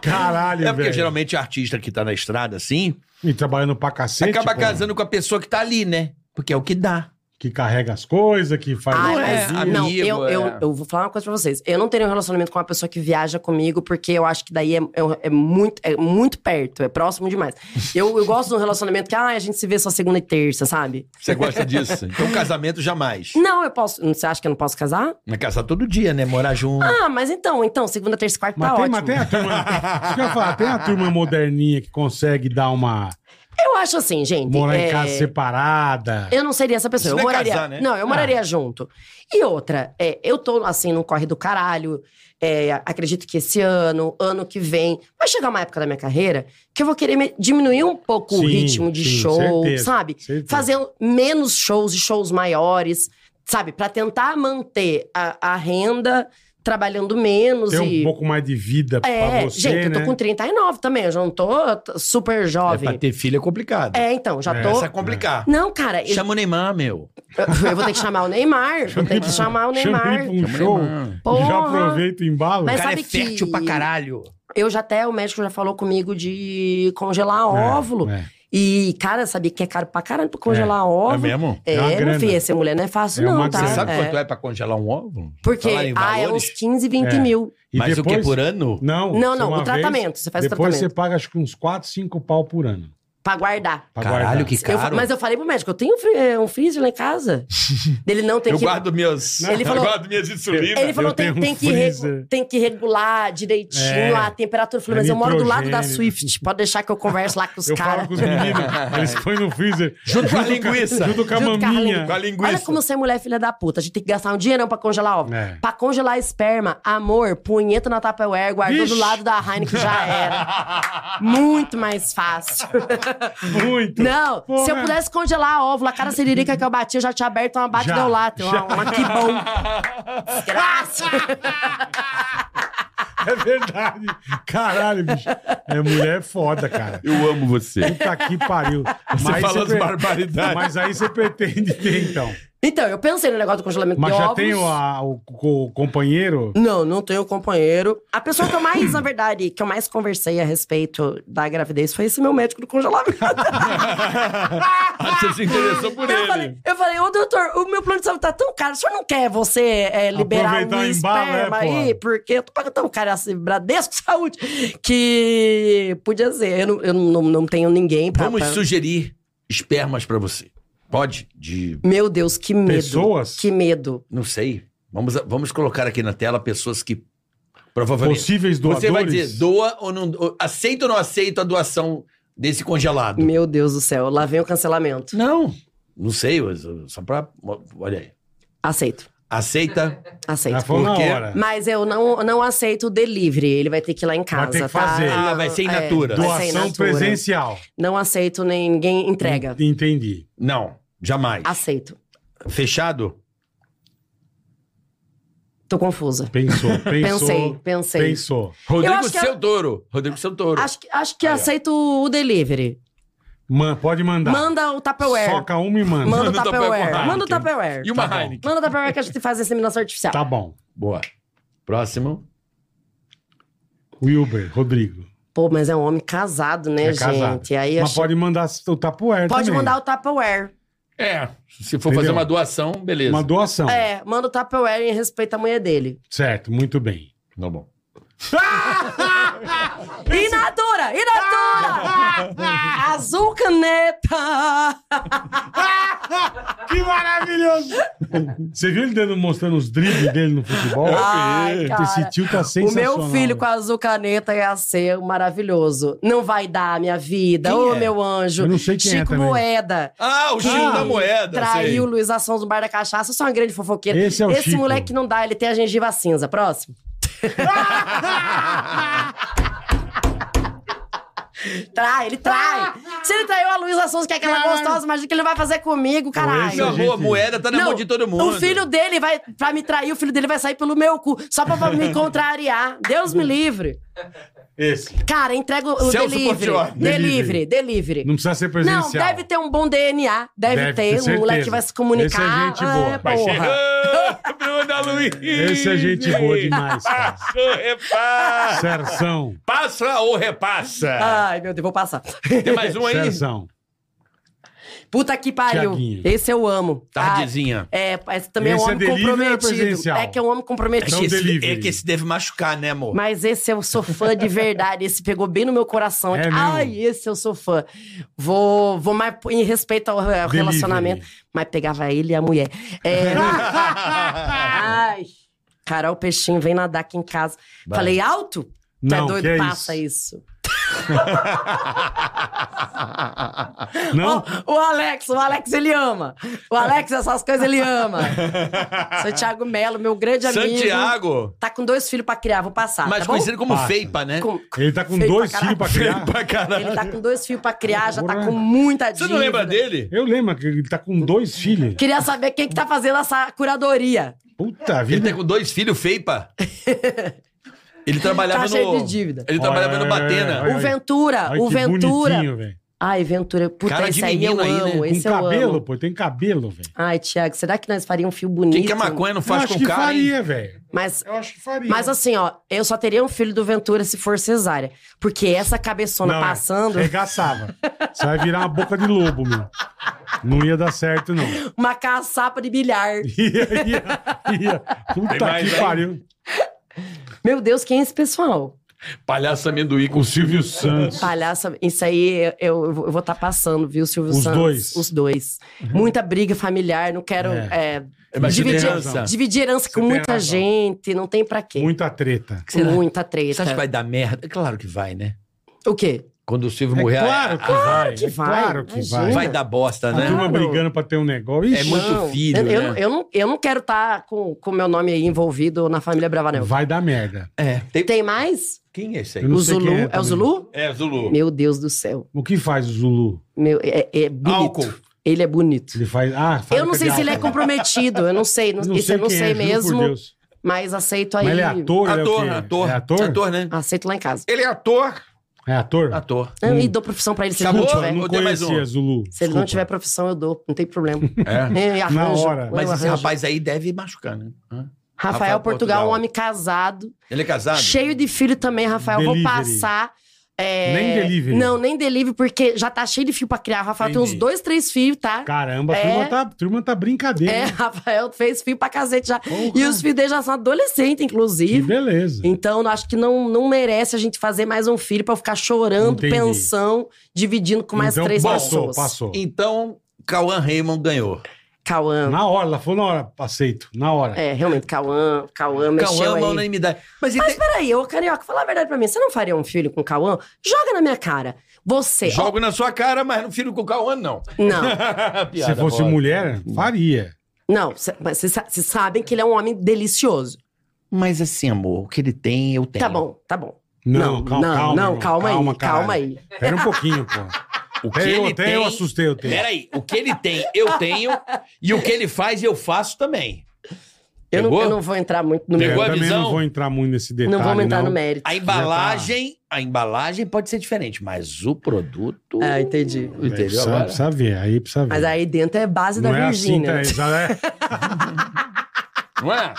Caralho,
é porque
velho.
geralmente artista que tá na estrada, assim,
E trabalhando pra cacete.
acaba
pô,
casando com a pessoa que tá ali, né? Porque é o que dá.
Que carrega as coisas, que faz...
Ah,
Não é,
mas
amigo,
não, eu,
é.
eu, eu vou falar uma coisa pra vocês. Eu não teria um relacionamento com uma pessoa que viaja comigo, porque eu acho que daí é, é- é muito, é muito perto, é próximo demais. Eu, eu gosto de um relacionamento que ah, a gente se vê só segunda e terça, sabe?
Você gosta disso? Então, casamento jamais.
Não, eu posso. Você acha que eu não posso casar?
Mas casar todo dia, né? Morar junto.
Ah, mas então, então, segunda, terça e quarta
Mas,
tá
tem,
ótimo.
mas tem a turma... Isso que eu ia falar, tem a turma moderninha que consegue dar uma...
Eu acho assim, gente.
Morar em
é,
casa separada.
Eu não seria essa pessoa.
Isso
Eu
não é
moraria.
casar, né?
Não,
Ah.
eu moraria junto. E outra, é, eu tô assim, num corre do caralho. é, acredito que esse ano, ano que vem, vai chegar uma época da minha carreira que eu vou querer me- diminuir um pouco
Sim,
o ritmo de
sim,
show,
certeza,
sabe?
certeza.
Fazer um, menos shows e shows maiores, sabe? Pra tentar manter a, a renda trabalhando menos
Ter
e.
um pouco mais de vida pra
é,
você,
gente, eu
né?
tô com 39 também, eu já não tô t- super
É,
jovem.
pra ter filho é complicado.
Ah, É, então, já
É,
tô.
Isso é complicar.
Não, cara, eu,
Chama o Neymar, meu.
eu vou ter que chamar o Neymar. Vou ter que chamar o
Chama
Neymar.
ele pra um show, já
Porra.
aproveita o embalo.
O
Mas
cara é
sabe que-
fértil pra caralho.
Eu já até, o médico já falou comigo de congelar
É,
óvulo.
é.
E, cara, sabia que é caro pra caralho pra congelar ovo.
É mesmo?
É,
É uma
meu
grana.
filho, ser mulher não é fácil,
É uma
não, tá?
grana.
Você sabe
é.
quanto é pra congelar um óvulo?
Porque,
Falar em
ah, é
valores?
uns 15, 20
É.
mil.
E
Mas
depois,
o que por ano?
Não,
Não,
se
não,
uma
o
vez-
tratamento. Você faz o
Depois
tratamento.
você paga acho que uns 4, 5 pau por ano.
Pra guardar.
pra
Caralho,
guardar.
que
Eu-
caro.
mas eu falei pro médico, eu tenho um fri- é, um freezer lá em casa. Ele não tem
Eu
que...
guardo meus.
Ele
eu
falou-
guardo minhas insulinas.
Ele falou,
Eu
tem,
tenho um
tem que regu-
freezer.
tem que regular
É.
direitinho a temperatura. Eu falei,
É
mas eu moro do lado da
nitrogênio.
Swift. Pode deixar que eu converso lá com os
Eu
caras.
falo com os meninos, eles põem no freezer.
Junto com a linguiça.
Junto com a
Junto com a
maminha.
linguiça.
Com a linguiça.
Olha como você é mulher filha da puta. A gente tem que gastar um dinheirão pra congelar ovo.
É.
Pra congelar esperma, amor, punheta na Tupperware, guardou
Vixe.
do lado da Heineken, já era. Muito mais fácil.
Muito.
Não,
Porra.
se eu pudesse congelar óvulo, a cara siririca que eu bati, eu já tinha aberto uma bate
Já,
deu lata.
já.
Uma, uma que bom. Desgraça.
É verdade. Caralho, bicho. É mulher foda, cara.
Eu amo você.
Puta que pariu.
Você
Mas
fala as
pre-
barbaridades.
Mas aí você pretende ter, então.
Então, eu pensei no negócio do congelamento
Mas
de
já
óvulos.
tem o, a- o co- o companheiro?
Não, não tenho companheiro. A pessoa que eu mais, na verdade, que eu mais conversei a respeito da gravidez foi esse meu médico do congelamento.
Ah, você se interessou por
eu,
ele.
falei, eu falei, ô doutor, o meu plano de saúde tá tão caro, o senhor não quer você é, liberar
Aproveitar
um
o embalo, né,
esperma aí?
pô?
Porque eu tô pagando tão caro esse Bradesco Saúde que podia ser. Eu não, eu não, não tenho ninguém pra...
Vamos
pra-
sugerir espermas pra você. Pode? De.
Meu Deus, que medo.
Pessoas?
Que medo.
Não sei. Vamos, vamos colocar aqui na tela pessoas que. Provavelmente.
Possíveis doadores?
Você vai dizer, doa ou não. ou- Aceita ou não aceita a doação desse congelado?
Meu Deus do céu, lá vem o cancelamento.
Não. Não sei, mas, uh, só pra. Olha aí.
Aceito,
Aceita.
Já
aceito.
foi na
Porque-
hora.
Mas eu não, não aceito o delivery. Ele vai ter que ir lá em casa.
ter que
tá?
fazer.
Ela Ah, vai ser in natura.
vai ser in
Doação
natura.
presencial.
Não aceito nem ninguém entrega.
Entendi.
Não, jamais.
Aceito.
Fechado?
Tô confusa.
Pensou, pensou.
Pensei, pensei.
Pensou.
Rodrigo
acho que a-
Santoro. Rodrigo Santoro.
Acho que, acho que aceito o delivery.
Man, pode mandar.
Manda o Tupperware.
Soca uma e manda. Ah,
Manda o
Manda o Tupperware.
Tupperware. Manda o
E
Tupperware.
uma
Tá bom.
Heineken.
Manda o Tupperware que a gente faz a inseminação artificial.
Tá bom.
Boa. Próximo.
Wilber, Rodrigo.
Pô, mas é um homem casado, né,
É
gente?
casado.
Aí
Mas
acho-
pode mandar tá o tapoer
Pode mandar o Tupperware.
É. Se for
Entendeu?
fazer uma doação, beleza.
Uma doação.
É, manda o Tupperware em respeito à mulher dele.
Certo, muito bem.
Tá bom.
Inatura! Inatura!
Ah!
Azul caneta!
Que maravilhoso! Você viu ele dando, mostrando os dribles dele no futebol?
Ai, cara.
Esse tio tá
O
sensacional.
meu filho com a azul caneta ia ser maravilhoso. Não vai dar, minha vida.
Quem
Ô,
é?
meu anjo.
Eu não sei quem é
Chico
também.
Moeda.
Ah, o Chico
Ah,
da Moeda.
Traiu
sei.
Luiz Assunção do Bar da Cachaça. Eu sou uma grande fofoqueira.
Esse é o Chico.
moleque não dá, ele tem a gengiva cinza. Próximo. trai, ele trai. Se ele traiu a Luiz Assunção, que é aquela gostosa, imagina o que ele vai fazer comigo, caralho.
esse é
Meu amor, a
Gente.
moeda tá na mão de todo mundo.
O filho dele vai, pra me trair, o filho dele vai sair pelo meu cu, só pra, pra me contrariar. Deus me livre.
Esse.
Cara, entrega o
Celso
delivery.
Portiolli.
Delivery, delivery.
Não precisa ser presencial.
Não, deve ter um bom DNA. Deve,
Deve ter,
ter.
certeza.
Um moleque que vai se comunicar.
Esse é gente
Ah,
boa.
é,
Vai
porra.
Ah, Bruna Luiz.
Esse é gente boa demais, cara.
Passa o repassa.
Serção.
Passa ou repassa.
Ai, meu Deus, vou passar.
Tem mais um aí?
Serção.
Puta que pariu.
Tiaguinho.
Esse eu amo.
Tardezinha.
Ah, é, esse também
Esse
é
é
um homem
delivery ou é
comprometido.
presencial?
É que é um homem
É
comprometido.
Então,
que, esse,
delivery.
é que esse deve machucar, né, amor?
Mas esse eu sou fã de verdade. Esse pegou bem no meu coração.
É mesmo?
Ai, esse eu sou fã. Vou, vou mais em respeito ao eh, ao
Delivery.
relacionamento. Mas pegava ele e a mulher. É, ai. Carol Peixinho vem nadar aqui em casa.
Vai.
Falei alto?
Não,
tá doido?
que é
Passa
isso.
isso.
Não?
Ó, o Alex, o Alex, ele ama. O Alex, essas coisas, ele ama. Seu Thiago Melo, meu grande amigo.
Santiago,
Tá com dois filhos pra criar, vou passar.
mas
tá bom?
conhecido como
Passa.
Feipa, né?
Com-
Ele tá com
Feio
dois
pra
filhos pra criar.
Feipa, caralho.
Ele tá né? com dois filhos pra criar, já tá
Porra.
com muita
Você
dívida.
não lembra dele?
Eu lembro que ele tá com dois filhos.
Queria saber quem que tá fazendo essa curadoria.
Puta
Ele
vida.
tá com dois filhos, Feipa. Ele trabalhava
Tá cheio
no...
de dívida.
Ele trabalhava
Olha,
no Batena.
olha,
O Ventura,
Ai,
tá o
que
Ventura.
bonitinho, velho.
Ai, Ventura, puta,
Cara de
esse aí eu
menino aí, né?
amo,
Com
Com
esse eu
cabelo,
amo.
pô, tem cabelo, velho.
Ai, Tiago, será que nós faríamos um fio
O
bonito?
que, que a maconha não
Eu
faz
acho
com
que
o cara? hein?
faria, velho.
Mas
Eu acho que faria.
Mas assim, ó, eu só teria um filho do Ventura se for cesárea. Porque essa cabeçona
Não, é.
passando,
Regaçava. Você vai virar uma boca de lobo, meu. Não ia dar certo, não.
uma caçapa de bilhar.
Ia, ia, ia. Puta
Tem mais
que
aí?
pariu.
Meu Deus, quem é esse pessoal?
Palhaço amendoim com o Silvio Santos.
Palhaça, isso aí eu, eu vou- eu vou estar passando, viu, Silvio
Os
Santos?
dois. Uhum.
Os dois. Muita briga familiar, não quero é,
Mas você tem
dividir,
razão.
dividir herança com
Ah. Você tem
muita
razão.
gente, não tem pra quê.
Muita treta.
Será?
Muita
Você
treta.
acha que vai dar merda? Claro que vai, né?
O quê?
Quando o Silvio
É
morrer, a-
claro que vai.
que
é
vai,
Claro que
imagina.
vai.
vai dar bosta,
A
né?
turma brigando pra ter um negócio.
É
Ixi,
muito filho,
eu, eu,
né?
não- eu não, eu não quero estar com o meu nome aí envolvido na família Bravanel.
vai dar merda.
É. Tem-
Tem mais?
Quem é esse aí?
Eu não
O
sei
Zulu.
quem é
É,
também.
o Zulu?
É, Zulu.
Meu Deus do céu.
O que faz o Zulu?
Meu, é, é bonito.
Álcool.
Ele é bonito.
Ele faz. Ah, faz
eu não sei se ele é comprometido, eu não sei, não, isso eu não
é,
sei mesmo, mas aceito aí.
Mas ele é ator, ele é o
Ator,
quê?
ator.
É ator?
né?
Aceito lá em casa.
Ele é ator.
É ator?
Ator.
Eu
Hum.
e dou profissão pra ele se
Acabou?
ele não
Eu
tiver.
não
Ou tem mais
conhecia
um?
Zulu.
Se ele não
desculpa.
tiver profissão, eu dou, não tem problema.
É.
É, arranjo,
Na hora.
eu
Mas esse
arranjo.
rapaz aí deve machucar, né? Hã?
Rafael,
Rafael
Portugal,
Portugal.
um homem casado,
Ele é casado?
cheio de filho também, Rafael.
Delivery.
Vou passar. é,
Nem delivery.
Não, nem delivery, porque já tá cheio de filho pra criar. O Rafael tem uns
Entendi.
dois, três filhos, tá?
Caramba, a
É.
turma, tá, a turma tá brincadeira.
É,
hein?
Rafael fez filho pra cacete já. E os filhos dele já são adolescentes,
Que
inclusive.
beleza.
Então, eu acho que não, não merece a gente fazer mais um filho pra eu ficar chorando,
Entendi.
pensão, dividindo com mais
Então,
três
passou,
pessoas.
Passou,
Então, Cauã Raymond ganhou.
Cauã.
Na hora, ela falou na hora, aceito. Na hora.
É, realmente, Cauã, Cauã mexeu
Cauã é uma
aí.
unanimidade. Mas ele tem...
Peraí, ô Carioca, fala a verdade pra mim. Você não faria um filho com Cauã? Joga na minha cara. Você. ó,
Jogo na sua cara, mas não filho com o Cauã, não.
Não,
Se fosse mulher, faria.
não. cê- mas Vocês sa- vocês sabem que ele é um homem delicioso.
Mas assim, amor, o que ele tem, eu tenho.
Tá bom, tá bom.
Não, calma,
não,
calma.
não,
irmão,
calma, aí,
caralho.
calma aí.
Pera um pouquinho, pô.
O que
Até eu,
ele
até
tem...
eu assustei o tempo.
Peraí, o que ele tem, eu tenho. E o que ele faz, eu faço também.
Eu não,
Pegou?
eu não vou entrar muito no
Eu
mérito.
Pegou a
também não
visão?
vou entrar muito nesse detalhe,
Não vamos entrar
não.
no mérito.
A embalagem, a embalagem pode ser diferente, mas o produto.
Ah, entendi.
Aí
Entendeu
Precisa,
agora?
precisa ver, aí precisa ver.
Mas aí dentro é base
não
da
é assim,
Virgínia.
tá?
né?
Já é-
Não é?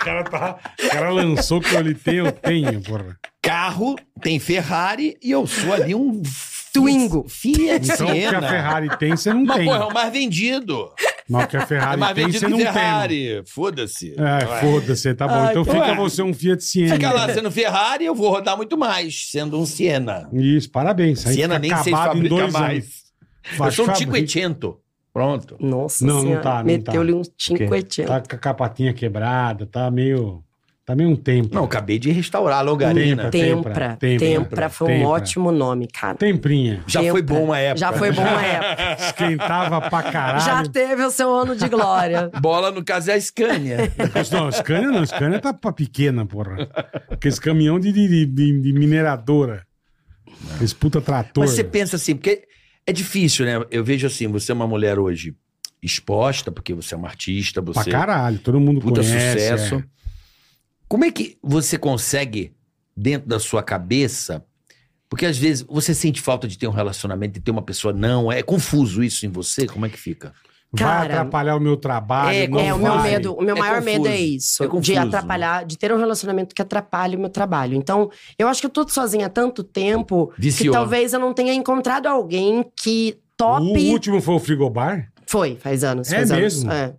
O cara, tá, o cara lançou que eu lhe tenho, eu tenho, porra.
Carro, tem Ferrari e eu sou ali um. Fi-
Twingo.
Fiat
Então, o que a
Siena.
Ferrari tem, você não
Mas,
tem.
porra, é o mais vendido.
Mas o que a
É
Ferrari
mais
tem,
vendido
você
que
não tem.
Ferrari. Foda-se.
É, foda-se, tá bom. Então fica
porra.
você um Fiat Siena.
é. Fica lá sendo Ferrari, eu vou rodar muito mais sendo um Siena.
Isso, parabéns. Aí
Siena
fica
nem sei
acabado em
fabrica
dois
mais.
anos.
Eu sou um
Faz-
Tico
fabrica.
Etiento. Pronto.
Nossa
Não, não
senhora.
tá, não
Meteu-lhe
tá.
um cinquecento.
Tá com a capatinha quebrada, tá meio. Tá meio um tempo.
Não, eu acabei de restaurar a Logarina.
Tempo.
Tempra.
tá. Tempra,
Tempra foi um
tempra.
ótimo nome,
Um
cara.
Temprinha.
Já
Tempra.
foi bom uma época.
Já foi bom uma época.
Esquentava pra
Já
caralho.
teve o seu ano de glória.
Bola, no caso, é a Scania.
tá.
Não, Scania não, Scania tá pra pequena, porra. Porque esse caminhão de, de, de- de mineradora. Esse puta trator.
Mas você pensa assim, porque é difícil, né? Eu vejo assim, você é uma mulher hoje exposta, porque você é uma artista,
Pra
você
caralho, todo mundo
puta
conhece. é.
sucesso. é. Como é que você consegue, dentro da sua cabeça, porque às vezes você sente falta de ter um relacionamento, de ter uma pessoa, não, é confuso isso em você? Como é que fica?
Vai
Cara,
atrapalhar o meu trabalho.
é,
não
é, o meu
vai.
medo, o meu
É
maior
confuso.
medo é isso.
É
de
confuso.
atrapalhar, de ter um relacionamento que atrapalhe o meu trabalho. Então, eu acho que eu tô sozinha há tanto tempo que
Viciou.
talvez eu não tenha encontrado alguém que
O
tope
último foi o frigobar?
Foi, faz anos.
Uh, É
faz
mesmo?
Anos. É.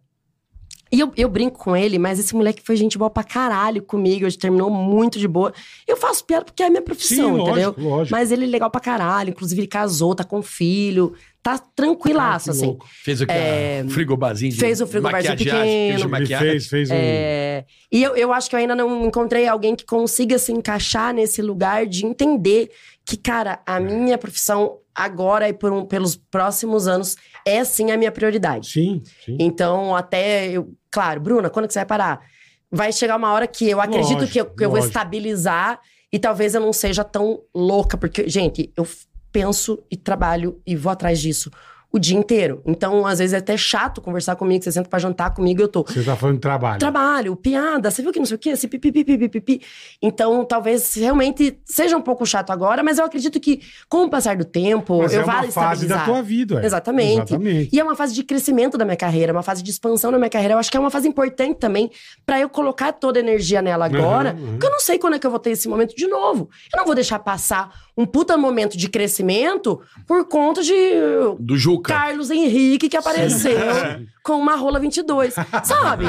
E eu, eu brinco com ele, mas esse moleque foi gente boa pra caralho comigo. A gente terminou muito de boa. Eu faço piada porque é a minha profissão, entendeu?
lógico, lógico.
Mas ele é legal pra caralho. Inclusive, ele casou, tá com filho. Tá tranquilaço,
Ah, que
assim.
louco.
Fez o que?
É,
Ah,
Um frigobarzinho?
fez um frigobarzinho
maquiagem,
pequeno.
Fez
Ele
maquiagem.
fez, fez um...
É, E eu, eu acho que eu ainda não encontrei alguém que consiga se encaixar nesse lugar de entender que, cara, a
É.
minha profissão agora e por um- pelos próximos anos é sim a minha prioridade.
Sim, sim.
Então, até eu. Claro, Bruna, quando que você vai parar? Vai chegar uma hora que eu acredito
Lógico,
que, eu, que eu vou
lógico.
estabilizar e talvez eu não seja tão louca, porque, gente, eu f- penso e trabalho e vou atrás disso o dia inteiro. Então, às vezes é até chato conversar comigo, você senta pra jantar comigo e eu tô.
Você tá falando de trabalho.
Trabalho, piada, você viu que não sei o quê, esse pipi, pipi, pipi, pipi. Então, talvez realmente seja um pouco chato agora, mas eu acredito que com o passar do tempo,
Mas
eu
é
vá
uma fase da
estabilizar.
tua vida. ué.
Exatamente.
Exatamente.
E é uma fase de crescimento da minha carreira, uma fase de expansão da minha carreira. Eu acho que é uma fase importante também pra eu colocar toda a energia nela agora,
Aham, aham.
porque eu não sei quando é que eu vou ter esse momento de novo. Eu não vou deixar passar um puta momento de crescimento por conta de uh,
Do Juca.
Carlos Henrique que apareceu com uma rola 22, sabe?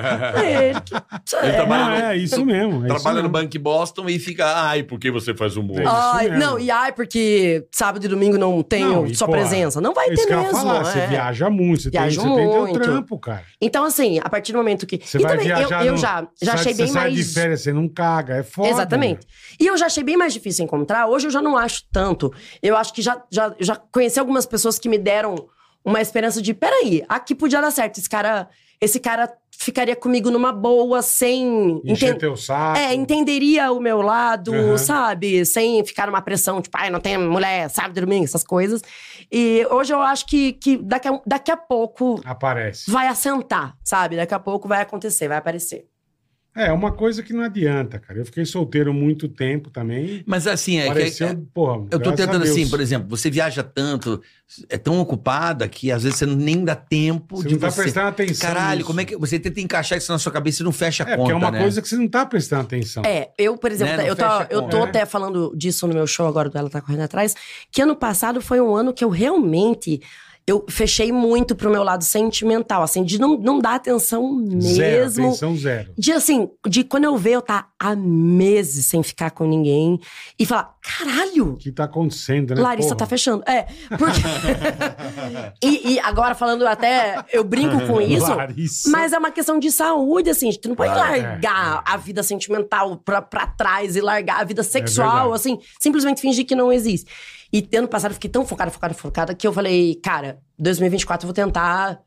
É, que-
Ele
Não,
trabalha, no,
é isso mesmo. é isso
trabalha no
mesmo.
Banco Boston e fica, ai, por que você faz humor?
É.
Ai,
mesmo.
não, e ai, porque sábado e domingo não tenho
Não, e,
sua
pô,
presença. Não vai
É isso
ter
que eu ia
mesmo.
falar. Você
é.
viaja muito, você
Viajo
tem, você tem teu
muito.
trampo, cara.
Então, assim, a partir do momento que.
Você
e
vai
também, eu,
viajar
eu
no-
já, já
Sai-
achei bem
você
mais.
Sai de férias, você não caga, é foda.
Exatamente. E eu já achei bem mais difícil encontrar. Hoje eu já não acho tanto. Eu acho que já, já, já conheci algumas pessoas que me deram uma esperança de: peraí, aqui podia dar certo. Esse cara, esse cara ficaria comigo numa boa, sem.
Encher
enten-
teu saco.
É, entenderia o meu lado,
Aham.
sabe? Sem ficar numa pressão, tipo, ai, não tem mulher, sábado, domingo, essas coisas. E hoje eu acho que, que daqui, a, um, daqui a pouco
Aparece.
vai assentar, sabe? Daqui a pouco vai acontecer, vai aparecer.
É, uma coisa que não adianta, cara. Eu fiquei solteiro muito tempo também.
Mas assim, é
Apareceu,
que.
porra.
Eu tô
graças a
tentando
Deus.
assim, por exemplo, você viaja tanto, é tão ocupada que às vezes você nem dá tempo
Você
de
não tá
você.
prestando atenção.
tipo Caralho,
nisso.
como é que você tenta encaixar isso na sua cabeça e não fecha a
É, porque
conta,
é uma
né?
coisa que você não tá prestando atenção.
É, eu, por exemplo,
Né? Não
eu, tô,
fecha a
eu
conta,
tô
né?
até falando disso no meu show agora, do Ela Tá Correndo Atrás, que ano passado foi um ano que eu realmente. Eu fechei muito pro meu lado sentimental, assim, de não, não dar atenção
Zero,
É mesmo.
atenção zero.
De assim, de quando eu ver eu tá há meses sem ficar com ninguém e falar, caralho,
O que tá acontecendo, né?
Larissa
porra?
tá fechando. É, porque. e, e agora falando até, eu brinco com isso.
Larissa.
Mas é uma questão de saúde, assim. Tu não pode
Claro, é, É
largar a vida sentimental pra, pra trás e largar a vida sexual,
verdade.
assim. Simplesmente fingir que não existe. E ano passado eu fiquei tão focada, focada, focada, que eu falei, cara, 2024 eu vou tentar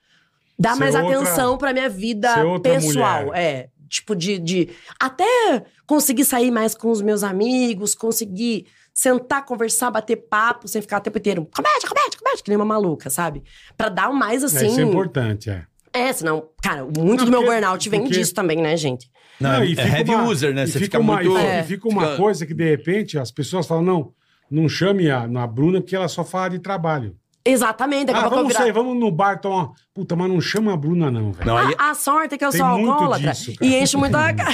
dar
Ser
mais
outra-
atenção pra minha vida
ser outra
pessoal.
mulher.
É. Tipo, de, de. Até conseguir sair mais com os meus amigos, conseguir sentar, conversar, bater papo, sem ficar o tempo inteiro. Comédia, comédia, comédia, que nem uma maluca, sabe? Pra dar mais
É,
assim.
Isso é importante, é.
É, senão, cara, muito
Não,
do meu
porque-
burnout vem
porque-
disso também, né, gente?
Não, é- é heavy user, né?
e
Você fica muito-
e
É.
fica uma
fica-
coisa que, de repente, as pessoas falam, não, não chame a, a Bruna porque ela só fala de trabalho.
Exatamente, daqui a
ah,
pouco eu
vamos
virar.
sair, vamos no bar tomar... Puta, mas não chama a Bruna não, velho.
Não, aí,
A, a sorte é que eu
Tem
sou
muito
alcoólatra
disso, cara.
e encho muito a cara.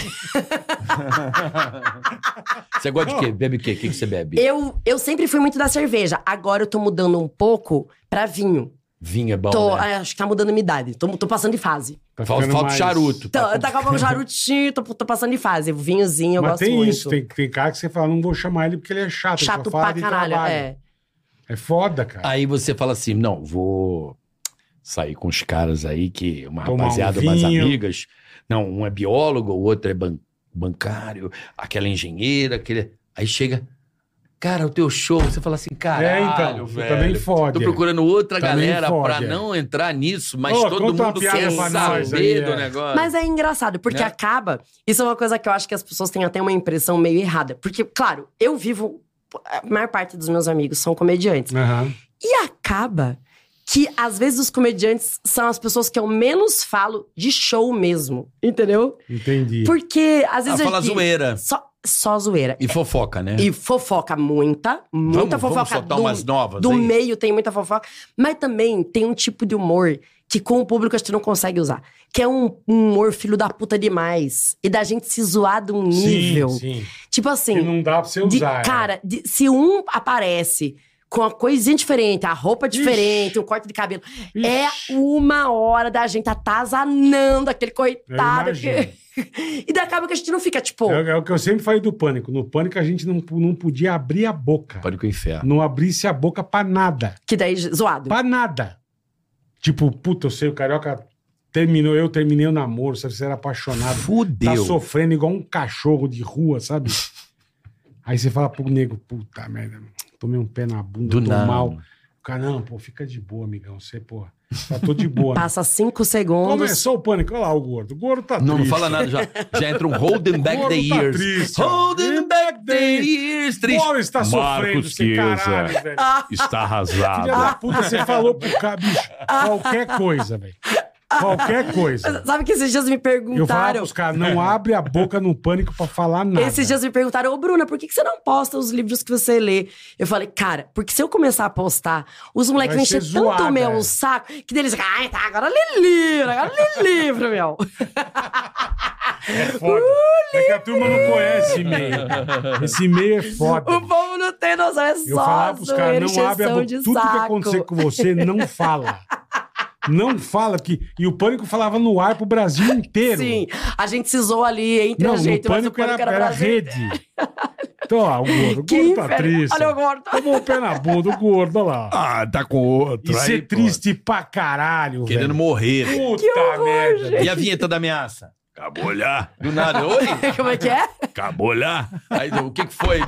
você gosta de quê? Bebe o quê? O que que você bebe?
Eu, eu sempre fui muito da cerveja. Agora eu tô mudando um pouco pra vinho.
Vinho é bom,
Tô,
né?
é, acho que tá mudando a minha idade. Tô, tô passando de fase.
Tá
Falta,
ficando
falta
mais-
charuto.
Tá, tá com a pouco jarutinho, tô, tô passando de fase. Vinhozinho, eu
Mas
gosto
tem
muito.
isso, tem, tem cara que você fala, não vou chamar ele porque ele é chato. ele só
Chato
fala
pra
de
caralho.
trabalho.
É.
É foda, cara.
Aí você fala assim: não, vou sair com os caras aí, que uma
Tomar um
rapaziada, umas
vinho.
amigas. Não, um é biólogo, o outro é ban- bancário, aquela é engenheira, aquele. Aí chega, cara, o teu show. Você fala assim, caralho,
é, então,
velho.
também
Tô
fode. é.
procurando outra
Também
galera pra
fode, é.
não entrar nisso, mas
Ô,
todo
conta uma
mundo
piada
quer
pra
nós
saber
aí,
do
é.
negócio.
Mas é engraçado, porque
Né?
acaba. Isso é uma coisa que eu acho que as pessoas têm até uma impressão meio errada. Porque, claro, eu vivo. A maior parte dos meus amigos são comediantes.
Aham.
E acaba que, às vezes, os comediantes são as pessoas que eu menos falo de show mesmo. Entendeu?
Entendi.
Porque, às
Ah,
vezes.
fala
eu-
zoeira.
Só, só zoeira.
E fofoca, né?
E fofoca, muita. Muita
vamos,
fofoca
vamos soltar
do,
umas é novas
do
aí.
meio tem muita fofoca. Mas também tem um tipo de humor que com o público a gente não consegue usar. Que é um, um humor filho da puta demais. E da gente se zoar de um nível.
Sim, sim.
Tipo
Que
assim,
não dá pra você
de-
usar. é.
cara, de- se um aparece com a coisinha diferente, a roupa diferente, o corte de cabelo, é uma hora da gente atazanando aquele coitado.
Eu
que-
imagino.
e daí acaba que a gente não fica, tipo,
É, é o que eu sempre falei do pânico. No pânico a gente não, não podia abrir a boca.
Pode com o inferno.
Não abrisse a boca pra nada.
que daí zoado.
Pra nada. Tipo, puta, eu sei, o carioca terminou, eu terminei o namoro, sabe? Você era apaixonado. Tá
Fudeu.
sofrendo igual um cachorro de rua, sabe? Aí você fala pro nego, puta merda, tomei um pé na bunda,
Do
tô
nada.
mal. O cara, não, pô, fica de boa, amigão. Você, pô, Tá tô de boa. né?
Passa cinco segundos.
Começou o pânico. Olha lá o gordo. O gordo tá
Não, não
triste.
fala nada já. Já entra um Holding Back
Gordo
the
tá
Years.
triste, ó.
holding Back the Years.
O
Triste.
Paulo está sofrendo,
Marcos
esse caralho,
Chiesa.
velho.
Está
Filha da
arrasado.
puta, você falou pro cara, bicho, qualquer coisa, velho. Qualquer coisa.
Sabe que esses dias me
Eu falava
perguntaram.
pros né? caras, não abre a boca no pânico pra falar nada.
Esses dias me perguntaram, ô Bruna, por que, que você não posta os livros que você lê? Eu falei, cara, porque se eu começar a postar, os moleques
Vai
vão
ser
encher
zoada,
tanto o meu
é.
saco que deles, ai, tá, agora lê livro, agora lê livro, meu.
É foda. É que a turma não conhece esse meio. Esse meio é foda.
O povo não tem noção, é
Eu
só
falava pros
zoeira,
caras, não abre a
encheção
boca.
de
Tudo que
saco.
acontecer com você, não fala. Não fala, porque. E o pânico falava no ar pro Brasil inteiro.
Sim, a gente se zoa ali entre
Não,
a gente,
no
mas o
pânico era,
pânico era,
era
brasileiro.
rede. Então, ó, o gordo, o
Que
gordo tá
inferno.
triste.
Olha o gordo.
Tomou o pé na bunda, o gordo, olha lá.
Ah, tá com outro.
E ser triste pra caralho,
Querendo
velho.
morrer.
Puta
Que horror,
merda.
gente.
E a vinheta da ameaça?
Acabou olhar.
Do nada. Oi?
Como é que é?
Acabou olhar.
Aí, o que, que foi? O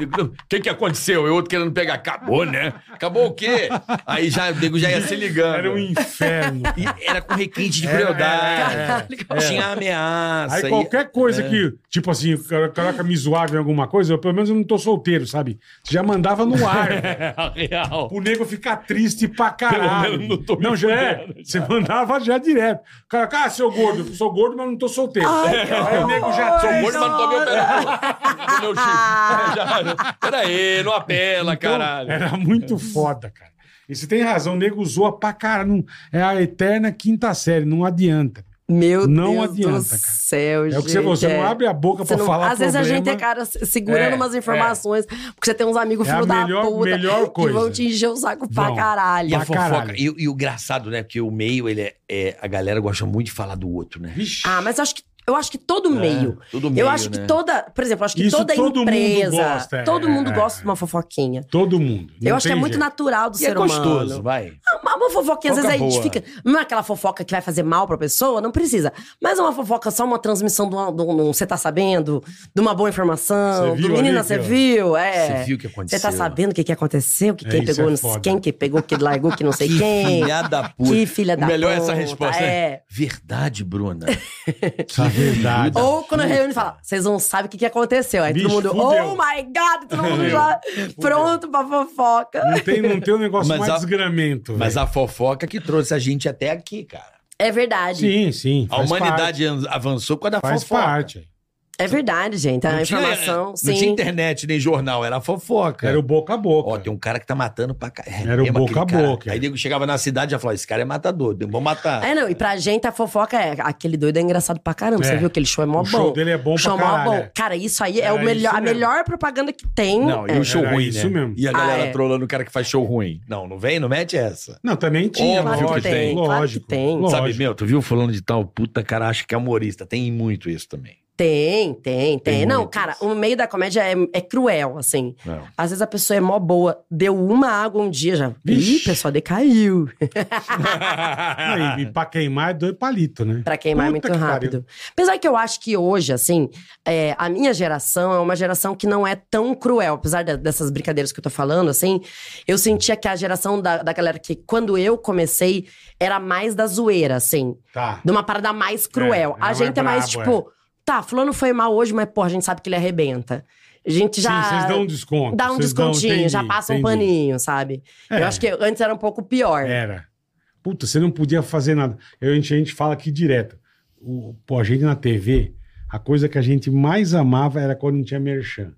que, que aconteceu? E o outro querendo pegar. Acabou, né? Acabou o quê? Aí já, o nego já ia se ligando.
Era um inferno.
E era com requinte de
Era,
crueldade.
era, era.
Tinha ameaça.
É, Aí
e-
qualquer coisa que, tipo assim, o cara- caraca, me zoava em alguma coisa, eu, pelo menos eu não tô solteiro, sabe? Já mandava no ar. velho.
É,
Real.
o nego ficar triste pra caralho.
Pelo menos não tô me
já é. Você mandava já direto. O cara, ah, seu gordo, eu sou gordo, mas não tô solteiro. Aí o nego já
Sou
triste.
Gordo, mas não tomei o pé na bola. Não Comeu o
É,
chifre. Já- Peraí, não apela,
Então,
caralho.
Era muito foda, cara. E você tem razão, o nego zoa pra caralho. Não- É a eterna quinta série, não adianta.
Meu
Não
Deus
adianta,
do
cara.
céu, gente.
É o que você falou, você não abre a boca
Você
pra
não-
falar
Às vezes a
problema.
gente é cara se- segurando
É,
umas informações, porque você tem uns amigos
É
filho
a
da
melhor-
puta
melhor
que
coisa.
vão te encher o saco pra
Vão.
caralho.
E a
Pra
fofoca.
caralho.
E, e o engraçado, né? Porque o meio, ele é, é- A galera gosta muito de falar do outro, né?
Vixe.
Ah, mas eu acho que eu acho que todo
É,
meio.
Todo meio,
eu acho
né?
que toda, por exemplo, eu acho que
Isso
toda
todo mundo
empresa,
gosta, é,
todo mundo
é.
gosta de uma fofoquinha.
Todo mundo. Não
eu acho que é
tem
muito
jeito.
natural do
E
ser
é gostoso,
humano.
vai.
Uma, uma fofoquinha, às
Fofoca
vezes a gente
boa.
fica. Não é aquela fofoca que vai fazer mal pra pessoa, não precisa. Mas uma fofoca, só uma transmissão de, uma- de um. de um Você tá sabendo? De uma boa informação.
Você
Do
viu
menina,
ali,
você
ó.
viu? É.
Você viu o que aconteceu?
Você tá sabendo o que, que aconteceu? Que
É,
quem
isso
pegou,
é
não-
foda.
quem que pegou, que largou, que não sei quem.
Filha da puta.
Que filha da
O melhor é
puta,
essa resposta. né?
é.
Verdade, Bruna.
Isso é verdade.
Ou quando a reúne fala, vocês não sabem o que, que aconteceu. Aí
Bicho,
todo mundo,
fudeu.
oh my god, todo mundo
Fudeu.
já
Fudeu.
pronto pra fofoca.
Não tem, não tem um negócio
Mas
mais
a-
desgramento.
Mas
velho.
a fofoca que trouxe a gente até aqui, cara.
É verdade.
Sim, sim.
A
faz
humanidade an- avançou com a da
parte, faz
fofoca.
parte. Tá,
É verdade, gente. A
Não tinha-
é,
informação,
não
sim.
tinha internet nem jornal, era fofoca.
Era o boca a boca.
Ó, tem um cara que tá matando pra caralho.
Era o boca a boca.
Aí nego chegava na cidade e já falava: esse cara é matador, vamos matar.
É, não, e pra gente a fofoca é aquele doido é engraçado pra caramba.
É.
Você viu que ele show é mó
O
bom.
show dele é bom
O show
pra
é mó
caralho, é.
Cara, isso aí é
Era
o melhor,
isso
a
mesmo.
melhor propaganda que tem.
Não, e
é.
o show
Era
ruim,
isso
né?
mesmo.
E a galera
Ah, é.
trolando o cara que faz show ruim. Não, não vem, não mete essa.
Não, também tinha.
Óbvio
lógico,
que tem,
claro que
Lógico.
tem.
lógico.
Sabe, meu, tu viu fulano de tal, puta, cara, acha que é humorista. Tem muito isso também.
Tem, tem, tem.
Tem
não,
muito
cara,
isso.
o meio da comédia é, é cruel, assim.
Não.
Às vezes a pessoa é mó boa, deu uma água um dia já. Ih,
Vixe.
pessoal, decaiu.
Não, e, e pra queimar é dois palitos, né?
Pra queimar é
Puta
muito
que
rápido. Apesar que eu acho que hoje, assim, é, a minha geração é uma geração que não é tão cruel. Apesar de- dessas brincadeiras que eu tô falando, assim, eu sentia que a geração da, da galera que, quando eu comecei, era mais da zoeira, assim.
Tá.
De uma parada mais cruel.
É,
a
era
gente é mais,
mais brabo,
tipo, tá, fulano foi mal hoje, mas, pô, a gente sabe que ele arrebenta. A gente já.
Sim, vocês dão um desconto.
Dá um
vocês dão-
descontinho, já
entendi,
passa um
entendi.
paninho, sabe?
É.
Eu acho que antes era um pouco pior.
Era. Puta, você não podia fazer nada. Eu, a, gente, a gente fala aqui direto. O, pô, a gente na TV, a coisa que a gente mais amava era quando não tinha merchan.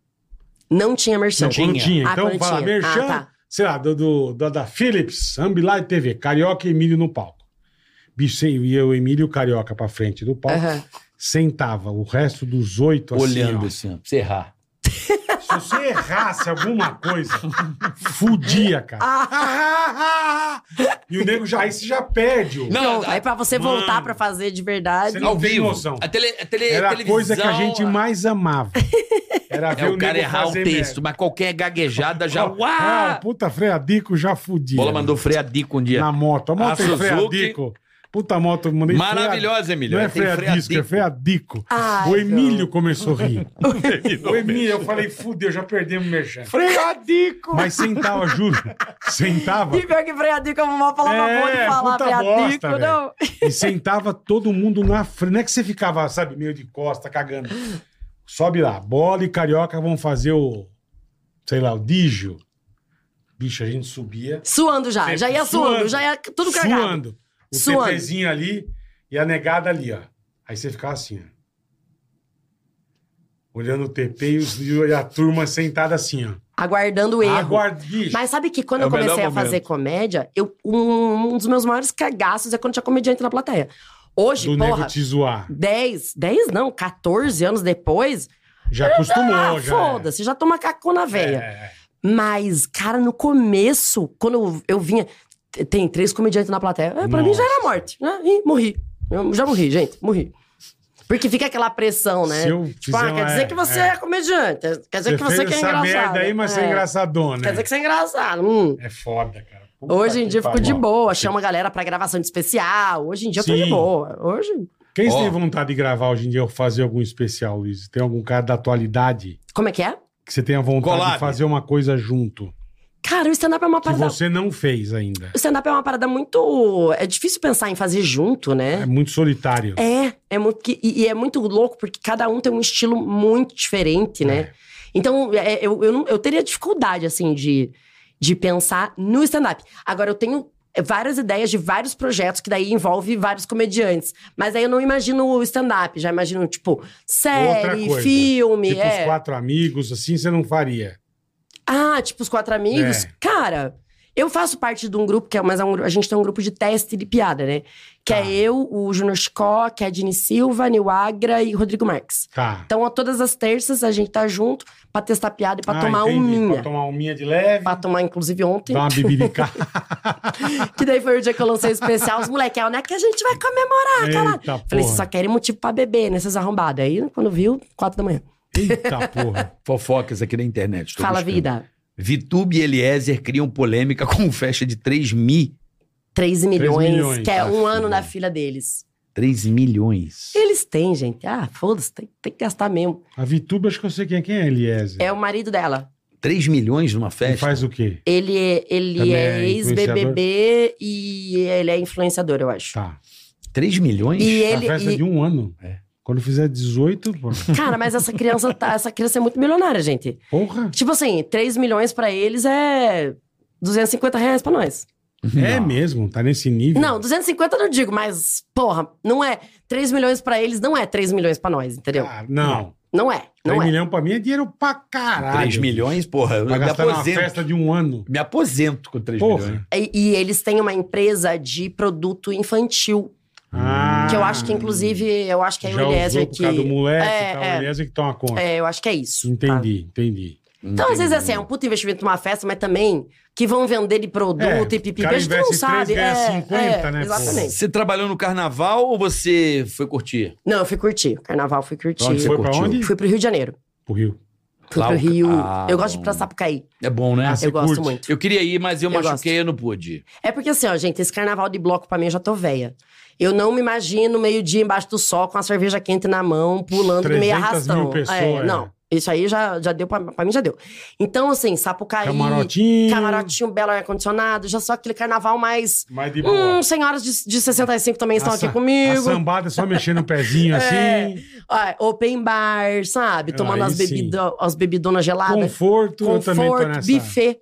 Não tinha merchan.
Não, quando tinha.
Ah,
Então,
quando
fala,
tinha.
merchan,
Ah, tá.
sei lá, do, do- da, da Philips, Ambilight TV, Carioca e Emílio no palco. Bicho, você ia o Emílio e o Carioca pra frente do palco,
Aham.
sentava o resto dos oito assim,
Olhando
ó.
assim, ó, pra você errar.
Se você errasse alguma coisa, fudia, cara.
Ah.
e o nego já, aí você já perde. o-
Pronto,
a-
aí é pra você
Mano.
voltar pra fazer de verdade.
Você não
ao
tem
vivo.
noção.
A, tele, a tele-
Era a
televisão,
coisa que a gente mais amava. Era ver
É o cara
nego
errar o
fazer
texto, mas qualquer gaguejada já.
merda. Ah,
Uau!
o puta freadico já fudia.
Bola mandou freadico um dia.
Na moto. é A moto
A
tem
Suzuki.
freadico. Puta moto, mandei frear-
Maravilhosa, Emílio.
Não é
Ela tem
freadisco, é
freadico.
freadico.
Ai,
o Emílio começou a rir.
Emílio.
o Emílio, eu falei, fudeu, já perdemos o merchan.
Freadico!
Mas sentava, juro. Sentava.
E pior que freadico é uma palavra
É,
boa de falar,
puta
freadico,
bosta,
não.
E sentava todo mundo na frente. Não é que você ficava, sabe, meio de costa, cagando. Sobe lá. Bola e Carioca vão fazer o... Sei lá, o dígio. Bicho, a gente subia.
Suando já, já ia suando,
Suando.
já ia tudo cagado.
Suando. O
Suando.
TPzinho ali e a negada ali, ó. Aí você ficava assim, ó. Olhando o TP e, os- e a turma sentada assim, ó.
Aguardando o erro.
Aguarde, bicho.
Mas sabe que quando
É
eu
o melhor
comecei a
momento.
fazer comédia, eu, um, um dos meus maiores cagaços é quando tinha comediante na plateia. Hoje,
do nego
porra,
te zoar.
10, 10 não, 14 anos depois,
Já acostumou,
ah,
já. é.
foda-se, já toma cacô na veia.
É.
Mas, cara, no começo, quando eu, eu vinha. t- Tem três comediantes na plateia. É, pra mim já era morte. Né? Ih, morri. Eu já morri, gente. Morri. Porque fica aquela pressão, né?
é. Se eu
Tipo, ah,
fizer
quer
uma-
dizer que você é,
é.
comediante. Quer dizer que você
fez
que é
essa
engraçado.
merda aí, mas você é engraçadona.
Quer dizer que você é engraçado. hum.
É foda, cara. Puta
Hoje em
que
dia eu fico de
pariu.
boa, chamo a galera pra gravação de especial. Hoje em dia eu tô
Sim.
de boa. Hoje,
Quem você
Ó.
tem vontade de gravar hoje em dia ou fazer algum especial, Luiz? Tem algum cara da atualidade
como é que é?
que você tenha vontade
Collab.
de fazer uma coisa junto?
Cara, o stand-up é uma
Que
parada.
você não fez ainda.
O stand-up é uma parada muito. É difícil pensar em fazer junto, né?
É muito solitário.
É, é muito que- e, e é muito louco porque cada um tem um estilo muito diferente, né?
É.
Então é, eu, eu, não- eu teria dificuldade assim de, de pensar no stand-up. Agora eu tenho é, várias ideias de vários projetos que daí envolve vários comediantes, mas aí eu não imagino o stand-up, já imagino tipo série,
coisa.
filme,
Tipo,
é.
os quatro amigos, assim, você não faria.
Ah, tipo os quatro amigos?
É.
Cara, eu faço parte de um grupo que é, mas é um gru- a gente tem um grupo de teste de piada, né? Que
Tá.
é eu, o Júnior Chicó, que é a Dini Silva, Nil Agra e Rodrigo Marques.
Tá.
Então, a todas as terças a gente tá junto pra testar piada e pra
Ah,
tomar um
entendi. Pra
minha.
tomar Tá. um minha de leve,
Pra tomar, inclusive, ontem.
dar uma bibiricada.
Que daí foi o dia que eu lancei o especial. Os moleque, é onde é que a gente vai comemorar, caralho?
Eita
Tá, Falei, vocês só
porra.
querem motivo pra beber, né? Vocês arrombados. Aí, quando viu, quatro da manhã.
Eita porra.
Fofocas aqui na internet. tô
Fala,
buscando.
vida.
Vitube e Eliezer criam polêmica com um festa de 3 mi.
13 milhões,
milhões,
que é
tá,
um ano
filho.
na filha deles.
3 milhões.
Eles têm, gente. Ah, foda-se, tem, tem que gastar mesmo.
A Vituba, acho que eu sei quem é. Quem é a Eliezer?
É o marido dela.
3 milhões numa
Ele
festa?
faz o quê?
Ele é, ele
Também
é
é
ex-BBB e ele é influenciador, eu acho.
Tá.
3 milhões?
E
A
ele.
festa
e-
de um ano.
É.
Quando fizer 18, pô,
Cara, mas essa criança, tá- essa criança é muito milionária, gente.
porra.
Tipo assim, 3 milhões pra eles é 250 reais pra nós.
É mesmo, tá nesse nível.
Não, 250 eu não digo, mas, porra, não é. 3 milhões pra eles não é 3 milhões pra nós, entendeu?
Ah, não.
Não é, não
3
é.
milhões pra mim é dinheiro pra caralho.
3 milhões, porra. Eu
Pra
me
gastar numa
aposento.
festa de um ano.
Me aposento com 3 milhões.
Porra.
é. E, e eles têm uma empresa de produto infantil.
Hum.
Ah,
Que eu acho que, inclusive, eu acho que é
já
o Eliezer
usou por
que.
causa do moleque
É,
e tal.
é.
O Eliezer que toma conta.
É, eu acho que é isso. tá?
Entendi, entendi.
Então, às vezes, assim, é um puto investimento numa festa, mas também que vão vender de produto e
É, o
pipipi.
cara
A gente não
investe três,
sabe.
ganha
é,
50,
é,
né, pô?
Exatamente.
Você trabalhou no carnaval ou você foi curtir?
Não, eu fui curtir. Carnaval, fui curtir.
Onde você
Foi pra
curtiu?
onde?
Fui pro Rio de Janeiro.
Pro Rio.
Fui
Lá
pro
o-
Rio.
Ah,
eu gosto de
bom.
ir pra Sapucaí.
É bom, né?
Ah,
eu
você
gosto
curte?
muito.
Eu queria ir, mas eu,
Eu
machuquei e eu não pude.
É porque assim, ó, gente, esse carnaval de bloco pra mim eu já tô velha. Eu não me imagino meio-dia embaixo do sol com a cerveja quente na mão, pulando no meio
300 mil
arrastão.
pessoas,
é,
é.
não. Isso aí já, já deu pra, pra mim, já deu. Então, assim, Sapucaí.
Camarotinho.
Camarotinho, belo ar-condicionado, já só aquele carnaval mais.
Mas de boa.
Hum, senhoras de, de 65 também estão
A
aqui
sa- A
comigo.
sambada é só mexendo o pezinho
É.
assim.
Ó, open bar, sabe? Tomando
Aí
as,
sim.
bebido, as bebidonas geladas.
Conforto, eu também tô
Ah, né? Conforto,
nessa.
buffet.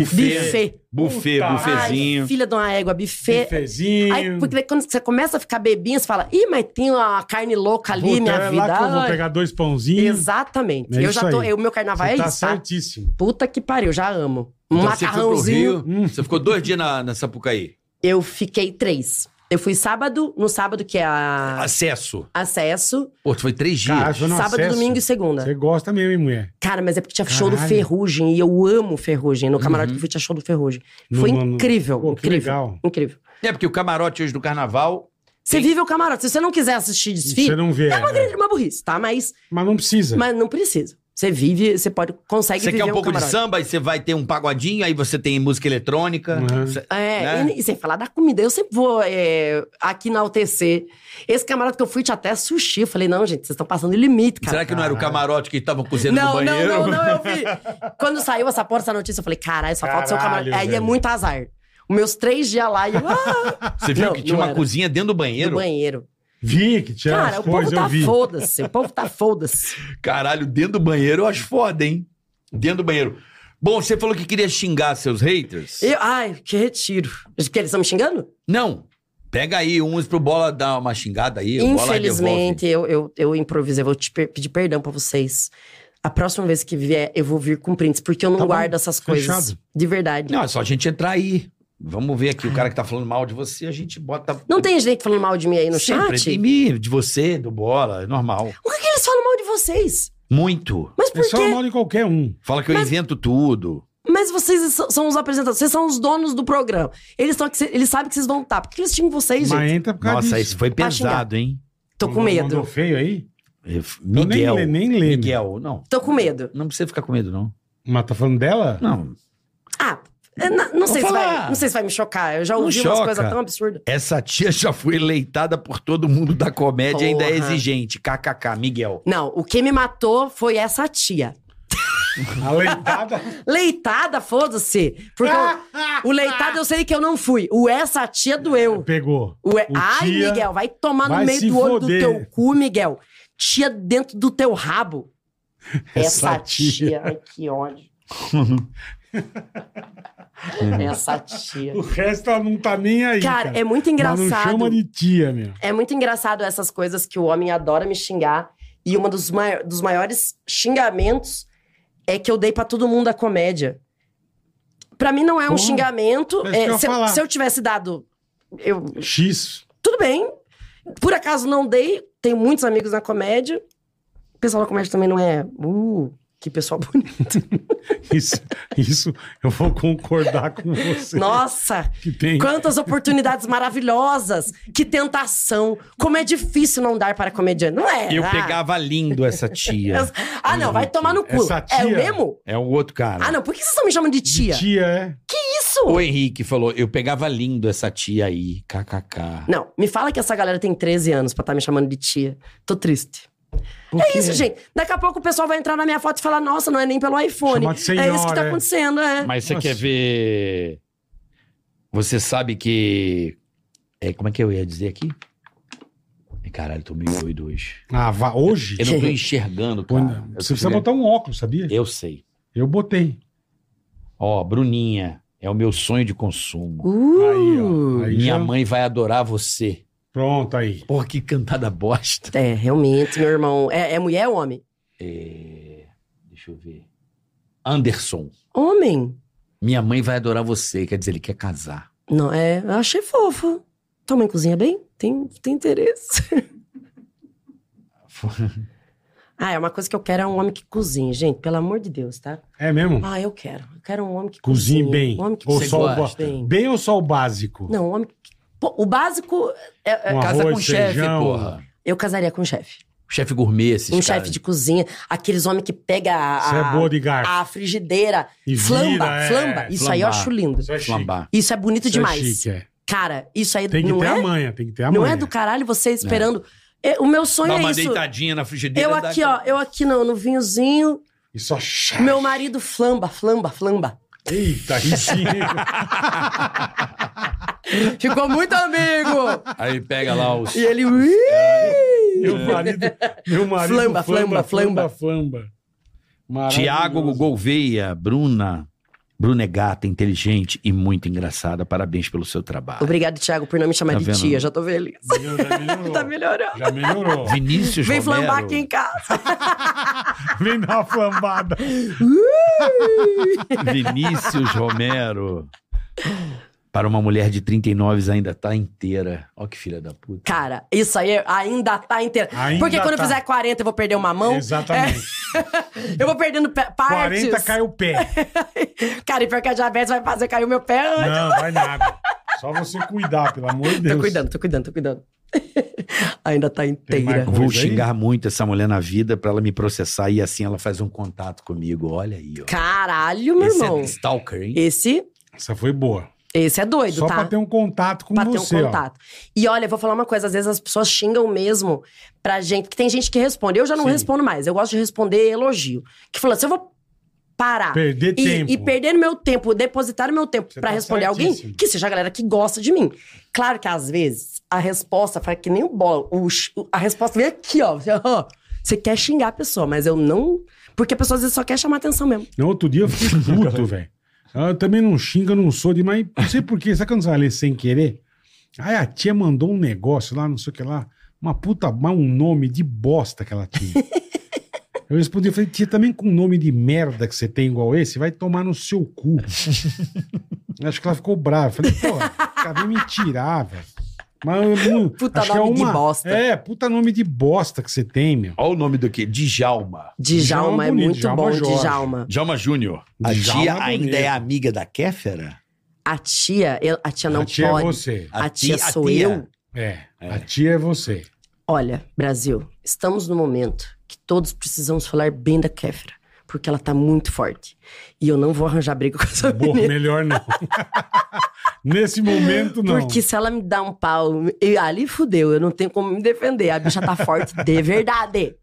Buffet.
Buffet,
Puta.
bufezinho.
Ai, filha de uma égua, buffet.
Bufezinho.
Aí, porque daí quando você começa a ficar bebinho, você fala, ih, mas tem uma carne louca ali,
Puta,
minha
é
vida.
lá que eu vou
Ai,
pegar dois pãozinhos.
Exatamente.
É
eu
isso
já tô.
aí.
O meu carnaval
Você
é
tá
isso, tá?
certíssimo.
Puta que pariu, já amo. Um
Então você foi pro
macarrãozinho.
Rio, Você ficou dois dias na, na Sapucaí.
Eu fiquei três. Eu fui sábado, no sábado, que é a
Acesso.
acesso,
Pô, tu foi três dias.
Caralho, foi no
sábado,
acesso.
domingo e segunda.
Você gosta mesmo, hein, mulher?
Cara, mas é porque tinha show do
Caralho.
Ferrugem e eu amo Ferrugem. No camarote
Uhum.
que eu fui tinha show do Ferrugem.
No-
Foi
no- no-
incrível,
Pô, que
incrível.
legal.
Incrível.
É porque o camarote hoje do carnaval.
Você vive o camarote. Se você não quiser assistir desfile,
né?
Você não vê.
é uma
é.
grande uma burrice, tá? Mas,
Mas não precisa.
mas não precisa. Você vive, você pode, consegue
Você
viver
quer um pouco de
camarote.
samba, aí você vai ter um pagodinho, aí você tem música eletrônica.
Uhum.
Cê-
É,
né?
e, e sem falar da comida. Eu sempre vou é, aqui na UTC. Esse camarote que eu fui tinha até sushi. Eu falei, não, gente, vocês estão passando o limite, cara.
Será que não era o camarote que estavam cozinhando no
Não, não,
banheiro?
não, não, eu vi. Quando saiu essa porta, essa notícia, eu falei, caralho, só falta o seu
Caralho,
camarote. Aí é
velho.
muito azar. Os meus três dias lá e eu, ah,
Você viu
Não,
que tinha
não
uma
era.
cozinha dentro do banheiro?
no banheiro.
Vi que tinha
Cara,
as
o povo
coisas, eu
tá
vi.
foda-se. O povo tá foda-se.
Caralho, dentro do banheiro eu acho foda, hein? Dentro do banheiro. Bom, você falou que queria xingar seus haters?
Eu- Ai, que retiro. Que eles estão me xingando?
Não. Pega aí uns pro bola dar uma xingada aí. o Bola devolve.
Infelizmente, eu, eu, eu improvisei. Eu vou te per- pedir perdão pra vocês. A próxima vez que vier, eu vou vir com prints, porque eu não
Tá bom,
guardo essas coisas.
fechado.
De verdade.
Não, é só a gente entrar aí. Vamos ver aqui o cara que tá falando mal de você, a gente bota.
Não tem gente falando mal de mim aí no
Sempre,
chat?
De mim, de você, do bola, é normal.
Por que que eles falam mal de vocês?
Muito.
Mas por
É só
quê?
mal de qualquer um.
Fala que eu invento tudo.
Mas vocês so- são os apresentadores, vocês são os donos do programa. Eles, estão aqui, eles sabem que vocês vão estar. Por que eles tinham vocês,
Mas
gente?
entra por causa
Nossa,
disso.
isso foi
Pra xingar.
pesado, hein?
é Tô com
Mandou- Mandou
medo.
feio aí?
É,
Eu nem
Miguel.
le- nem lembro.
Miguel, não.
Tô com medo.
Não precisa ficar com medo, não.
Mas tá falando dela?
Não.
Ah, é, na- não, sei se
falar.
vai, não sei se vai me chocar. Eu já
Não
ouvi umas
choca.
coisas tão absurdas.
Essa tia já foi eleitada por todo mundo da comédia e ainda é
Porra.
exigente. KKK, Miguel.
Não, o que me matou foi essa tia.
A leitada.
Leitada, foda-se. Porque eu- o leitado eu sei que eu não fui. O essa tia doeu.
Pegou.
O é-
O
Ai,
tia
Miguel, vai tomar
vai
no meio
se
do olho
foder.
do teu cu, Miguel. Tia dentro do teu rabo.
Essa
Essa,
tia.
tia. Ai, que ódio. Essa tia.
O resto ela não tá nem aí. Cara,
Cara, é muito
Ela não
engraçado.
chama de tia, meu.
É muito engraçado essas coisas que o homem adora me xingar. E um dos, mai- dos maiores xingamentos é que eu dei pra todo mundo a comédia. Pra mim não é um
Porra,
xingamento.
é isso
é,
que eu ia
se, eu-
falar.
se eu tivesse dado. Eu,
X.
tudo bem. Por acaso não dei. Tenho muitos amigos na comédia. O pessoal da comédia também não é. Uh, que pessoal bonito.
Isso, isso eu vou concordar com você.
Nossa!
Que tem.
Quantas oportunidades maravilhosas! Que tentação! Como é difícil não dar para comediante, não é?
Eu
Ah.
pegava lindo essa tia.
Ah, não, vai tomar no cu.
Essa tia-
É o mesmo?
É o outro cara.
Ah, não, por que vocês estão me chamando de
de
tia?
Tia, é.
Isso!
O Henrique falou, eu pegava lindo essa tia aí, kkk.
Não, me fala que essa galera tem 13 anos pra estar me chamando de tia. Tô triste.
Por
É
quê?
isso, gente. Daqui a pouco o pessoal vai entrar na minha foto e falar: nossa, não é nem pelo iPhone.
Chamar de senhora,
é isso que tá
é.
acontecendo, é.
Mas você
Nossa.
quer ver... Você sabe que... É, como é que eu ia dizer aqui? Ih, Caralho, tô meio doido hoje.
Ah, vá, hoje?
Eu não tô
Tá.
enxergando,
Pô,
cara. Eu, tô
você precisa
enxergando.
botar um óculos, sabia?
eu sei.
Eu botei.
Ó, Bruninha, é o meu sonho de consumo.
Uh,
Aí, ó. Aí
Minha
já-
mãe vai adorar você.
Pronto, aí.
Porra, que cantada bosta.
É, realmente, meu irmão. É, é mulher ou homem?
É, Deixa eu ver. Anderson.
Homem.
Minha mãe vai adorar você. Quer dizer, ele quer casar.
Não, é. Eu achei fofo. Tua mãe cozinha bem? Tem, tem interesse. ah, é uma coisa que eu quero é um homem que cozinhe, gente, pelo amor de Deus, tá?
É mesmo?
Ah, eu quero. Eu quero um homem que
Cozinhe
cozinha.
bem.
Um homem que
ou
Você
cozinha
só o ba-
gosta.
bem.
Bem ou só o básico?
Não, um homem que... Pô, o básico, é- é-
Um
Casa
arroz,
com chefe,
feijão.
porra.
eu casaria com um chefe.
Chefe gourmet, esses
Um
caras.
chefe de cozinha, aqueles homens que pega a,
Você é boa de garfo.
a frigideira,
E
Ah, flamba,
vira, é,
flamba. Isso aí eu
flambar.
acho lindo.
Isso é chique.
Flambar.
Isso é bonito
Isso é
demais.
chique, é.
Cara, isso aí
Tem que
não
ter
é
a manha, tem que ter a manha.
Não é do caralho você esperando. É, o meu sonho
Dá
é
uma
isso.
deitadinha na frigideira.
Eu
dá-
aqui, ó, eu aqui no, no vinhozinho,
E só chá.
meu marido flamba, flamba, flamba.
Eita, aí sim.
Ficou muito amigo!
Aí pega lá os...
e ele. "Ui!"
meu marido, meu marido
Flamba,
flamba,
flamba,
flamba, flamba.
é
Maravilhoso.
Tiago Gouveia, Bruna. Bruna é gata, inteligente e muito engraçada. Parabéns pelo seu trabalho.
Ah, Obrigado, Thiago, por não me chamar
Tá
de
vendo?
né?
tia. Já tô feliz.
Meu, Já melhorou.
tá melhorando.
Já melhorou.
Vinícius
Vem
Romero.
flambar aqui em casa.
Vem dar uma flambada.
Vinícius Romero. Para uma mulher de 39 ainda tá inteira. Ó que filha da puta.
Cara, isso aí ainda tá inteiro.
Ainda
Porque quando
tá.
eu fizer 40, eu vou perder uma mão.
Exatamente.
É, eu vou perdendo pe- partes.
40 cai o pé.
Cara, e pior que a diabetes vai fazer cair o meu pé antes.
Não, vai nada. Só você cuidar, pelo amor de Deus.
Tô cuidando, tô cuidando, tô cuidando. Ainda tá inteira.
mais
Vou
Coisa aí?
xingar muito essa mulher na vida pra ela me processar e assim ela faz um contato comigo. Olha aí, ó.
Caralho, meu
Esse
irmão.
é stalker, hein?
Esse,
Essa foi boa.
esse é doido,
Só
tá?
pra ter um contato com
pra ter um
você, ó.
contato. E olha, eu vou falar uma coisa, às vezes as pessoas xingam mesmo pra gente, que tem gente que responde. Eu já não
Sim.
respondo mais, eu gosto de responder elogio. Que fala assim, eu vou parar
Perder
e,
tempo.
e perder meu tempo, depositar meu tempo
Você
pra
tá
responder alguém
certíssimo.
que seja a galera que gosta de mim. Claro que às vezes a resposta fala que nem o bola, o x- o- a resposta vem aqui, ó. Você, ó, você quer xingar a pessoa, mas eu não, porque a pessoa às vezes só quer chamar atenção mesmo.
No outro dia eu fiquei puto, velho. Ah, Eu também não xingo, eu não sou de, mas não sei porquê. Sabe quando você vai ler sem querer? Aí a tia mandou um negócio lá, não sei o que lá. Uma puta, mas um nome de bosta que ela tinha. Eu respondi, eu falei, tia, também com um nome de merda que você tem igual esse, vai tomar no seu cu. Acho que ela ficou brava. Eu falei, pô, acabei me tirar, velho. Mas, eu não-
Puta
acho
nome de bosta.
É, puta nome de bosta que você tem, meu.
Olha o nome do quê? Djalma.
Djalma
Djalma é
bonito,
muito
Djalma
bom,
Jorge.
Djalma.
Djalma Júnior.
A
Djalma
tia
bonito.
ainda é amiga da Kéfera?
A tia, eu- a tia não
a tia
pode.
é você.
A tia
a
sou
tia.
eu?
É, a tia é você.
Olha, Brasil, estamos no momento que todos precisamos falar bem da Kéfera, porque ela tá muito forte. E eu não vou arranjar briga com essa
Boa,
menina.
melhor não. Nesse momento, não.
Porque se ela me dá um pau, eu- ali fudeu, eu não tenho como me defender. A bicha tá forte de verdade.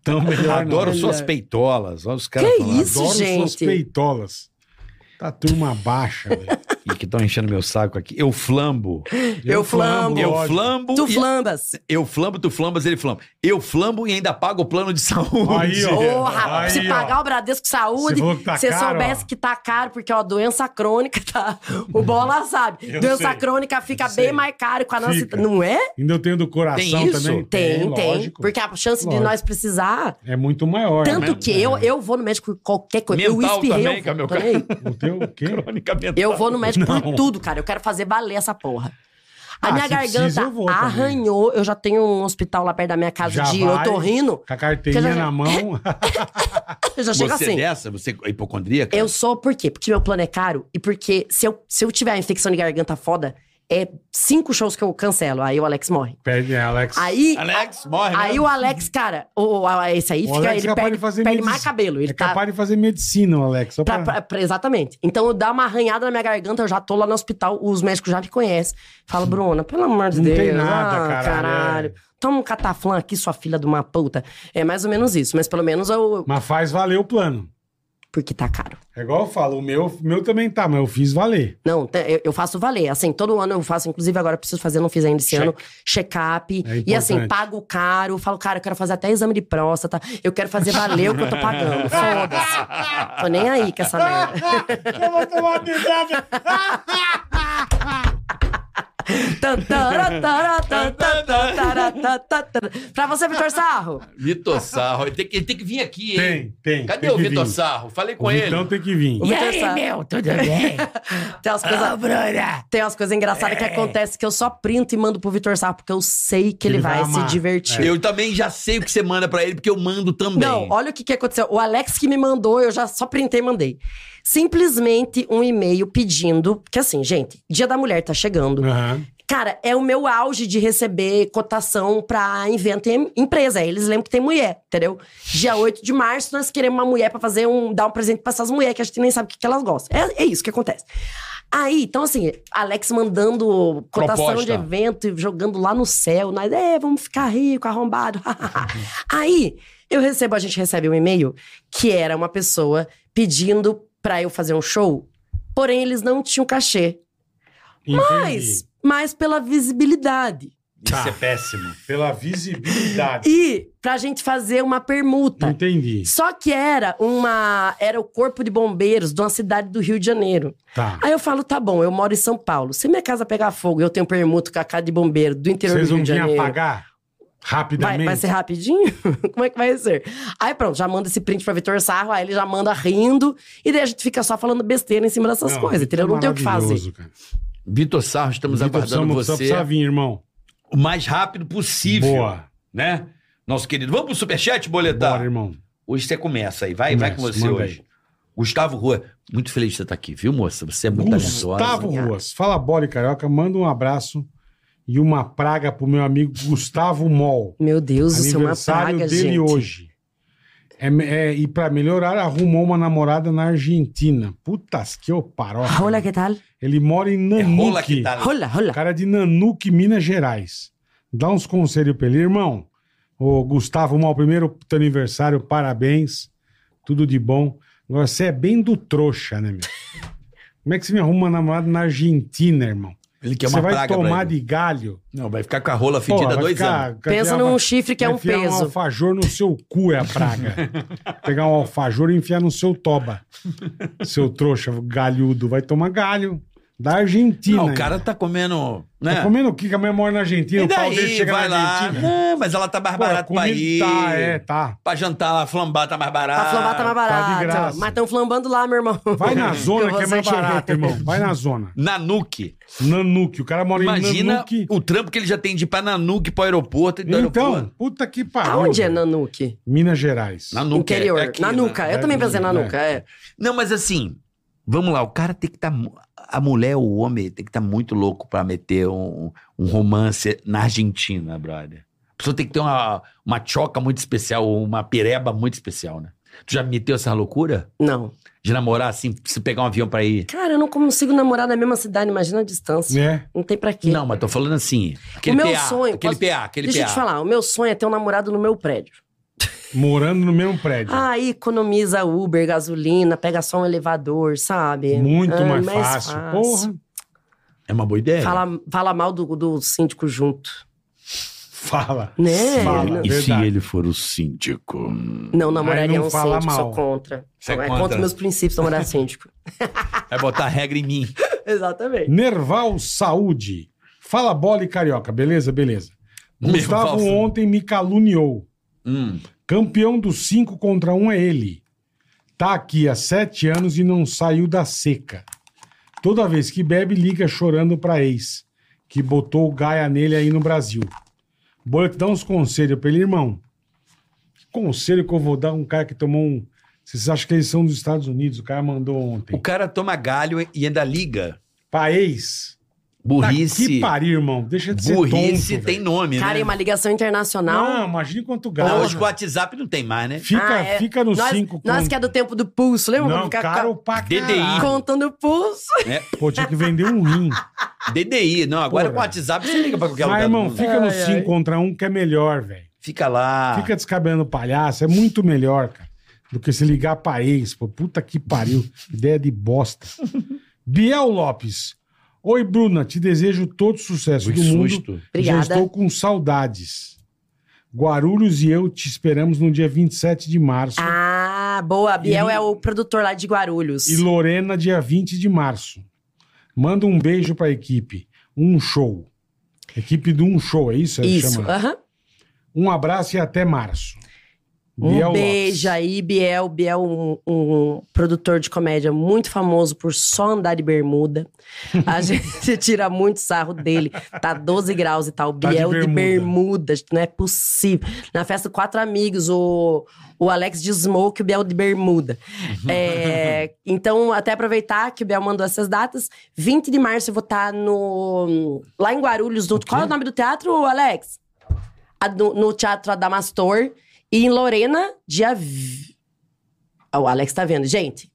Então, melhor
Adoro
não.
suas
Melhor.
peitolas. Olha os caras
Que
falando.
isso,
Adoro suas
gente.
peitolas. Tá turma baixa, velho.
E que estão enchendo meu saco aqui. Eu flambo.
Eu flambo.
Eu
lógico.
flambo.
Tu
e-
flambas.
Eu flambo, tu flambas, ele flamba. Eu flambo e ainda pago o plano de saúde.
Aí, ó.
Ô, rapaz,
Aí,
se
ó.
pagar o Bradesco
Você
Saúde,
falou que tá
se
caro,
soubesse
ó.
que tá caro, porque é uma doença crônica, tá? O Bola sabe.
Eu
doença
sei,
crônica fica
eu sei.
bem mais caro com a nossa.
Fica.
Não é?
Ainda eu tenho do coração
Tem isso?
também.
Tem,
É,
tem.
lógico.
Porque a chance
Lógico.
de nós precisar.
É muito maior.
Tanto
né?
que eu, eu vou no médico por qualquer coisa.
Mental
eu espirrei.
também,
eu,
que é meu
tô nem aí.
O teu o quê?
Crônica mental.
tá.
Eu vou no médico
Não.
por tudo, cara. Eu quero fazer valer essa porra. A
Ah,
minha
se
garganta
precisa, eu vou também.
arranhou. Eu já tenho um hospital lá perto da minha casa
Já
de
vai,
otorrino.
Com a carteirinha
Que já-
na mão.
Eu já
Você
chego assim.
é dessa? Você é hipocondríaca?
Eu sou por quê? Porque meu plano é caro e porque se eu, se eu tiver a infecção de garganta foda, é cinco shows que eu cancelo. Aí o Alex morre.
Perde, Alex.
Aí.
Alex, morre.
Aí
né?
o Alex, cara, o, o- a- esse aí,
O
fica,
Alex é
ele
capaz
perde,
de fazer
perde
medici-
mais cabelo. Ele
é
tá,
capaz de fazer medicina, o Alex. Só
Pra-
pra...
pra- pra- exatamente. Então eu dá uma arranhada na minha garganta, eu já tô lá no hospital, os médicos já me conhecem. Fala, Bruna, pelo amor de
Não tem
Deus. ah,
nada, caralho, é.
Toma um cataflã aqui, sua filha de uma puta. É mais ou menos isso, mas pelo menos eu.
Mas faz valer o plano.
Porque tá caro.
É igual eu falo, o meu, o meu também tá, mas eu fiz valer.
Não, te- eu- eu faço valer. Assim, todo ano eu faço, inclusive agora eu preciso fazer, não fiz ainda esse ano, check-up.
É
e assim,
importante.
pago caro, falo, cara, eu quero fazer até exame de próstata, eu quero fazer valer o que eu tô pagando. Foda-se. Tô nem aí com essa merda.
Eu vou tomar dedada.
Tan, tará, tará, tan, tan, tan, tará, tan, tan, tan. Pra você, Vitor Sarro.
Vitor Sarro. Ele tem, que, ele tem que vir aqui, hein?
Tem, tem.
Cadê
tem
o
que
Vitor
vir.
Sarro? Falei com
O
ele.
Vitão tem que vir.
O Vitor Sarro.
tudo bem?
Tem umas coisas. Tem umas coisas engraçadas que acontecem que eu só printo e mando pro Vitor Sarro, porque eu sei que ele,
Ele vai
vai, se
amar.
divertir.
Eu também já sei o que você manda pra ele, porque É. eu mando também.
Não, olha o que, que aconteceu. O Alex que me mandou, eu já só printei e mandei. Simplesmente um e-mail pedindo. Que assim, gente, Dia da Mulher tá chegando.
Aham.
Cara, é o meu auge de receber cotação pra invento em empresa. Aí Eles lembram que tem mulher, entendeu? Dia 8 de março, nós queremos uma mulher pra fazer um. dar um presente pra essas mulheres que a gente nem sabe o que, que elas gostam. É, é isso que acontece. Aí, então assim, Alex mandando cotação
Proposta.
de evento e jogando lá no céu. Nós, é, vamos ficar rico, arrombado. Aí, eu recebo, a gente recebe um e-mail que era uma pessoa pedindo pra eu fazer um show, porém eles não tinham cachê. Mas,
Entendi.
mas pela visibilidade.
Tá.
Isso é péssimo.
Pela visibilidade.
E pra gente fazer uma permuta.
Entendi.
Só que era uma. Era o corpo de bombeiros de uma cidade do Rio de Janeiro.
Tá.
Aí eu falo, tá bom, eu moro em São Paulo. Se minha casa pegar fogo e eu tenho permuta com a casa de bombeiro do interior
Vocês
do
vão
Rio de
vir
Janeiro.
apagar
Vai,
rapidamente?
vai ser rapidinho? Como é que vai ser? Aí pronto, já manda esse print pra Vitor Sarro, aí ele já manda rindo, e daí a gente fica só falando besteira em cima dessas
Não, é
coisas, entendeu? Não tem o que fazer.
maravilhoso, cara.
Vitor Sarro, estamos
Vitor,
aguardando
precisamos- só
você
precisa vir, irmão.
o mais rápido possível.
Boa.
Né? Nosso querido. Vamos pro superchat,
Bora,
boletar?
irmão.
Hoje você começa aí. Vai, vai com
Começo,
você
manda
hoje. Gustavo Rua, muito feliz de você
tá
estar aqui, viu, moça? Você é muito talentosa.
Gustavo Ruas, fala bola e carioca, manda um abraço e uma praga pro meu amigo Gustavo Mol.
Meu Deus, isso é uma
Aniversário
praga,
dele
gente.
hoje. É, é, e pra melhorar, arrumou uma namorada na Argentina. Putas que eu paroca.
Hola, Ah, que tal?
Ele mora em
É rola que
Nanuque.
tá.
Hola, hola.
cara de Nanuque, Minas Gerais. Dá uns conselhos pra ele, irmão. Ô, Gustavo Mal, primeiro teu aniversário, parabéns. Tudo de bom. Agora, você é bem do trouxa, né, meu? Como é que você me arruma uma namorada na Argentina, irmão?
Ele quer
você
é uma
vai
praga pra
tomar
ele.
de galho.
Não, vai ficar com a rola
Porra,
fedida
vai
dois
ficar-
anos.
vai
Pensa
enfiar
num
uma-
chifre que é
vai
um
enfiar um
peso.
alfajor no seu cu é a praga. Pegar um alfajor e enfiar no seu toba. Seu trouxa galhudo. Vai tomar galho. Da Argentina.
Não, o
hein?
cara tá comendo. Né?
Tá comendo o que que a minha mora na Argentina?
E
o pau
daí,
dele chega
vai
na
lá.
Argentina.
Não, mas ela tá mais
Pô, a
barata pra
comida
ir.
tá, é, tá.
Pra jantar lá, flambar tá mais barato.
A flambata tá mais
tá de
barata.
graça.
mas estão flambando lá, meu irmão.
Vai na zona
Eu
que é
vou
mais
sair.
barato, irmão. Vai na zona.
Nanuque.
Nanuque. O cara mora em
Imagina
Nanuque.
o trampo que ele já tem de ir pra Nanuque pro aeroporto. E do
Então,
aeroporto.
puta que pariu.
Aonde é Nanuque?
Minas Gerais.
Nanuque.
Interior.
é aqui,
na
né?
nuca. Eu também pensei na
É.
nuca, é.
Não, mas assim, vamos lá, o cara tem que estar. a mulher ou o homem tem que estar muito louco pra meter um, um romance na Argentina, brother. A pessoa tem que ter uma, uma choca muito especial, ou uma pireba muito especial, né? Tu já meteu essa loucura?
Não.
De namorar assim, se pegar um avião pra ir?
Cara, eu não consigo namorar na mesma cidade, imagina a distância.
É.
Não tem pra quê.
Não, mas tô falando assim. Aquele
O meu
PA,
sonho,
Aquele
posso-
PA, aquele
Deixa
PA.
eu te falar, o meu sonho é ter um namorado no meu prédio. Ah,
Morando no mesmo prédio.
Aí economiza Uber, gasolina, pega só um elevador, sabe?
Muito
Ah,
mais, fácil. Porra.
É uma boa ideia.
Fala, fala mal do, do síndico junto.
Fala.
Né?
Fala,
Não-
e se
verdade.
ele for o síndico?
Não, namoraria
Aí não
um
fala
síndico,
mal.
sou contra.
Você é
Não, é
contra?
contra meus princípios namorar síndico.
Vai botar regra em mim.
Exatamente.
Nerval Saúde. Fala bola e carioca, beleza? Beleza.
Nerval
Gustavo
Saúde.
ontem me caluniou.
Hum.
Campeão dos 5 contra 1 um é ele. Tá aqui há sete anos e não saiu da seca. Toda vez que bebe, liga chorando pra ex, que botou o Gaia nele aí no Brasil. Bora te dar uns conselhos pra ele, irmão. Que conselho que eu vou dar a um cara que tomou um. Vocês acham que eles são dos Estados Unidos? O cara mandou
O
ontem.
cara toma galho e ainda liga.
Pra ex. Tá
Burrice.
que pariu, irmão. Deixa de ser
burrice
tonto,
tem
velho.
nome,
Cara, e
né?
uma ligação internacional.
Não, imagina quanto
Não,
galo.
hoje com o WhatsApp não tem mais, né?
Fica,
Ah, é.
fica no
nós,
5
Nós que é do tempo do pulso, lembra?
Não,
Como ficar
caro pra
DDI.
caralho.
ca- contando o pulso.
Pô, tinha que vender um rim.
DDI, não, agora
Porra.
com o WhatsApp você liga pra qualquer lugar.
Mas,
do
irmão,
mundo.
fica no
Ai,
5
ai.
contra 1 um que é melhor, velho.
Fica lá.
Fica descabelando palhaço, é muito melhor, cara, do que se ligar pra ex. Pô, puta que pariu. Ideia de bosta. Biel Lopes. Oi, Bruna, te desejo todo o sucesso
Que
do mundo.
susto.
Obrigada.
Já estou com saudades. Guarulhos e eu te esperamos no dia 27 de março.
Ah, boa. Biel
E-
é o produtor lá de Guarulhos.
E Lorena, dia 20 de março. Manda um beijo pra equipe. Um show. Equipe do Um Show, é isso? É
Isso.
chamado?
aham.
Um abraço e até março.
Um
Biel
beijo
Lopes.
aí, Biel. Biel, um, um produtor de comédia muito famoso por só andar de bermuda. A gente tira muito sarro dele. Tá 12 graus e tal.
Tá de
Biel de
bermuda.
bermuda. Não é possível. Na festa, quatro amigos. O, o Alex de Smoke e o Biel de bermuda.
Uhum.
É, então, até aproveitar que o Biel mandou essas datas. 20 de março eu vou estar no... Lá em Guarulhos. No, qual é o nome do teatro, Alex? a- no, no Teatro Adamastor. E em Lorena, dia. vi- Ah, o Alex tá vendo. Gente,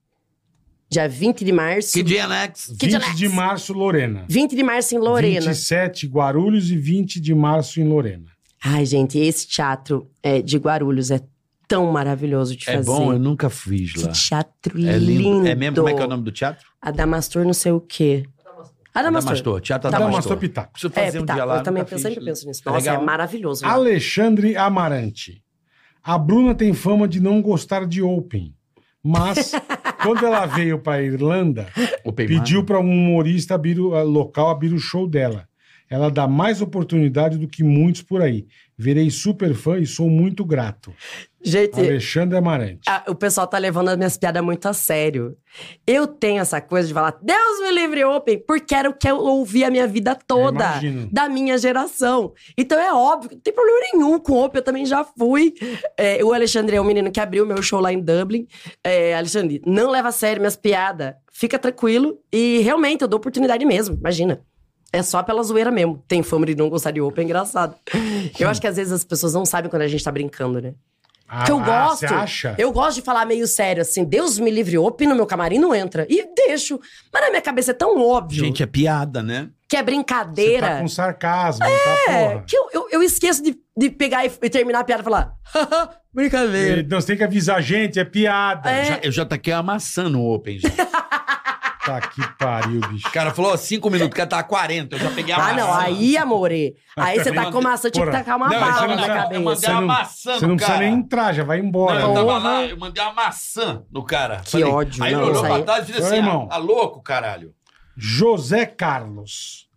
dia 20 de março.
Que dia,
né?
Alex?
20 de março, Lorena.
20 de março em Lorena.
27, Guarulhos e 20 de março em Lorena.
Ai, gente, esse teatro é, de Guarulhos é tão maravilhoso de
É
fazer.
bom, eu nunca fiz
Que
lá.
teatro
É
lindo.
lindo. É mesmo? Como é que é o nome do teatro?
Adamastor, não sei o quê. Adamastor.
Adamastor. Teatro
Tá
Dá uma
Adamastor.
pitaco.
Preciso
É,
fazer um
Pitaco,
dia lá.
eu também
nunca
penso,
fiz.
sempre penso nisso. Nossa,
legal?
é maravilhoso. né?
Alexandre Amarante. A Bruna tem fama de não gostar de Open. Mas, quando ela veio pra Irlanda,
Open
pediu pra um humorista abrir o, a- local abrir o show dela. Ela dá mais oportunidade do que muitos por aí. Virei super fã e sou muito grato.
Gente,
Alexandre Amarante.
a- o pessoal tá levando as minhas piadas muito a sério. Eu tenho essa coisa de falar, Deus me livre open, porque era o que eu ouvi a minha vida toda.
imagino.
da minha geração. Então é óbvio, não tem problema nenhum com open, eu também já fui. É, o Alexandre é um menino que abriu meu show lá em Dublin. É, Alexandre, não leva a sério minhas piadas. Fica tranquilo e realmente eu dou oportunidade mesmo, imagina. É só pela zoeira mesmo. Tem fama de não gostar de open, é engraçado. Eu acho que às vezes as pessoas não sabem quando a gente tá brincando, né?
Ah,
que eu
ah,
gosto.
Você acha?
Eu gosto de falar meio sério, assim, Deus me livre, open no meu camarim não entra. E deixo. Mas na minha cabeça é tão óbvio
Gente, é piada, né?
que é
Você
brincadeira.
tá com sarcasmo, tá
É,
porra.
que eu, eu, eu esqueço de, de pegar e, e terminar a piada e falar, haha, brincadeira.
Ele- Não, você tem que avisar a gente, é piada.
É.
Já- eu já taquei a maçã no Open, já.
Tá que pariu, bicho.
O cara falou, ó, cinco minutos, o cara tá 40, eu já peguei a
Ah, não,
maçã.
aí, amore. Aí você tá com maçã, tinha que
Porra.
tacar uma
Não,
bala
você não é.
na
sabe-
cabeça.
Você não-
maçã
Você não precisa nem entrar, já vai embora.
Não, eu tava
Porra.
lá, eu mandei uma maçã no cara.
Que ódio,
Aí ele
não,
olhou
isso
pra
aí-
trás e disse
Ô,
assim:
irmão.
ah, louco, caralho.
José Carlos.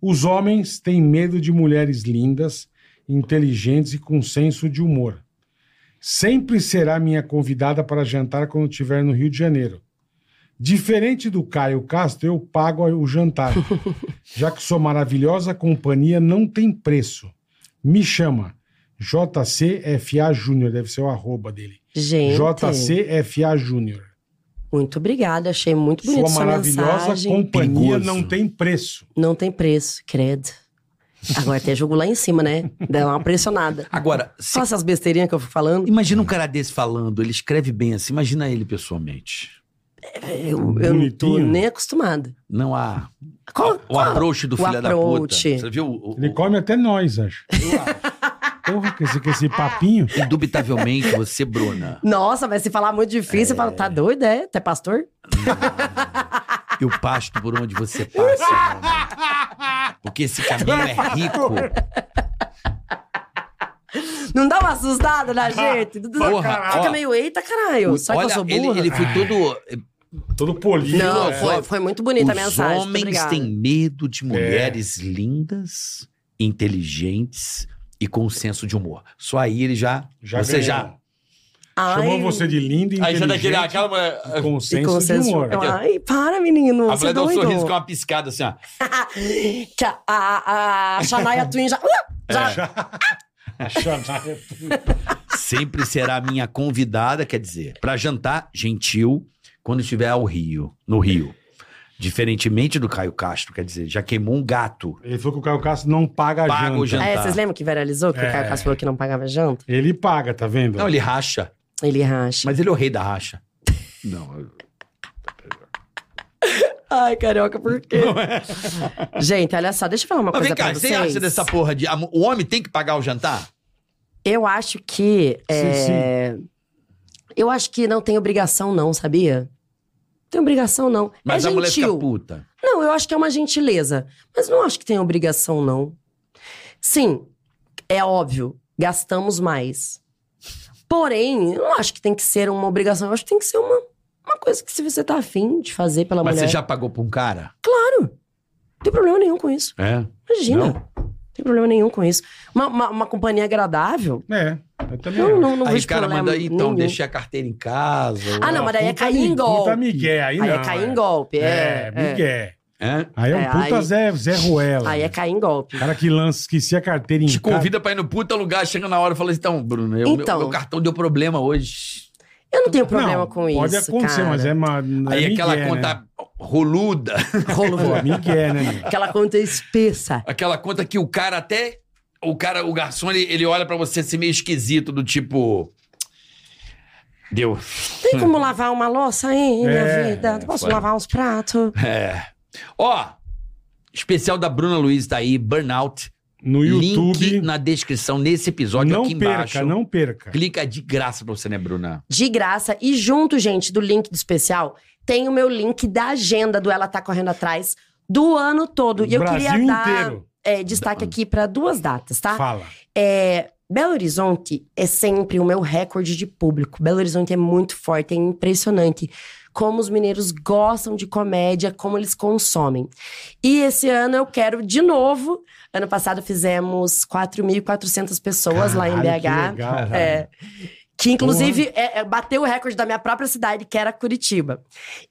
Os homens têm medo de mulheres lindas, inteligentes e com senso de humor. Sempre será minha convidada para jantar quando estiver no Rio de Janeiro. Diferente do Caio Castro, eu pago o jantar, já que sua maravilhosa companhia não tem preço. Me chama. JCFA Júnior, deve ser o arroba dele.
Gente,
JCFA Júnior.
muito obrigada, achei muito bonita
Sua
sua
maravilhosa
mensagem.
companhia
Perigoso.
não tem preço.
Não tem preço, credo. Agora tem jogo lá em cima, né? Dá uma pressionada.
Agora, se-
Só essas besteirinhas que eu fui falando,
imagina um cara desse falando, ele escreve bem assim, imagina ele pessoalmente.
eu, eu não tô
Bonitinho.
nem acostumada.
Não há
Qual-
o approach do
o
filho da puta.
approach.
Você viu? o- o-
Ele come até nós, acho. Porra, com esse, com esse papinho.
Indubitavelmente, você, Bruna,
Nossa, vai se falar muito difícil, eu falo, tá doido, é? Tu é pastor?
eu pasto por onde você passa, Bruna. Porque esse caminho é rico.
Não dá uma assustada na gente?
Porra,
Fica
ó.
meio, eita caralho, só que eu
Olha,
sou burra.
ele, ele foi todo.
Todo polido.
Não,
é.
foi, foi muito bonita a
Os
mensagem. muito
homens
obrigada.
têm medo de mulheres lindas, inteligentes e com senso de humor. Só aí ele já.
Já
você
ganhou.
já.
Ai,
Chamou você de lindo,
Aí
inteligente,
já daquele, aquela mulher.
é,
e com
e
senso
com
de
senso-
humor.
Ai, para, menino.
A
Você
mulher
é
dá um
doido.
sorriso com uma piscada assim, ó.
Que a, a, a Shania Twin já.
É.
Uh, já-
Chamar-
Sempre será minha convidada, quer dizer, pra jantar gentil quando estiver ao Rio, no Rio. Diferentemente do Caio Castro, quer dizer, já queimou um gato.
Ele falou que o Caio Castro não paga a
Paga
janta.
o jantar.
É, vocês lembram que viralizou que
É.
o Caio Castro falou que não pagava janta?
Ele paga, tá vendo?
Não, ele racha.
Ele racha.
Mas ele é o rei da racha. Não, eu-
Ai, carioca, por quê? Gente, olha só, deixa eu falar uma
Mas
coisa
vem cá,
pra
você
vocês.
acha dessa porra de. a mu- O homem tem que pagar o jantar?
Eu acho que. é, Eu acho que não tem obrigação, não, sabia? Não Tem obrigação, não.
mas
é
a mulher
gentil.
fica puta.
Não, eu acho que é uma gentileza. Mas não acho que tem obrigação, não. Sim, é óbvio, gastamos mais. Porém, eu não acho que tem que ser uma obrigação. Eu acho que tem que ser uma, uma coisa que se você tá afim de fazer pela
Mas
mulher,
você já pagou pra um cara?
não tem problema nenhum com isso.
É.
Imagina. Não. tem problema nenhum com isso. Uma, uma, uma companhia agradável,
É, eu também
eu
acho.
não, não
aí
vejo
o cara
problema
manda aí, então,
nenhum.
deixei a carteira em casa.
Ah, não, mas daí é
Puta
cair em
mi- Puta
golpe.
migué, aí não.
Aí é cair em golpe.
É,
É, é.
migué.
É?
Aí é um
É,
puta
aí-
Zé, Zé Ruela.
Aí é cair em golpe.
Cara que lança, esqueci a carteira em
Te
casa.
convida pra ir no puta lugar, chega na hora e fala assim, então, Bruno, eu- meu-
Então.
meu cartão deu problema hoje.
Eu não tenho problema
Não,
com isso.
Pode acontecer,
cara.
mas é uma.
Aí
é
aquela
migué,
conta
Né?
roluda,
é Pô, migué, né? meu?
Aquela conta espessa.
aquela conta que o cara até. O cara, o garçom, ele, ele olha pra você assim meio esquisito, do tipo. Deu.
Tem como lavar uma louça aí, minha
Hum. É,
vida? Posso
foi.
lavar uns pratos?
É. Ó, especial da Bruna Luiz tá aí, Burnout.
No YouTube.
Link na descrição nesse episódio
não
aqui
perca,
embaixo.
não perca.
Clica de graça pra você, né, Bruna?
De graça. E junto, gente, do link do especial, tem o meu link da agenda do Ela Tá Correndo Atrás do ano todo. E eu
Brasil
queria dar
inteiro.
é, destaque aqui pra duas datas, tá?
Fala.
É, Belo Horizonte é sempre o meu recorde de público. Belo Horizonte é muito forte, é impressionante. como os mineiros gostam de comédia, como eles consomem. E esse ano eu quero de novo. Ano passado fizemos 4.400 pessoas lá em
Caralho,
BH.
que legal.
É. Que inclusive é- é, bateu o recorde da minha própria cidade, que era Curitiba.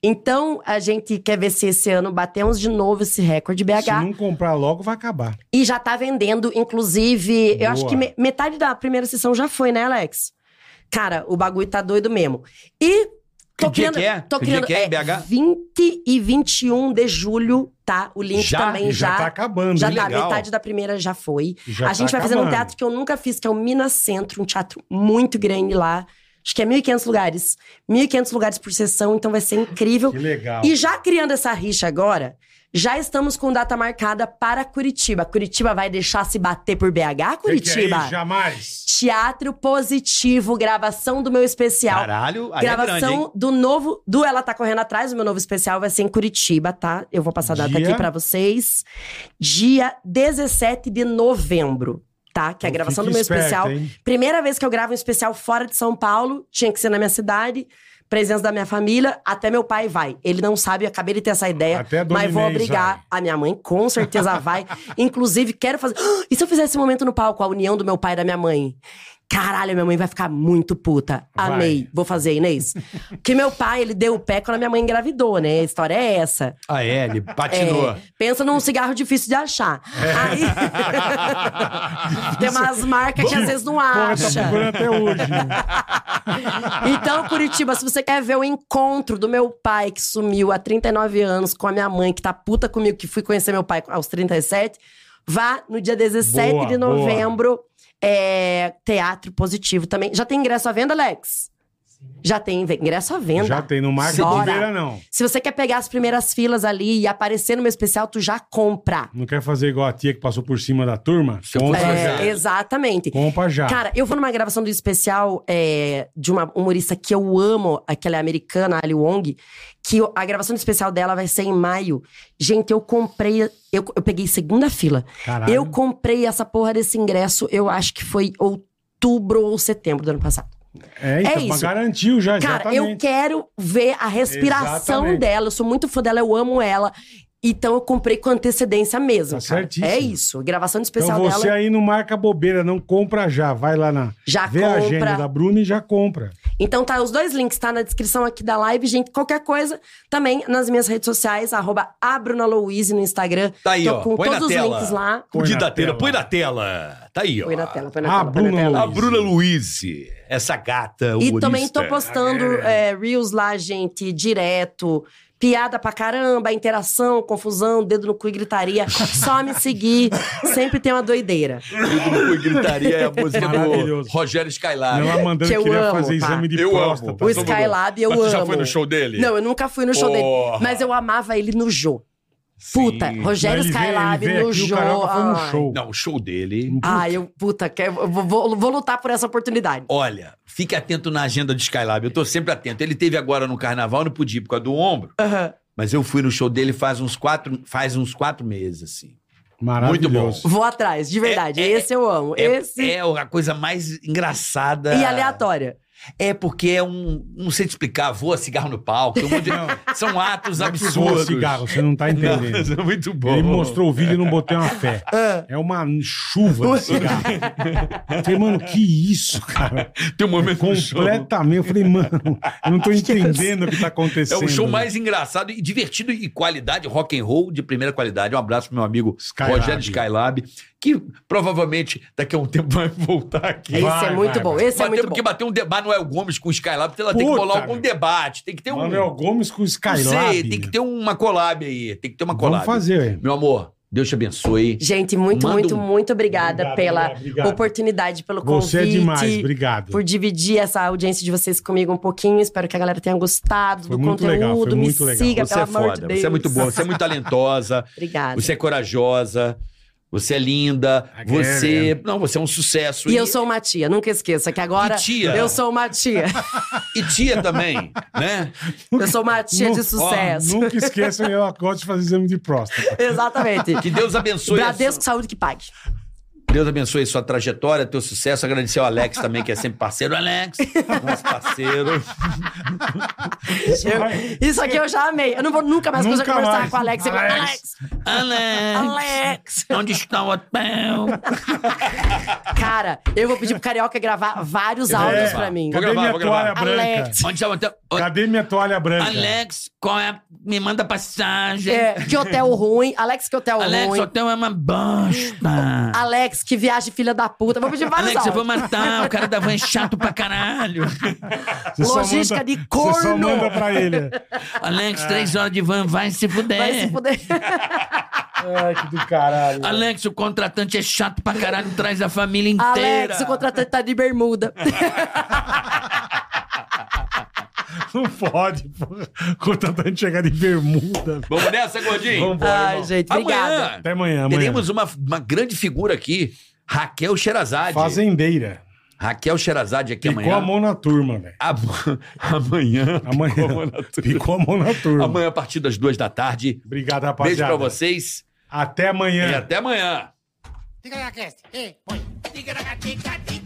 Então, a gente quer ver se esse ano batemos de novo esse recorde BH.
Se não comprar logo, vai acabar.
E já tá vendendo, inclusive. Eu acho
Boa.
que me- metade da primeira sessão já foi, né, Alex? Cara, o bagulho tá doido mesmo. E. Tô
Que dia
criando,
que é?
Tô
Que dia
criando,
que é em BH?
20 e 21 de julho, tá? O link
Já?
também
E já,
já.
tá acabando.
já
hein?
tá,
legal.
metade da primeira já foi.
Já
a gente
tá
vai fazer num
acabando.
teatro que eu nunca fiz, que é o Minas Centro, um teatro muito grande lá. Acho que é 1.500 lugares. 1.500 lugares por sessão, então vai ser incrível.
Que legal.
E já criando essa rixa agora, já estamos com data marcada para Curitiba. Curitiba vai deixar se bater por BH,
Que que é
Curitiba?
isso? jamais.
Teatro Positivo, gravação do meu especial.
Caralho, aí é grande,
gravação
hein?
do novo, do Ela Tá Correndo Atrás, o meu novo especial vai ser em Curitiba, tá? Eu vou passar a data
Dia?
aqui pra vocês. Dia 17 de novembro, tá? Que é a
Então
gravação do
fique
meu
esperto,
especial.
hein?
Primeira vez que eu gravo um especial fora de São Paulo, tinha que ser na minha cidade, presença da minha família, até meu pai vai. Ele não sabe, eu acabei de ter essa ideia,
Até a dona
mas vou
Inês
obrigar.
vai.
A minha mãe com certeza vai. Inclusive, quero fazer. E se eu fizer esse momento no palco, a união do meu pai e da minha mãe? Caralho, minha mãe vai ficar muito puta.
Vai.
Amei. Vou fazer, Inês. que meu pai, ele deu o pé quando a minha mãe engravidou, né? A história é essa.
Ah, é, ele patinou.
É, pensa num cigarro difícil de achar.
É.
Aí. Tem umas marcas que às vezes não
Porra, tá
acha.
procurando até hoje.
Então, Curitiba, se você quer ver o encontro do meu pai que sumiu há 39 anos com a minha mãe, que tá puta comigo, que fui conhecer meu pai aos 37, vá no dia 17
Boa,
de
boa.
novembro. é, teatro positivo também. Já tem ingresso à venda, Alex? Já tem ve- ingresso à venda.
Já tem no Marco
Bora.
Bobeira, não.
Se você quer pegar as primeiras filas ali e aparecer no meu especial, tu já compra.
Não quer fazer igual a tia que passou por cima da turma?
Seu
Compra
Compra
É,
já.
exatamente.
Compra já.
Cara, eu vou numa gravação do especial é, de uma humorista que eu amo, aquela é americana, Ali Wong, que eu- a gravação do especial dela vai ser em maio. Gente, eu comprei, eu, eu peguei segunda fila.
Caralho.
Eu comprei essa porra desse ingresso, eu acho que foi outubro ou setembro do ano passado.
é, então,
é
mas
isso.
garantiu já,
Cara, eu
exatamente.
quero ver a respiração
Exatamente.
dela, eu sou muito fã dela, eu amo ela. Então eu comprei com antecedência mesmo.
Tá
cara.
certíssimo.
É isso, gravação do
Então
especial
você
dela.
aí não marca bobeira, não compra já. Vai lá na.
Já
Vê a agenda
compra.
da Bruna e já compra.
Então tá, os dois links tá na descrição aqui da live, gente. Qualquer coisa, também nas minhas redes sociais, arroba abrunalouise no Instagram.
Tá aí,
Tô
ó.
com
Põe na
todos os
tela.
links lá.
Põe
Põe
na
da tela,
tela.
põe na tela. Tá aí, ó.
Põe na tela, põe na
Ah,
tela. põe na
Bruna
tela.
A
Luiz.
Bruna Luiz, essa gata humorista.
E também tô postando é, reels lá, gente, direto. Piada pra caramba, interação, confusão, dedo no cu e gritaria. Só me seguir, sempre tem uma doideira.
Ui, gritaria é a música do
Maravilhoso.
Rogério Skylab.
Ela mandando
que Ah, eu
que queria
amo,
fazer
tá?
exame de
Eu
próstata.
amo.
O
Mas todo mundo-
Skylab eu
Mas
amo.
tu já foi no show dele?
Não, eu nunca fui no show
Porra.
dele. Mas eu amava ele no Jô. Puta, Rogério
Ele veio- ele
Skylab
veio
no
aqui,
Jô.
O Carioca foi
ai.
no show.
Não, o show dele.
Ah, eu, puta, que- eu vou, vou- vou lutar por essa oportunidade.
Olha, fique atento na agenda do Skylab. Eu tô sempre atento. Ele teve agora no carnaval, não podia por causa do ombro. Mas eu fui no show dele faz uns quatro, faz uns quatro meses, assim.
Maravilhoso.
Vou atrás, de verdade.
É- é-
Esse eu amo.
É,
Esse
é a coisa mais engraçada.
e aleatória.
É porque é um. Não sei te explicar, voa cigarro no palco. tem um monte de- São atos
Sua
absurdos.
é cigarro, você não tá entendendo.
Não, muito bom.
Ele mostrou o vídeo e não botei uma fé.
Ah.
É uma chuva de cigarro. Eu falei, mano, que isso, cara?
Tem um momento no show.
Completamente. Eu falei, mano, eu não tô entendendo o que tá
É
acontecendo.
o show mais engraçado e divertido e qualidade, rock and roll de primeira qualidade. Um abraço pro meu amigo
Skylab.
Rogério Skylab, que provavelmente daqui a um tempo vai voltar aqui.
Esse
Vai,
é muito
vai,
bom.
vai.
Esse
Mas
é muito
temos
bom.
que bater um debate Noel Gomes com o Skylab, porque ela tem que
Puta,
bolar algum
meu.
debate. Tem que ter um.
Manuel Gomes com o
não
Skylab.
sei, tem que ter uma collab aí. Tem que ter uma
Vamos
collab.
fazer, velho.
Meu amor, Deus te abençoe.
Gente, muito,
Manda
muito,
um-
muito obrigada
Obrigado,
pela
obrigado, obrigado.
oportunidade, pelo convite.
Você é demais, obrigado.
Por dividir essa audiência de vocês comigo um pouquinho. Espero que a galera tenha gostado
Foi
do
muito
conteúdo.
legal, foi
Me
muito legal.
siga,
Você
pelo
é
amor de
foda,
Deus.
você é muito boa, você é muito talentosa.
Obrigada.
Você é corajosa, você é linda,
A
você.
Guerra.
Não, você é um sucesso.
E eu sou uma tia, nunca esqueça que agora
E tia.
eu sou uma tia.
e tia também, né?
Eu sou uma tia
Nu-
de
ó,
sucesso.
nunca esqueçam, ela gosta de fazer exame de próstata.
Exatamente.
Que Deus abençoe. a
Bradesco Saúde que pague.
sua- Deus abençoe sua trajetória, teu sucesso. Agradecer ao Alex também, que é sempre parceiro. Alex, nosso parceiro.
Vai.
Eu- isso aqui eu já amei. Eu não vou nunca mais
Nunca
conseguir conversar
mais.
com o Alex. Eu vou,
Alex.
Alex.
Alex,
Alex!
onde está o hotel?
Cara, eu vou pedir pro Carioca gravar vários áudios
É. gravar.
pra mim.
Vou
Cadê
gravar,
minha
vou gravar.
toalha branca?
Alex.
Onde está o hotel? Ô,
Cadê minha toalha branca?
Alex, qual é? a- Me manda passagem.
É, que hotel ruim. Alex, que hotel
Alex,
ruim.
o hotel é uma bosta.
Alex, que viagem filha da puta. Vou pedir vários
Alex, eu vou
áudios.
matar. O cara da van é chato pra caralho.
Você só
Logística
manda-
de
Você só
corno.
manda pra ele.
Alex, três horas de van, vai se fuder.
Vai se fuder.
Ai, que do caralho.
Alex, o contratante é chato pra caralho, traz a família inteira.
Alex, o contratante tá de bermuda.
Não pode, porra. Contratante chegar de bermuda.
Vamos nessa, gordinho?
Ai, gente, obrigada.
Até amanhã, amanhã.
teremos uma, uma grande figura aqui, Raquel Sherazade.
Fazendeira.
Raquel Sherazade aqui
Picou
amanhã.
a mão na turma, velho.
Am- Amanhã.
Amanhã.
Picou a mão na turma.
Picou a mão na turma.
Amanhã, a partir das duas da tarde.
Obrigado,
Beijo
rapaziada. É.
pra vocês
Até amanhã.
e até amanhã.
Tigaracast, e põe. Tigaracati, cati,